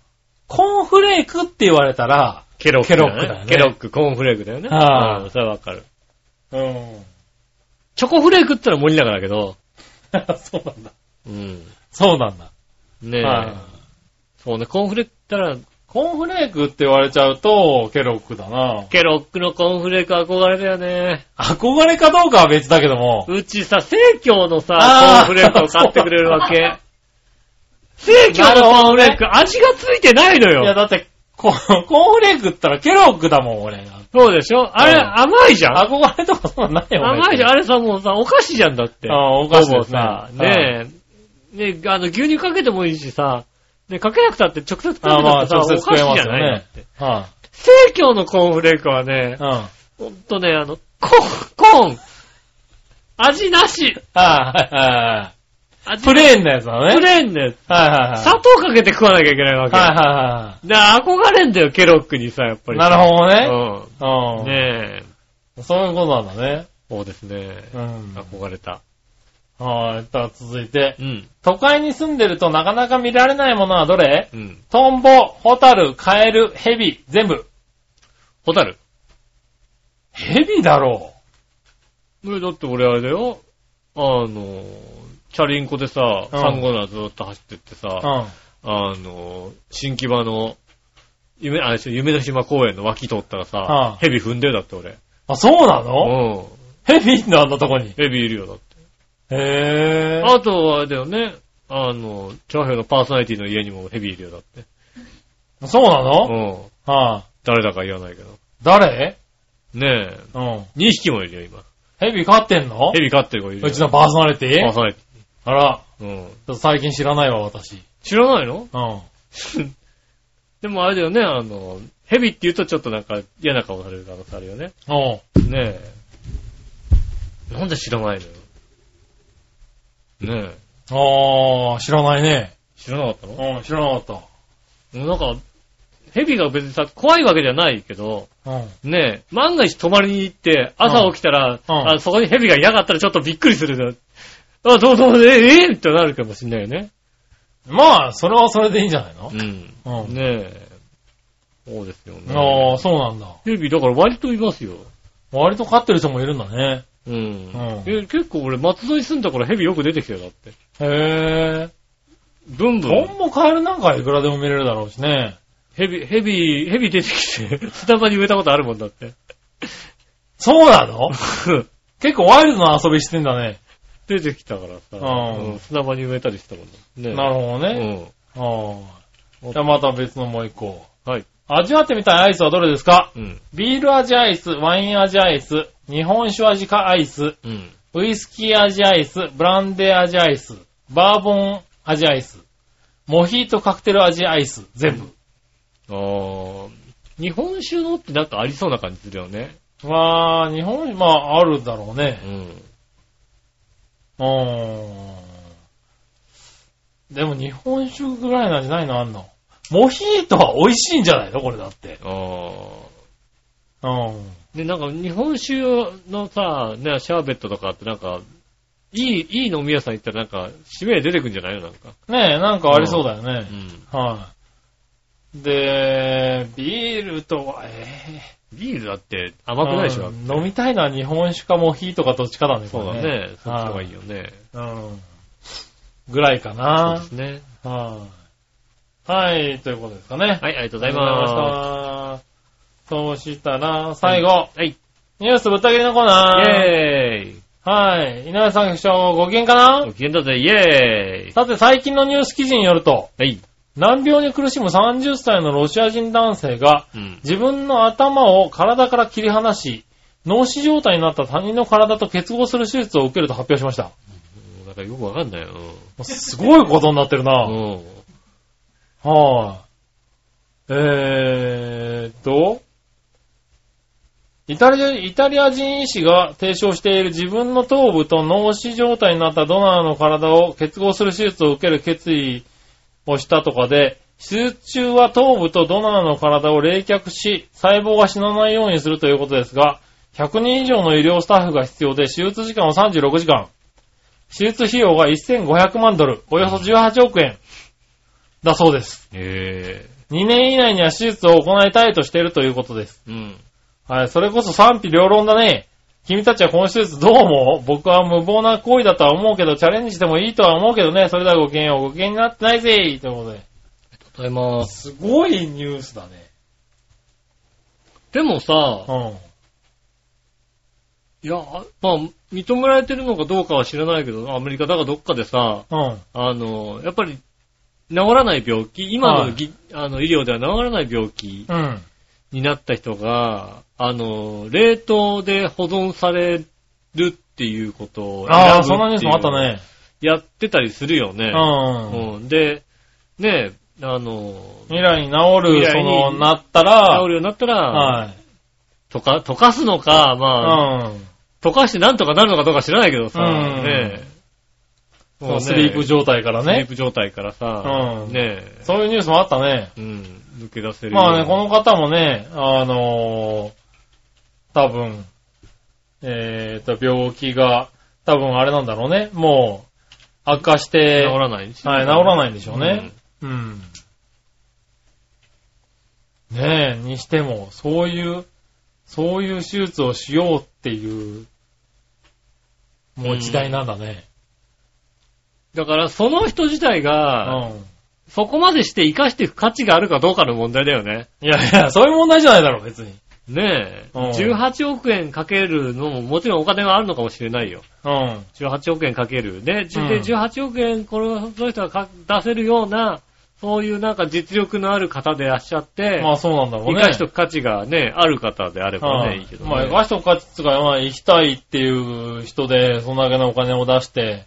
S3: コーンフレークって言われたら、
S2: ケロックだよ
S3: ケロックだよ
S2: ね。
S3: ね
S2: ケロック、コーンフレークだよね。
S3: ああ
S2: うんそれはわかる。
S3: うん。
S2: チョコフレークってのは森永だけど、
S3: (laughs) そうなんだ。
S2: うん。
S3: そうなんだ。
S2: ね
S3: はい
S2: え。そうね、コーンフレークって言ったら、
S3: コーンフレークって言われちゃうと、ケロックだな。
S2: ケロックのコーンフレーク憧れだよね。
S3: 憧れかどうかは別だけども。
S2: うちさ、生協のさ、コー
S3: あ
S2: ン
S3: あ
S2: フレークを買ってくれるわ
S3: (laughs)
S2: け。生協のコーンフレーク、味がついてないの
S3: いや、
S2: よ。
S3: だって、 (laughs) コーンコーンフレークって言ったらケロックだもん、俺。
S2: そうでしょあれ、
S3: うん
S2: 甘いじゃん
S3: 憧れとかそんなんないよ、俺。
S2: 甘いじゃん。あれさ、もうさ、お菓子じゃんだって。
S3: あお菓子
S2: ほぼ
S3: ですね
S2: さ、ねえ、ねえ、あの、牛乳かけてもいいしさ、ね、かけなくたって直接食べたってさ、
S3: あまあ直
S2: お菓
S3: 接
S2: 子
S3: 食
S2: じ
S3: え
S2: ゃ
S3: ますよね
S2: ないんだって。
S3: は
S2: 生協のコーンフレークはね
S3: い。、うん。
S2: ほんとね、あの、コーン、コーン、味なし、
S3: あはいはいは
S2: 味
S3: い。プレーンのやつだね。
S2: プレーンね、
S3: はいはいはい。
S2: 砂糖かけて食わなきゃいけないわけ。
S3: はいはいは
S2: で、憧れんだよ、ケロックにさ、やっぱ
S3: い。
S2: り。
S3: なるほ
S2: ほ
S3: ど
S2: う
S3: ね。
S2: ん。
S3: うん。
S2: ねえ、
S3: そういうことなんだね。
S2: そうですね。
S3: うん。
S2: 憧れた。
S3: はい。では続いて
S2: う。ん、
S3: 都会に住んでるとなかなか見られないものはどれ
S2: うん。
S3: トンボ、ホタル、カエル、ヘビ、全部。
S2: ホタル。
S3: ヘビだろ
S2: ねだって俺あれだよ。あの、チャリンコでさ、
S3: うん
S2: サンゴナずっと走ってって
S3: う。
S2: さ、
S3: ん。
S2: あの、新木場の、夢、あ、違う夢の島公園の脇通ったらさ
S3: あ、
S2: ヘビ踏んでよだって俺。
S3: あ、そうなの
S2: うん。
S3: ヘビいんのあんなとこに。
S2: ヘビいるよだって。
S3: へぇー。
S2: あとはあれだよね。あの、チャーヘのパーソナリティの家にもヘビいるよだって。
S3: あ、そうな
S2: う
S3: の
S2: ん。
S3: はあ。
S2: 誰だか言わないけど。
S3: 誰
S2: ねえ。
S3: うん。
S2: 2匹もいるよ今。
S3: ヘビ飼ってんの
S2: ヘビ飼ってる子いるよ。
S3: うちのパーソナリテ
S2: パー
S3: ィ
S2: ソナリテ
S3: あら、
S2: ィ。うん。
S3: ちょっと最近知らないわ、私。
S2: 知らないの
S3: うん。
S2: (laughs) でもあれだよね、あの、ヘビって言うとちょっとなんか嫌な顔される可能性あるよね。
S3: おう。
S2: ねえ。なんで知らないのよ。ねえ。
S3: あー、知らないね。
S2: 知らなかったの
S3: うん、知らなかっ
S2: なんか、ヘビが別にさ、怖いわけじゃないけど、
S3: た。うん。
S2: ねえ、万が一泊まりに行って、朝起きたら、
S3: うん
S2: あそこにヘビがいなかったらちょっとびっくりするじゃん。あ、どうどう、え、えってなるかもしんないよね。
S3: まあ、それはそれでいいんじゃないの
S2: うん。
S3: う
S2: ね
S3: ん。
S2: え。そうですよね。
S3: あー、そうなんだ。
S2: ヘビ、だから割といますよ。
S3: 割と飼ってる人もいるんだね。
S2: うん。
S3: ん
S2: え結構俺、松戸に住んだからヘビよく出てきたよ、だって。
S3: へ
S2: ブン
S3: ぇ
S2: ブ
S3: ー。
S2: ン
S3: ト。ンボカエルなんかいくらでも見れるだろうしね。
S2: ヘビ、ヘビ、ヘビ出てきて、 (laughs) スタバに植えたことあるもんだって。 (laughs)
S3: そうなの結構ワイルドな遊びしてんだね。
S2: 出てきたからさ、
S3: うん
S2: うん砂場に植えたりしたもんね。
S3: なるほどね。
S2: ね。
S3: ああ。じゃあまた別のもう一個。
S2: はい。
S3: 味わってみたいアイスはどれですか
S2: うん。うん。
S3: ビール味アイス、ワイン味アイス、日本酒味かアイス、
S2: うん。
S3: ウイスキー味アイス、ブランデー味アイス、バーボン味アイス、モヒートカクテル味アイス、全部。
S2: あー日本酒のってなんかありそうな感じするよね。
S3: まあ、日本酒、まあ、あるだろう
S2: う
S3: ね。
S2: ん。
S3: うーん。でも日本酒ぐらいなんじゃないのあんの。モヒートは美味しいんじゃないのこれだって。
S2: あー
S3: うん。
S2: で、なんか日本酒のさ、ね、シャーベットとかってなんか、いい、いい飲み屋さん行ったらなんか、締め出てくんじゃないのなんか。
S3: ねえ、なんかありそうだよね。
S2: うん。
S3: はい。で、ビールとは、え
S2: ビールだって
S3: え
S2: 甘くないでしょ、
S3: うん飲みたいのは日本酒かモヒートかどっちかだね、
S2: そうだ
S3: これ
S2: ね。そっちの方がいいよね。
S3: うん。ぐらいか
S2: そうで
S3: な
S2: す。ね。
S3: はい。はい、ということですかね。
S2: はい、ありがとうござ
S3: あ
S2: い
S3: りがとうございま
S2: ます。
S3: した。そうしたら、最後、
S2: はい。
S3: ニュースぶった切りのコー
S2: イ
S3: ナー。
S2: ェーイ
S3: はい。井上さん局長、ご機嫌かな
S2: ご機嫌だぜ、イェーイ
S3: さて、最近のニュース記事によると、
S2: はい。
S3: 難病に苦しむ30歳のロシア人男性が、
S2: うん。
S3: 自分の頭を体から切り離し、脳死状態になった他人の体と結合する手術を受けると発表し
S2: (laughs)
S3: ました。も
S2: なんかよくわかんないよ。うん
S3: うすごいことになってる
S2: う
S3: な。
S2: ん。
S3: はい、えーっと、イタリア、イタリア人医師が提唱している自分の頭部と脳死状態になったドナーの体を結合する手術を受ける決意をしたとかで、手術中は頭部とドナーの体を冷却し、細胞が死なないようにするということですが、100人以上の医療スタッフが必要で、手術時間は36時間。手術費用が1500万ドル、およそ18億円。だそうです。
S2: へ
S3: 2年以内には手術を行いたいとしているということです。
S2: ぇー。うん。
S3: はい、それこそ賛否両論だね。君たちはこの手術どう思う僕は無謀な行為だとは思うけど、チャレンジしてもいいとは思うけどね。それではごきげんよう。ごきげんになってないぜということで。
S2: ただいます。
S3: すごいニュースだね。
S2: でもさ、
S3: うん。
S2: いや、あまあ、認められてるのかどうかは知らないけど、アメリカだかどっかでさ、
S3: うん。
S2: あの、やっぱり、治らない病気、今
S3: は
S2: の
S3: い
S2: ぎ、あの医療では治らない病気
S3: うん。
S2: になった人が、あの、冷凍で保存されるっていうことを選ぶっていう
S3: ああ、そんなニュースもあったね。
S2: やってたりするよね。
S3: うん。
S2: うんで、ねえ、あの、
S3: 未来に治る、
S2: 未
S3: そ
S2: 来に
S3: の、なった
S2: 治
S3: ら、
S2: るようになったら、
S3: はい。
S2: とか、溶かすのか、
S3: う
S2: まあ、
S3: ん。
S2: 溶かしてなんとかなるのかどうか知らないけどさ、
S3: うん
S2: ねえ。
S3: そ
S2: もう
S3: の
S2: ね
S3: スリープ状態から
S2: スリー
S3: ね。
S2: プ状態からさ、
S3: うん
S2: ねえ、
S3: そういうニュースもあったね。
S2: うん、抜け出せるよう
S3: ま
S2: な。
S3: あね、この方もね、あのー多分、えっ、と、病気が、多分あれなんだろうね。もう、悪化して、
S2: 治らないし
S3: はい、治らないんでしょうね。うん。ねえ、にしても、そういう、そういう手術をしようっていう、もう時代なんだね。
S2: だから、その人自体
S3: うん
S2: が、。そこまでして生かしていく価値があるかどうかの問題だよね。
S3: いやいや、そういう問題じゃないだろ、別に。
S2: ねえ、
S3: うん
S2: 18億円かけるのも、もちろんお金はあるのかもしれないよ。
S3: うん。
S2: 18億円かける。で、じ
S3: うん
S2: で18億円、このその人がか出せるような、そういうなんか実力のある方でいらっしゃって、
S3: まあそうなんだろう
S2: 生
S3: ね。
S2: かしとく価値がね、ある方であれば
S3: は
S2: ね、
S3: い
S2: いいけどね。
S3: まあ、ガストかつが、まあ、行きたいっていう人で、そんだけのお金を出して、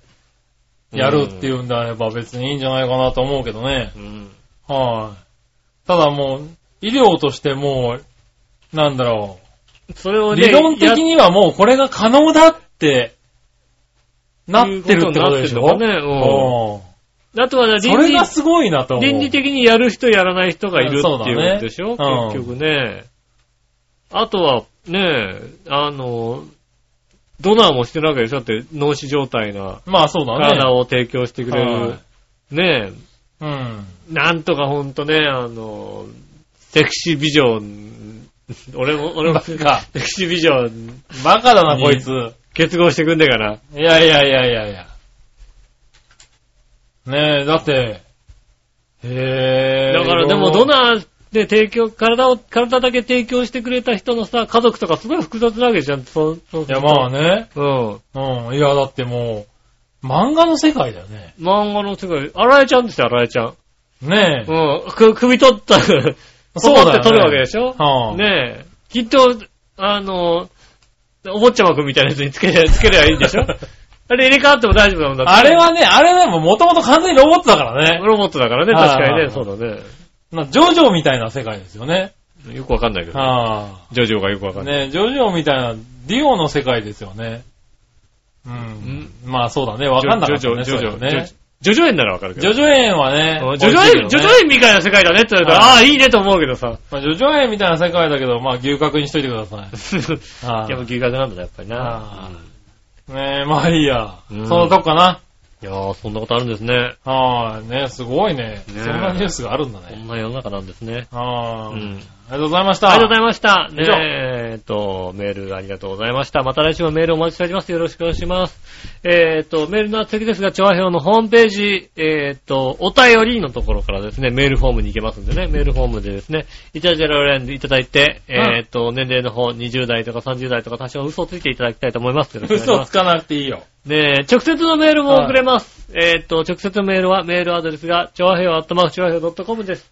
S3: やるっていうんであれば別にいいんじゃないかなと思うけどね。
S2: うん。
S3: はい。ただもう、医療としてもう、なんだろ
S2: それを
S3: う。
S2: ね、
S3: 理論的にはもうこれが可能だって、なってるってことでしょ
S2: いうことになってんのかね
S3: うん
S2: やあとはね
S3: そ
S2: 倫
S3: れ
S2: 理
S3: が、すごいなと思う。
S2: 倫理的にやる人やらない人がいるっていうことでしょ、
S3: そうだねうん
S2: 結局ね。あとは、ね、あの、ドナーもしてるわけでしょだって脳死状態な
S3: まあそうだね。
S2: 体を提供してくれる。
S3: は
S2: ね
S3: うん。
S2: なんとかほんとね、あの、セクシービジョン、俺も、俺も、
S3: バ
S2: セ
S3: カ。
S2: クシービジョン、
S3: バカだな、こいつ。
S2: 結合してくんねえかな。
S3: いやいやいやいやいや。ねえ、だって、へえ。
S2: だからでもド
S3: な、
S2: ナーで提供、体を、体だけ提供してくれた人のさ、家族とかすごい複雑なわけじゃん。そう、そう
S3: いやまあ。ね。
S2: うん。
S3: うん。いや、だってもう、漫画の世界だよね。
S2: 漫画の世界、荒江ちゃんですよ、荒江ちゃん。
S3: ねえ。
S2: うん。く、首取った、
S3: そう
S2: ポコ
S3: だよね
S2: って取るわけでしょ
S3: はあ
S2: ねえ。きっと、あの、お坊ちゃまくんみたいなやつにつけ (laughs) りゃ、つけりゃいいん
S3: (laughs)
S2: でしょあれ入れ替わっても大丈夫だもんだって。
S3: あれはね、あれはもともと完全にロボットだからね。
S2: ロボットだからね、確かに
S3: あ
S2: ね、
S3: あ
S2: そうだね。
S3: なジョジョみたいな世界ですよね。
S2: よくわかんないけど。
S3: は
S2: ジョジョがよくわか
S3: あ。
S2: んない。
S3: ねえジョジョみたいな、ディオの世界ですよね。うん。まあそうだね、わかんなかったね。
S2: ジョジョ、
S3: そ
S2: ジョジ
S3: うだ
S2: ョジ
S3: よ
S2: ョ
S3: ね。
S2: ジョジョ園ならわかるけど
S3: ジ。ョジョ園はね、
S2: ジョジョ
S3: 美味しいけど
S2: 園、
S3: ね
S2: ジョジョ園みたいな世界だねって言われたら、あ
S3: は
S2: あ、いいねと思うけどさ。
S3: まあ、ジョジョ園みたいな世界だけど、まあ、牛角にしといてください。はい
S2: や、もう牛角なんだな、やっぱりな
S3: あ。ねえ、まあいいや。
S2: うん
S3: そのとこかな。
S2: いやー、そんなことあるんですね。
S3: はい、ねすごいね
S2: ねえ
S3: そんなニュースがあるんだ
S2: こ
S3: ね。
S2: んな世の中なんですね。う
S3: はい、
S2: ん。
S3: ありがとうございました。
S2: ありがとうございました。ね
S3: 以上
S2: えーっと、メールありがとうございました。また来週もメールお待ちしております。よろしくお願いします。えーっと、メールの宛先ですが、調和表のホームページ、えーっと、お便りのところからですね、メールフォームに行けますんでね、メールフォームでですね、いたじられんでいただいて、
S3: ん
S2: えーっと、年齢の方、20代とか30代とか多少嘘をついていただきたいと思います。よろしくお願いし
S3: 嘘
S2: ます
S3: つかなくていいよ。
S2: ねえ、直接のメールも送れます。えーっと、直接のメールはメールアドレスが、調和平和アットマーク調和平和 .com です。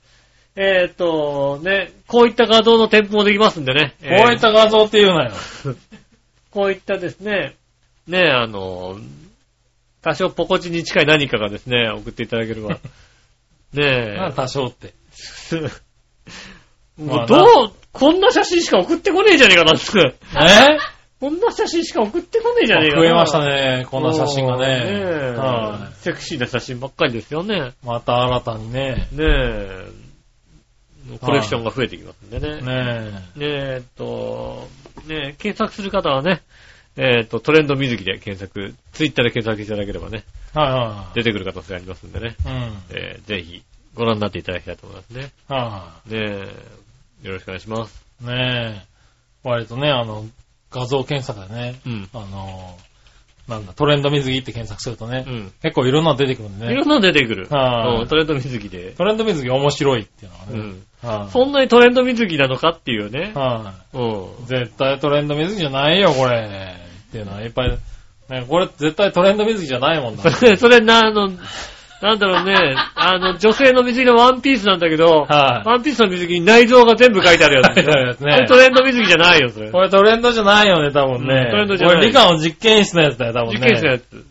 S2: えーっと、ね、こういった画像の添付もできますんでね。
S3: こういった画像って言うなよ。
S2: こういったですね、ね、あの、多少ポコチに近い何かがですね、送っていただけ
S3: (laughs)
S2: れば。
S3: まあ
S2: ね
S3: 多少
S2: (laughs)
S3: って。
S2: え、もうどう、こんな写真しか送ってこねえじゃねえかな、つく。
S3: え
S2: こんな写真しか送ってこねえじゃねえかな。
S3: 増えましたね、こんな写真がね。
S2: ねえ
S3: は
S2: セクシーな写真ばっかりですよね。
S3: い、また新たにね。
S2: ねえ、コレクションが増えてきますんでね。ね
S3: ね
S2: えっと、ねえ、検索する方はね、えっと、トレンド水着で検索、ツイッターで検索いただければね、
S3: え。はいはい
S2: 出てくる可能性がありますんでね、。
S3: うん。はい、
S2: えーぜひご覧になっていただきたいと思いますね。ねえ、よろしくお願いします。
S3: ねえ。割とね、あの、画像検索でね、
S2: うん。
S3: あの、なんだ、トレンド水着って検索するとね、
S2: うん。
S3: 結構いろんなの出てくるんで
S2: いろ
S3: ね。
S2: んなの出てくる。
S3: はい
S2: うんトレンド水着で。
S3: トレンド水着面白いっていうのは
S2: う
S3: ね。
S2: ん。
S3: はい
S2: そんなにトレンド水着なのかっていうね。
S3: は
S2: うん。
S3: い絶対トレンド水着じゃないよ、これ。っていうのは、いっぱい、ね、これ絶対トレンド水着じゃないもんだ。
S2: そ (laughs) れ、それな、あの、なんだろうね、あの、女性の水着のワンピースなんだけど、
S3: はい
S2: ワンピースの水着に内臓が全部書 (laughs) いてあるやつでしょ。
S3: 書いてあるやつね
S2: これトレンド水着じゃないよ、それ。
S3: これトレンドじゃないよね、多分
S2: う
S3: ね
S2: ん。トレンドじゃない
S3: これ理科の実験室のやつだよ、多分ね。
S2: 実験室のやつ。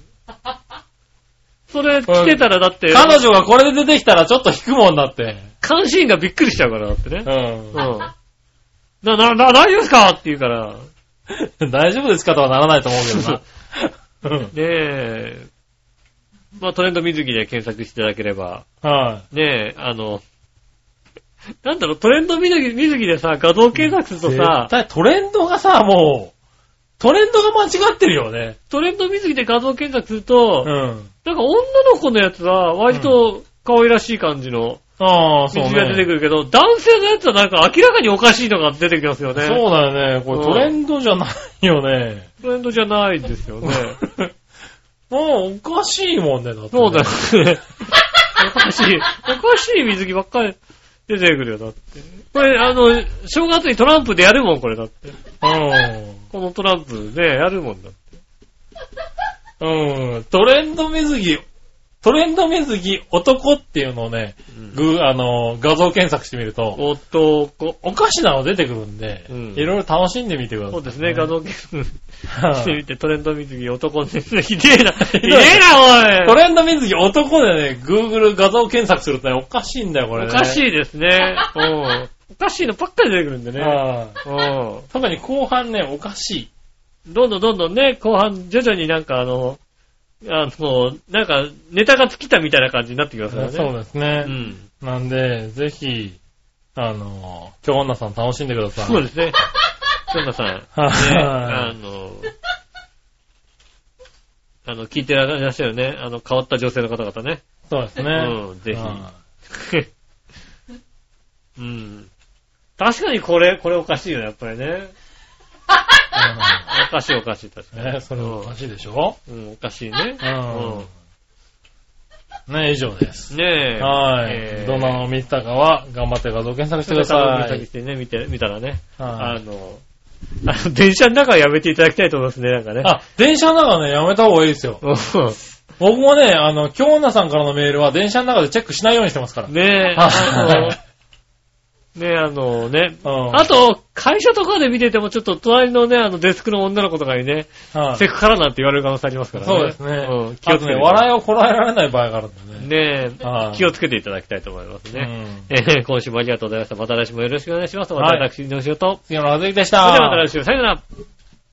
S2: それ着てたらだって、
S3: 彼女がこれで出てきたらちょっと引くもんだって。
S2: 監視員がびっくりしちゃうから、だってね
S3: う。
S2: うん。な、な、な、大丈夫ですかって言うから、
S3: ん。 (laughs) 大丈夫ですかとはならないと思う
S2: (laughs)
S3: けどな。
S2: ねえ、まあトレンド水着で検索していただければ、
S3: うん。はい。
S2: ねえ、あの、なんだろう、トレンド水着水着でさ、画像検索するとさ
S3: 絶、対トレンドがさ、もう、トレンドが間違ってるよね。
S2: トレンド水着で画像検索すると、
S3: うん。
S2: なんか女の子のやつは割と可愛らしい感じの
S3: ああ、そう
S2: 水
S3: ね。
S2: 着が出てくるけど、男性のやつはなんか明らかにおかしいのが出てきますよね。
S3: そうだよね。これトレンドじゃない
S2: (laughs)
S3: よね。
S2: トレンドじゃないです
S3: (laughs)
S2: よね。
S3: もうおかしいもんね、だってね
S2: そうだよ
S3: (laughs)
S2: ね。おかしい、おかしい水着ばっかり出てくるよ、だって。これ、あの、正月にトランプでやるもん、これだって。このトランプね、やるもんだって。
S3: うん。うん。トレンド水着、トレンド水着男っていうのをね、
S2: うん
S3: ぐ、あの、画像検索してみると、
S2: 男。
S3: おかしなの出てくるんで、
S2: うん
S3: いろいろ楽しんでみてくださ
S2: そ
S3: い。
S2: うですね、画像検索して
S3: はい
S2: みて、トレンド水着男の水着。ひでえな、ひでえな、
S3: (laughs) ト
S2: おい
S3: レンド水着男でね、Google 画像検索するとね、おかしいんだよ、これ、
S2: お
S3: ね。
S2: かし
S3: い。
S2: いですね。うんおかしいのばっかり出てくるんでね。うん
S3: 特に後半ね、おかしい。
S2: どんどんどんどんね、後半、徐々になんかあの、あの、なんか、ネタが尽きたみたいな感じになってきますからね。
S3: そう
S2: す。
S3: ですね。
S2: うん。
S3: なんで、ぜひ、あの、今日女さん楽しんでください。
S2: そうですね。そんなさん、ね、
S3: は
S2: あ
S3: い。
S2: の、あの、聞いてらっしゃるね、あの、変わった女性の方々ね。
S3: そうですね。
S2: うんぜひ
S3: は
S2: (laughs) うん。確かにこれ、これおかしいよね、やっぱりね。おかしいおかしい、確
S3: い
S2: かに。
S3: ね、それおかしいでしょ
S2: うん、おかしいね。
S3: うん。ね、以上です。
S2: うん。ねえ。
S3: はい、
S2: えー
S3: どんなのを見てたかは、頑張って画像検索してくださ
S2: 見
S3: い。
S2: たね、見て、見たらね。あ
S3: はい
S2: の、あの、電車の中はやめていただきたいと思いますね、なんかね。
S3: あ、電車の中ね、やめた方がいいですよ。
S2: う
S3: 僕もね、あの、京女さんからのメールは電車の中でチェックしないようにしてますから。
S2: ん。ねえ、
S3: は
S2: あの、ねえ、あのね。
S3: うん
S2: あと、会社とかで見てても、ちょっと隣のね、あの、デスクの女の子とかにね、
S3: はい
S2: セクハラなんて言われる可能性ありますからね。
S3: そうですね。
S2: うん、気
S3: あ
S2: をつ
S3: と
S2: け
S3: ね、
S2: て。
S3: 笑いをこらえられない場合があるんでね。
S2: ね
S3: は
S2: え、
S3: い
S2: 気をつけていただきたいと思います
S3: う
S2: ね。
S3: ん。
S2: えー今週もありがとうございました。また来週もよろしくお願いします。また
S3: はい
S2: 私の仕事。
S3: 杉村和之でし
S2: そ
S3: た。
S2: れではまた来週、さよなら。